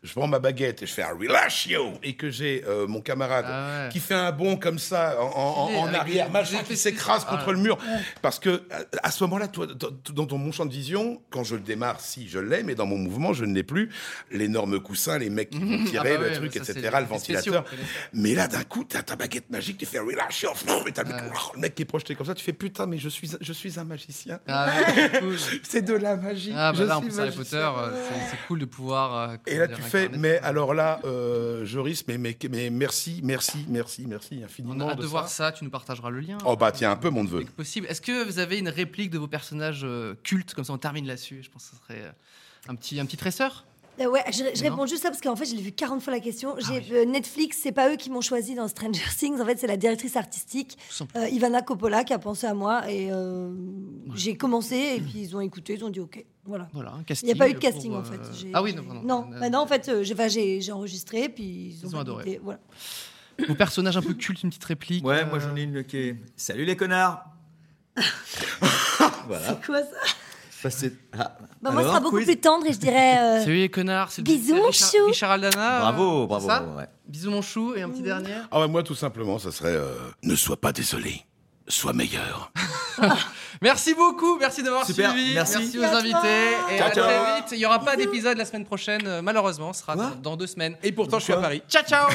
Speaker 5: Je prends ma baguette et je fais un relatio. Et que j'ai euh, mon camarade
Speaker 2: Ah ouais.
Speaker 5: qui fait un bond comme ça en, en- en- en
Speaker 2: Avec
Speaker 5: arrière,
Speaker 2: les-
Speaker 5: machin, qui s'écrase
Speaker 2: Ah
Speaker 5: contre
Speaker 2: ouais.
Speaker 5: le mur. Parce que à- à ce moment-là, toi, dans- dans ton mon champ de vision, quand je le démarre, si je l'ai, mais dans mon mouvement, je ne l'ai plus. L'énorme coussin, les mecs qui vont tirer,
Speaker 2: Ah bah
Speaker 5: le
Speaker 2: ouais,
Speaker 5: truc,
Speaker 2: ça, c'est
Speaker 5: etc., le
Speaker 2: les
Speaker 5: ventilateur.
Speaker 2: spéciaux.
Speaker 5: Mais là, d'un coup, t'as ta baguette magique, tu fais relâche, et t'as le, mec- le mec qui est projeté comme ça, tu fais putain, mais je suis, je suis un magicien.
Speaker 2: Ah ouais, cool.
Speaker 5: c'est de la magie.
Speaker 2: Ah,
Speaker 5: je
Speaker 2: bah là, en
Speaker 5: suis
Speaker 2: plus, Harry Potter,
Speaker 5: magicien.
Speaker 2: euh, c'est- c'est cool de pouvoir. euh,
Speaker 5: Et
Speaker 2: comment
Speaker 5: là,
Speaker 2: dire,
Speaker 5: tu fais,
Speaker 2: incarner.
Speaker 5: mais alors là, euh, Joris, mais, mais, mais merci, merci, merci, merci infiniment.
Speaker 2: On a hâte
Speaker 5: de
Speaker 2: de voir ça, tu nous partageras le lien.
Speaker 5: Oh bah tiens, un peu mon neveu.
Speaker 2: Dès que possible. Est-ce que vous avez une réplique de vos personnages euh, cultes Comme ça, on termine là-dessus. Je pense que ce serait euh, un petit, un petit tresseur.
Speaker 8: Euh, ouais, je, je
Speaker 2: Non. Ah
Speaker 8: réponds juste ça parce qu'en fait, je l'ai vu 40 fois la question. J'ai euh, Netflix, c'est pas eux qui m'ont choisi dans Stranger Things. En fait, c'est la directrice artistique,
Speaker 2: simplement.
Speaker 8: euh, Ivana Coppola, qui a pensé à moi. Et euh, j'ai commencé, et puis ils ont écouté, ils ont dit OK. Voilà.
Speaker 2: Voilà, un
Speaker 8: Il
Speaker 2: casting.
Speaker 8: n'y a pas eu de
Speaker 2: pour,
Speaker 8: casting,
Speaker 2: euh,
Speaker 8: en fait. J'ai-
Speaker 2: Ah oui, non,
Speaker 8: j'ai-
Speaker 2: pardon.
Speaker 8: Non, bah non, en fait, euh, j'ai enfin, j'ai j'ai enregistré, puis ils ont,
Speaker 2: Ils ont adoré.
Speaker 8: validé, Voilà.
Speaker 2: Vos personnages un peu cultes, une petite réplique.
Speaker 6: Ouais,
Speaker 2: euh,
Speaker 6: moi j'en ai une qui est Salut les connards. voilà.
Speaker 2: Ah.
Speaker 8: C'est quoi ça
Speaker 6: Bah, c'est- Ah,
Speaker 8: bah, Moi, ce
Speaker 6: alors,
Speaker 8: sera beaucoup
Speaker 6: quiz.
Speaker 8: plus tendre, et je dirais. euh,
Speaker 2: Salut les connards, c'est le-
Speaker 8: Bisous,
Speaker 2: c'est
Speaker 8: mon
Speaker 2: Richard,
Speaker 8: chou. Mmh.
Speaker 2: Richard Aldana.
Speaker 6: Bravo,
Speaker 2: euh,
Speaker 6: bravo,
Speaker 2: c'est ça
Speaker 6: ouais.
Speaker 2: Bisous mon chou et un petit dernier.
Speaker 5: Ah bah moi, tout simplement, ça serait euh,
Speaker 9: Ne sois pas désolé, sois meilleur.
Speaker 2: Merci beaucoup, merci d'avoir
Speaker 19: Super,
Speaker 2: suivi.
Speaker 19: merci.
Speaker 2: aux
Speaker 19: Merci à
Speaker 2: invités.
Speaker 19: toi.
Speaker 2: Et
Speaker 19: Ciao,
Speaker 2: à
Speaker 19: ciao.
Speaker 2: très vite. Il n'y aura pas d'épisode la semaine prochaine, euh, malheureusement. Ce sera dans, dans deux semaines.
Speaker 20: Et pourtant, je suis à Paris.
Speaker 2: Ciao, ciao.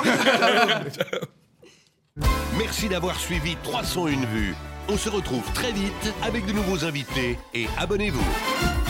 Speaker 5: Merci d'avoir suivi 301 vues. On se retrouve très vite avec de nouveaux invités et abonnez-vous.